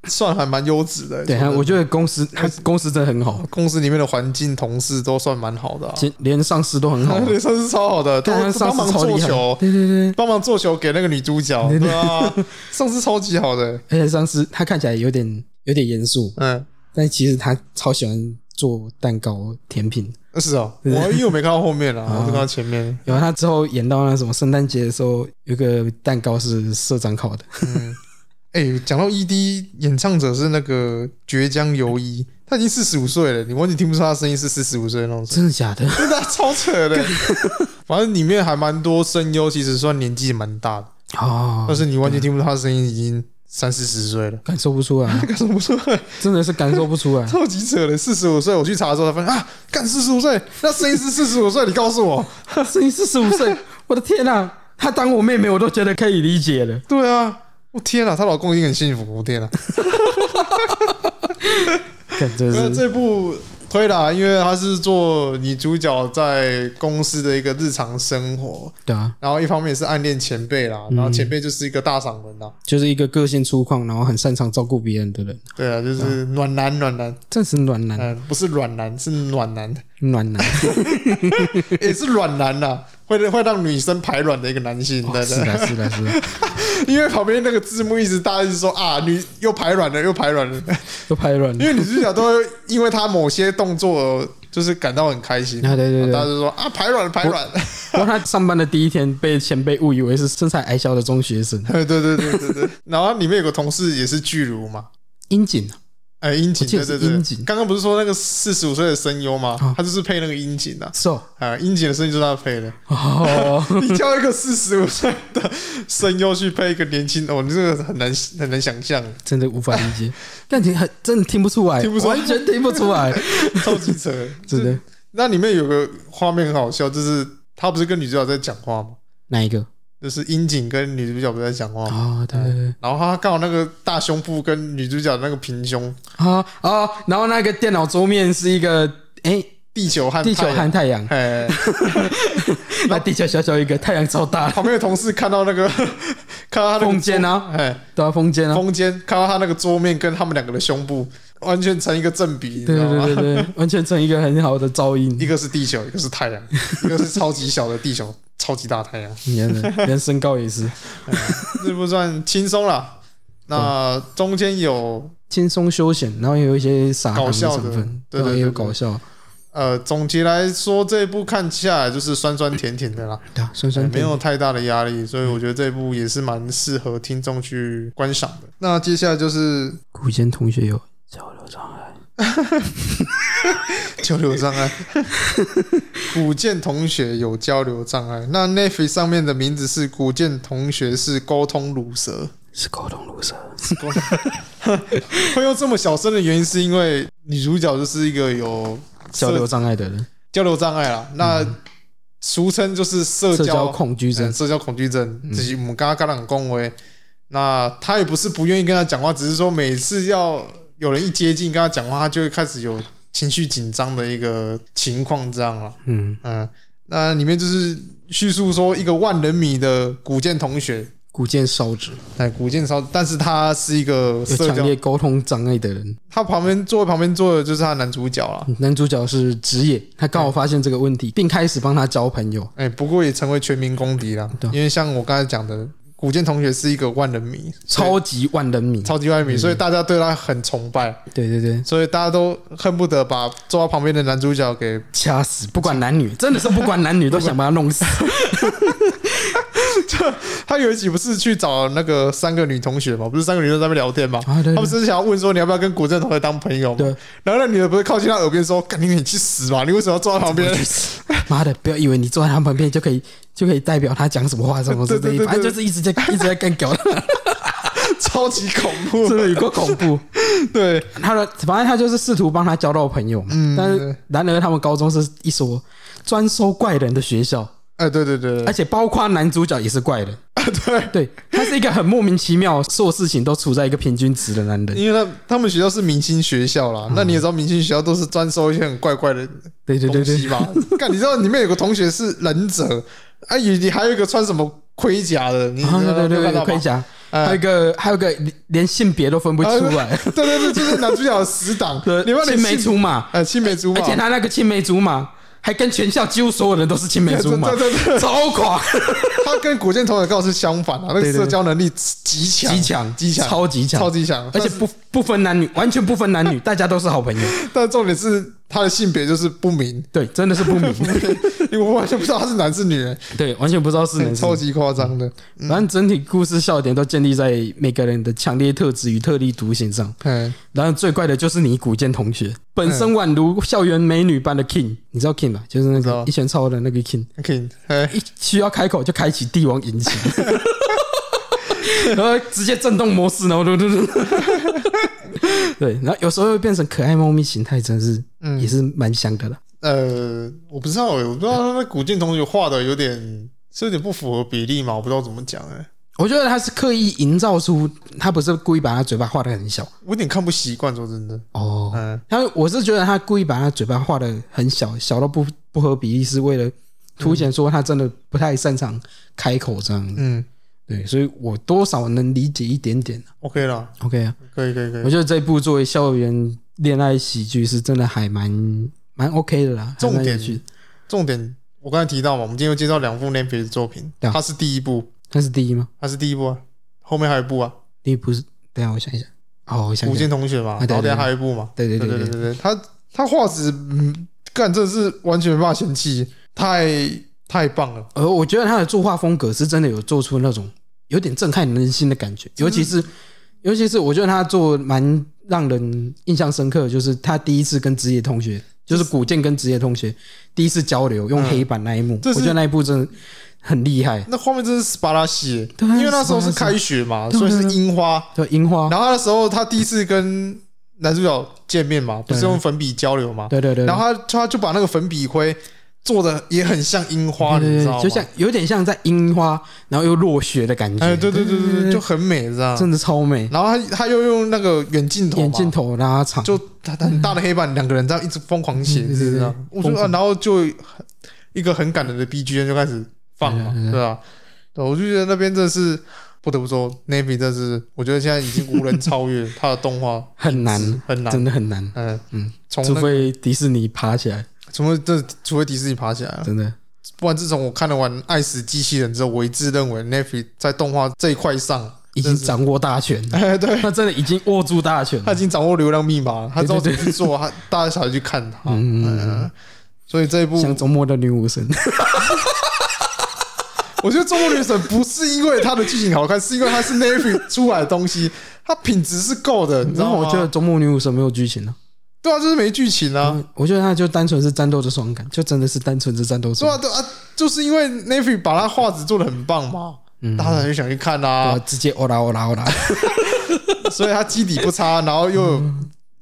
[SPEAKER 2] 算还蛮优质的、
[SPEAKER 3] 对啊，我觉得公司他公司真的很好，
[SPEAKER 2] 公司里面的环境、同事都算蛮好的、啊，哎
[SPEAKER 3] 连连上司都很好，
[SPEAKER 2] (laughs) 对，算是超好的，都
[SPEAKER 3] 对啊，上
[SPEAKER 2] 帮忙
[SPEAKER 3] 司超
[SPEAKER 2] 做
[SPEAKER 3] 厉害
[SPEAKER 2] 球，，
[SPEAKER 3] 对对对，
[SPEAKER 2] 帮忙做球给那个女主角，对啊，上司超级好的，
[SPEAKER 3] 而且上司他看起来有点有点严肃，
[SPEAKER 2] 嗯，
[SPEAKER 3] 但其实他超喜欢做蛋糕甜品。
[SPEAKER 2] 是哦，我因为我没看到后面了，啊我只看到前面，
[SPEAKER 3] 有啊他之后演到那什么圣诞节的时候，有个蛋糕是社长烤的， (laughs)
[SPEAKER 2] 嗯，哎，讲到 ED 演唱者是那个绝江游一，他已经四十五岁了，你完全听不出他的声音是四十五岁的那种声音，
[SPEAKER 3] 真的假的？
[SPEAKER 2] 真的超扯的，反正里面还蛮多声优，其实算年纪蛮大的。
[SPEAKER 3] 哦，
[SPEAKER 2] 但，是你完全听不到他的声音，已经三四十岁了
[SPEAKER 3] 感受不出来，
[SPEAKER 2] 干什么出来？
[SPEAKER 3] 真的是感受不
[SPEAKER 2] (laughs)
[SPEAKER 3] 出来。
[SPEAKER 2] 超级扯的，四十五岁，我去查的时候才发现啊，干四十五岁，那声音是四十五岁，你告诉我？
[SPEAKER 3] 他声音四十五岁，我的天啊！他当我妹妹，我都觉得可以理解
[SPEAKER 2] (laughs)
[SPEAKER 3] 了。
[SPEAKER 2] 对啊，我天啊，她老公已经很幸福，我天啊！
[SPEAKER 3] 看，真
[SPEAKER 2] 那
[SPEAKER 3] 的是
[SPEAKER 2] 这部推啦，因为她是做女主角在公司的一个日常生活，
[SPEAKER 3] 对啊，
[SPEAKER 2] 然后一方面也是暗恋前辈啦，然后前辈就是一个大嗓门啦，啊
[SPEAKER 3] 就是一个个性粗犷，然后很擅长照顾别人的人，
[SPEAKER 2] 对啊，就是暖男暖男，
[SPEAKER 3] 真是暖男，
[SPEAKER 2] 嗯，不是软男，是暖男，
[SPEAKER 3] 暖 (laughs) 男。
[SPEAKER 2] (laughs) 也是软男啦，会会让女生排卵的一个男性，对对
[SPEAKER 3] 哦是。的，是的，是的，
[SPEAKER 2] 因为旁边那个字幕一直大家一直说啊，女 (laughs) 又排卵了，又排卵了，
[SPEAKER 3] 都拍软 (laughs)
[SPEAKER 2] 因
[SPEAKER 3] 了。
[SPEAKER 2] 为女主角都会因为她某些动作而就是感到很开 (laughs) 心。
[SPEAKER 3] 啊对对对
[SPEAKER 2] 大家就说啊排卵排卵，
[SPEAKER 3] 不过他上班的第一天被前辈误以为是身材矮小的中学生，
[SPEAKER 2] (laughs) 对对对对对对。然后里面有个同事也是巨乳嘛，
[SPEAKER 3] 樱井啊
[SPEAKER 2] 哎樱
[SPEAKER 3] 我
[SPEAKER 2] 井，
[SPEAKER 3] 记
[SPEAKER 2] 对
[SPEAKER 3] 得是
[SPEAKER 2] 对对
[SPEAKER 3] 樱井，
[SPEAKER 2] 刚刚不是说那个四十五岁的声优吗
[SPEAKER 3] 啊？
[SPEAKER 2] 他就是配那个樱井的，
[SPEAKER 3] ，so
[SPEAKER 2] 啊樱井的声音就是他配的。
[SPEAKER 3] 哦，
[SPEAKER 2] (laughs)
[SPEAKER 3] (laughs)
[SPEAKER 2] 你叫一个四十五岁的声优去配一个年轻哦，你这个很难很难想
[SPEAKER 3] (laughs)
[SPEAKER 2] 象，
[SPEAKER 3] 真的无法理解， (laughs) 但你很真的听不出来，
[SPEAKER 2] 听不出来
[SPEAKER 3] 完全听不出来，
[SPEAKER 2] 超级扯。
[SPEAKER 3] (laughs) 真的
[SPEAKER 2] 那里面有个画面很好笑，就是他不是跟女主角在讲话吗？
[SPEAKER 3] 哪一个
[SPEAKER 2] 就是樱井跟女主角不是在讲话吗？
[SPEAKER 3] 啊？对对对
[SPEAKER 2] 然后他刚好那个大胸部跟女主角那个平胸，
[SPEAKER 3] 啊啊！然后那个电脑桌面是一个哎，
[SPEAKER 2] 地球和
[SPEAKER 3] 地球
[SPEAKER 2] 太
[SPEAKER 3] 和
[SPEAKER 2] 阳
[SPEAKER 3] 太 (laughs) 阳，
[SPEAKER 2] 哎，
[SPEAKER 3] 那地球小小一个，太阳超大，
[SPEAKER 2] 旁边的同事看到那个 (laughs) 看到他那个
[SPEAKER 3] 空间啊，
[SPEAKER 2] 哎，
[SPEAKER 3] 对啊，风间啊，
[SPEAKER 2] 空间看到他那个桌面跟他们两个的胸部完全成一个正比，你
[SPEAKER 3] 对
[SPEAKER 2] 知道吗？
[SPEAKER 3] 对对对，对完全成一个很好的噪音
[SPEAKER 2] 一，个是地球，一个是太阳，一个是超级小的地球，超级大太阳，
[SPEAKER 3] 连
[SPEAKER 2] (laughs)
[SPEAKER 3] 连身高也是
[SPEAKER 2] 这不算轻松啦。那中间有
[SPEAKER 3] 轻松休闲，然后也有一些傻
[SPEAKER 2] 搞
[SPEAKER 3] 的
[SPEAKER 2] 笑
[SPEAKER 3] 成
[SPEAKER 2] 的
[SPEAKER 3] 分，
[SPEAKER 2] 对对
[SPEAKER 3] 然后
[SPEAKER 2] 对
[SPEAKER 3] 也有
[SPEAKER 2] 对
[SPEAKER 3] 搞笑，
[SPEAKER 2] 呃，总结来说，这一部看下来就是酸酸甜甜的嗯啦，
[SPEAKER 3] 对啊，酸酸
[SPEAKER 2] 哎没
[SPEAKER 3] 甜
[SPEAKER 2] 有太大的压力，所以我觉得这一部也是蛮适合听众去观赏的。那接下来就是
[SPEAKER 3] 古先同学有交流障碍，
[SPEAKER 2] (laughs) 交流障碍，古剑同学有交流障碍。那 Netflix 上面的名字是古剑同学是沟通乳蛇，
[SPEAKER 3] 是沟通路上。
[SPEAKER 2] 会用这么小声的原因是因为女主角就是一个有
[SPEAKER 3] 交流障碍的人，
[SPEAKER 2] 交流障碍啦，那俗称就是社
[SPEAKER 3] 社交
[SPEAKER 2] 交
[SPEAKER 3] 恐惧症
[SPEAKER 2] 嗯，社交恐惧症，自己我们刚刚刚讲恭维。那他也不是不愿意跟他讲话，只是说每次要有人一接近跟他讲话，他就会开始有情绪紧张的一个情况这样了。
[SPEAKER 3] 嗯，
[SPEAKER 2] 嗯，那里面就是叙述说一个万人迷的古剑同学，
[SPEAKER 3] 古剑烧纸，
[SPEAKER 2] 哎，古剑超，但是他是一个
[SPEAKER 3] 有
[SPEAKER 2] 社
[SPEAKER 3] 强
[SPEAKER 2] 交，
[SPEAKER 3] 烈沟通障碍的人。
[SPEAKER 2] 他旁边座位旁边坐的就是他的男主角啦。
[SPEAKER 3] 男主角是职业，他刚好发现这个问题，并开始帮他交朋友。
[SPEAKER 2] 哎、不过也成为全民公敌啦
[SPEAKER 3] 对，
[SPEAKER 2] 因为像我刚才讲的，古剑同学是一个万人迷，
[SPEAKER 3] 超级万人迷，嗯
[SPEAKER 2] 超级万人迷，所以大家对他很崇拜，
[SPEAKER 3] 对对对，
[SPEAKER 2] 所以大家都恨不得把坐他旁边的男主角给
[SPEAKER 3] 掐死，不管男女，真的是不管男
[SPEAKER 2] (laughs)
[SPEAKER 3] 女都想把他弄死。
[SPEAKER 2] 他有一集不是去找那个三个女同学嘛，不是三个女生在那边聊天嘛，
[SPEAKER 3] 啊，
[SPEAKER 2] 他
[SPEAKER 3] 对对
[SPEAKER 2] 们只是想要问说你要不要跟古剑同学当朋友嘛
[SPEAKER 3] 对，
[SPEAKER 2] 然后那女的不是靠近他耳边说：“赶紧你去死吧，你为什么要坐他旁边
[SPEAKER 3] (laughs) 去死！妈的，不要以为你坐在他旁边就可以就可以代表他讲什么话什么之
[SPEAKER 2] 对
[SPEAKER 3] 类
[SPEAKER 2] 对对
[SPEAKER 3] 的，反正
[SPEAKER 2] 对
[SPEAKER 3] 就是一直在一直在干屌，？”
[SPEAKER 2] (laughs) 超级恐怖，
[SPEAKER 3] 真的有够恐怖。
[SPEAKER 2] 对，
[SPEAKER 3] 他的反正他就是试图帮他交到朋友嘛，
[SPEAKER 2] 嗯
[SPEAKER 3] 但是然而他们高中是一所专收怪人的学校，
[SPEAKER 2] 哎，对对对
[SPEAKER 3] 而
[SPEAKER 2] 对，
[SPEAKER 3] 且包括男主角也是怪人。对对，他是一个很莫名其妙，所有事情都处在一个平均值的男人。
[SPEAKER 2] 因为他他们学校是明星学校
[SPEAKER 3] 嗯
[SPEAKER 2] 啦，那你也知道明星学校都是专收一些很怪怪的
[SPEAKER 3] 对对
[SPEAKER 2] 东
[SPEAKER 3] 对对
[SPEAKER 2] 西，吧？ (laughs) 看，你知道里面有个同学是忍者，啊，以及还有一个穿什么盔甲的，你
[SPEAKER 3] 啊对对
[SPEAKER 2] 你有
[SPEAKER 3] 对
[SPEAKER 2] 看到
[SPEAKER 3] 对，
[SPEAKER 2] 吗
[SPEAKER 3] 盔，甲，
[SPEAKER 2] 哎
[SPEAKER 3] 还有一个还有一个连连性别都分不出来，，
[SPEAKER 2] 啊对对对，就是男主角的死党
[SPEAKER 3] (laughs) 对
[SPEAKER 2] 哎你，
[SPEAKER 3] 青梅竹
[SPEAKER 2] 马，
[SPEAKER 3] 马，
[SPEAKER 2] 呃，青梅竹马，
[SPEAKER 3] 而且他那个青梅竹马还跟全校几乎所有人都是青梅
[SPEAKER 2] 对 (laughs)
[SPEAKER 3] 竹马
[SPEAKER 2] 对，对对，
[SPEAKER 3] 超垮，
[SPEAKER 2] 他跟古剑同学刚好是相反啊，那
[SPEAKER 3] 对
[SPEAKER 2] 个
[SPEAKER 3] 对
[SPEAKER 2] 社交能力极强，
[SPEAKER 3] 极
[SPEAKER 2] (laughs)
[SPEAKER 3] 强
[SPEAKER 2] 极强，
[SPEAKER 3] 超级强
[SPEAKER 2] 超级强，
[SPEAKER 3] 而且不不分男女，完全不分男女，大家都是好朋友。
[SPEAKER 2] 但，但重点是他的性别就是不明， (laughs)
[SPEAKER 3] 对，真的是不明，
[SPEAKER 2] 因为我完全不知道他是男是女，欸
[SPEAKER 3] 对，完全不知道是男是
[SPEAKER 2] 超
[SPEAKER 3] 女。
[SPEAKER 2] 级夸张的，
[SPEAKER 3] 反正整体故事笑点都建立在每个人的强烈特质与特立独行上。
[SPEAKER 2] 嗯，
[SPEAKER 3] 然后最怪的就是你古剑同学，本身宛如校园美女般的 King，你知道 King 吗？就是那
[SPEAKER 2] 知
[SPEAKER 3] 个
[SPEAKER 2] 道
[SPEAKER 3] 一拳超人那个 King，
[SPEAKER 2] 可以，哎，
[SPEAKER 3] 一需要开口就开启帝王引擎， (laughs) 然后直接震动模式，然后嘟嘟嘟。 (laughs) 对，然后有时候会变成可爱猫咪形态，真是也是蛮香的啦。
[SPEAKER 2] 呃，我不知道欸，我不知道他那古剑同学画的有点是有点不符合比例嘛，我不知道怎么讲哎、
[SPEAKER 3] 我觉得他是刻意营造出，他不是故意把他嘴巴画的很小
[SPEAKER 2] 我有点看不习惯，说真的，
[SPEAKER 3] 哦，
[SPEAKER 2] 嗯，
[SPEAKER 3] 他我是觉得他故意把他嘴巴画的很小，小到不不合比例，是为了凸显说他真的不太擅长开口这样。
[SPEAKER 2] 嗯
[SPEAKER 3] 对，所以我多少能理解一点点。
[SPEAKER 2] ，OK 啦，
[SPEAKER 3] OK 啊，
[SPEAKER 2] 可以可以可
[SPEAKER 3] 我
[SPEAKER 2] 以。
[SPEAKER 3] 觉得这部作为校园恋爱喜剧是真的还蛮蛮 OK 的啦。
[SPEAKER 2] 重
[SPEAKER 3] 还蛮
[SPEAKER 2] 点
[SPEAKER 3] 有趣的
[SPEAKER 2] 重点我刚才提到嘛，我们今天又介绍两部 Netflix 的作品，
[SPEAKER 3] 对啊
[SPEAKER 2] 它是第一部，
[SPEAKER 3] 那是第一吗？
[SPEAKER 2] 它是第一部啊，后面还有一部啊，
[SPEAKER 3] 第一部是，等一下我想一下。哦，我想
[SPEAKER 2] 古
[SPEAKER 3] 一下
[SPEAKER 2] 剑，同学嘛，
[SPEAKER 3] 啊对
[SPEAKER 2] 然后等下
[SPEAKER 3] 对对
[SPEAKER 2] 还有一部嘛，
[SPEAKER 3] 对对
[SPEAKER 2] 对
[SPEAKER 3] 对
[SPEAKER 2] 对
[SPEAKER 3] 对
[SPEAKER 2] 对对，他他画质嗯干这是完全没办法嫌弃，太太棒了。
[SPEAKER 3] 而呃我觉得他的作画风格是真的有做出那种有点震撼人心的感觉，尤其
[SPEAKER 2] 嗯
[SPEAKER 3] 是尤其是我觉得他做蛮让人印象深刻，就是他第一次跟职业同学，就是古剑跟职业同学第一次交流用黑板那一幕，
[SPEAKER 2] 嗯这
[SPEAKER 3] 我
[SPEAKER 2] 是
[SPEAKER 3] 觉得那一部真的很厉害。
[SPEAKER 2] 那画面真是斯巴拉西耶，
[SPEAKER 3] 对啊
[SPEAKER 2] 因为那时候是开学嘛，所以是樱花。
[SPEAKER 3] 对，樱花，
[SPEAKER 2] 然后那时候他第一次跟男主角见面嘛，不是用粉笔交流嘛，
[SPEAKER 3] 对对对，
[SPEAKER 2] 然后他他就把那个粉笔灰做的也很像樱花，
[SPEAKER 3] 对
[SPEAKER 2] 你
[SPEAKER 3] 对
[SPEAKER 2] 知
[SPEAKER 3] 对，
[SPEAKER 2] 道吗？
[SPEAKER 3] 就像有点像在樱花，然后又落雪的感觉，
[SPEAKER 2] 哎，对对对对对，就很美，这样。
[SPEAKER 3] 真的超美。
[SPEAKER 2] 然后他他又用那个远镜头嘛，
[SPEAKER 3] 眼镜头拉长，
[SPEAKER 2] 就他很大的黑板，两个人这样一直疯狂写
[SPEAKER 3] 嗯对
[SPEAKER 2] 字，
[SPEAKER 3] 对
[SPEAKER 2] 这样
[SPEAKER 3] 对，
[SPEAKER 2] 我觉得、啊
[SPEAKER 3] 疯狂
[SPEAKER 2] 然后就很一个很感人的 BGM 就开始放嘛，
[SPEAKER 3] 对对对
[SPEAKER 2] 对吧、对，我就觉得那边真的是不得不说，Navy 真的是，我觉得现在已经无人超越他的动画，
[SPEAKER 3] 很 (laughs) 难，
[SPEAKER 2] 很难。
[SPEAKER 3] 真的很难，
[SPEAKER 2] 嗯
[SPEAKER 3] 嗯
[SPEAKER 2] 嗯，从
[SPEAKER 3] 除
[SPEAKER 2] 那
[SPEAKER 3] 非迪士尼爬起来，
[SPEAKER 2] 除非这除非迪士尼爬起来了，啊
[SPEAKER 3] 真的。
[SPEAKER 2] 不然自从我看了完《爱死机器人》之后，我一致认为 Navy 在动画这一块上
[SPEAKER 3] 已经
[SPEAKER 2] 真是
[SPEAKER 3] 掌握大权
[SPEAKER 2] (laughs)
[SPEAKER 3] 了，
[SPEAKER 2] 哎，对
[SPEAKER 3] 他真的已经握住大权
[SPEAKER 2] 他已
[SPEAKER 3] 了。
[SPEAKER 2] 经掌握流量密码了，他知道怎
[SPEAKER 3] 对
[SPEAKER 2] 么去做，他大家小孩去看他。
[SPEAKER 3] 嗯嗯嗯
[SPEAKER 2] 嗯，所以这一部
[SPEAKER 3] 像周末的女武神，
[SPEAKER 2] 我觉得《中国女神》不是因为它的剧情好看，是因为它是 Navy 出来的东西，它品质是够的，你知
[SPEAKER 3] 然
[SPEAKER 2] 道吗？
[SPEAKER 3] 后嗯我觉得周末女武神没有剧情了。
[SPEAKER 2] 对啊，就是没剧情啊，
[SPEAKER 3] 嗯我觉得他就单纯是战斗的爽感，就真的是单纯是战斗
[SPEAKER 2] 对啊，
[SPEAKER 3] 爽。
[SPEAKER 2] 对啊，就是因为 Navy 把它画质做的很棒嘛，
[SPEAKER 3] 嗯，
[SPEAKER 2] 大家就想去看
[SPEAKER 3] 啊，
[SPEAKER 2] 啊，
[SPEAKER 3] 直接哦啦哦
[SPEAKER 2] (laughs)
[SPEAKER 3] 啦哦啦，
[SPEAKER 2] 所以它基底不差，然后又有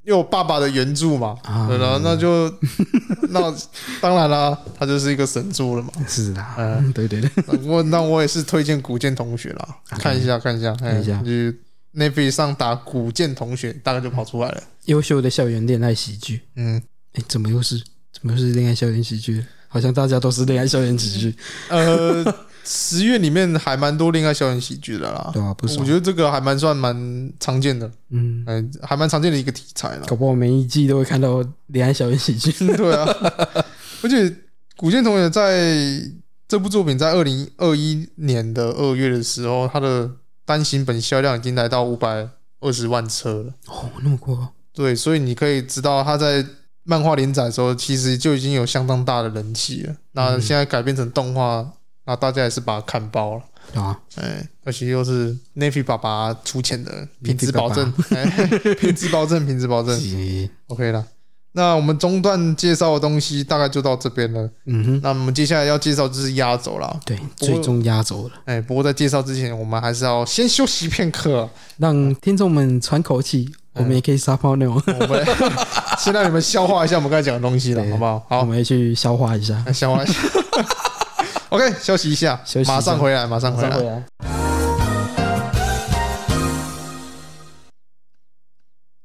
[SPEAKER 2] 又有爸爸的援助嘛，
[SPEAKER 3] 嗯啊
[SPEAKER 2] 对了，那就 (laughs) 那当然啦，他就是一个神助了嘛。
[SPEAKER 3] 是啦，
[SPEAKER 2] 嗯
[SPEAKER 3] 对对对，
[SPEAKER 2] 我那我也是推荐古剑同学啦，看一下看一下，
[SPEAKER 3] 看一下
[SPEAKER 2] 哎就是 Navy 上打古剑同学，大概就跑出来了，
[SPEAKER 3] 优秀的校园恋爱喜剧，
[SPEAKER 2] 嗯。
[SPEAKER 3] 哎，怎么又是怎么又是恋爱校园喜剧？好像大家都是恋爱校园喜剧，
[SPEAKER 2] 呃，
[SPEAKER 3] (laughs)
[SPEAKER 2] 十月里面还蛮多恋爱校园喜剧的啦
[SPEAKER 3] 对。吧？不是
[SPEAKER 2] 我，觉得这个还蛮算蛮常见的，
[SPEAKER 3] 嗯，
[SPEAKER 2] 嗯、还蛮常见的一个题材啦。
[SPEAKER 3] 搞不好每一季都会看到恋爱校园喜剧。
[SPEAKER 2] (laughs) 对啊，而且古剑同学在这部作品在二零二一年的二月的时候，他的单行本销量已经来到五百二十万册了。
[SPEAKER 3] 哦，那么过，
[SPEAKER 2] 对，所以你可以知道他在漫画连载的时候，其实就已经有相当大的人气了。那
[SPEAKER 3] 嗯
[SPEAKER 2] 现在改编成动画，那大家也是把它看爆了。
[SPEAKER 3] 对啊吧？
[SPEAKER 2] 哎，而且又是 Navy 爸爸出钱的，品质
[SPEAKER 3] Navy 爸
[SPEAKER 2] 保
[SPEAKER 3] 爸
[SPEAKER 2] 证，哎 (laughs) 品质保证，品质保证
[SPEAKER 3] 是
[SPEAKER 2] ，OK 啦。那我们中段介绍的东西大概就到这边了。
[SPEAKER 3] 嗯哼。
[SPEAKER 2] 那我们接下来要介绍就是压轴啦。
[SPEAKER 3] 对，
[SPEAKER 2] 不
[SPEAKER 3] 最
[SPEAKER 2] 过
[SPEAKER 3] 终压轴了，
[SPEAKER 2] 哎，不过在介绍之前，我们还是要先休息片刻。 (laughs)
[SPEAKER 3] 让听众们喘口气，
[SPEAKER 2] 嗯
[SPEAKER 3] 我们也可以撒泡尿，
[SPEAKER 2] 我们 (laughs) 先让你们消化一下我们刚才讲的东西了，
[SPEAKER 3] 对
[SPEAKER 2] 好不好？
[SPEAKER 3] (laughs) 我
[SPEAKER 2] 好，
[SPEAKER 3] 们也去消化一下。
[SPEAKER 2] (laughs) 那消化一下。OK，休息一下，
[SPEAKER 3] 休息一下
[SPEAKER 2] 马上回来，马上
[SPEAKER 3] 马
[SPEAKER 2] 回
[SPEAKER 3] 上
[SPEAKER 2] 来
[SPEAKER 3] 回。来，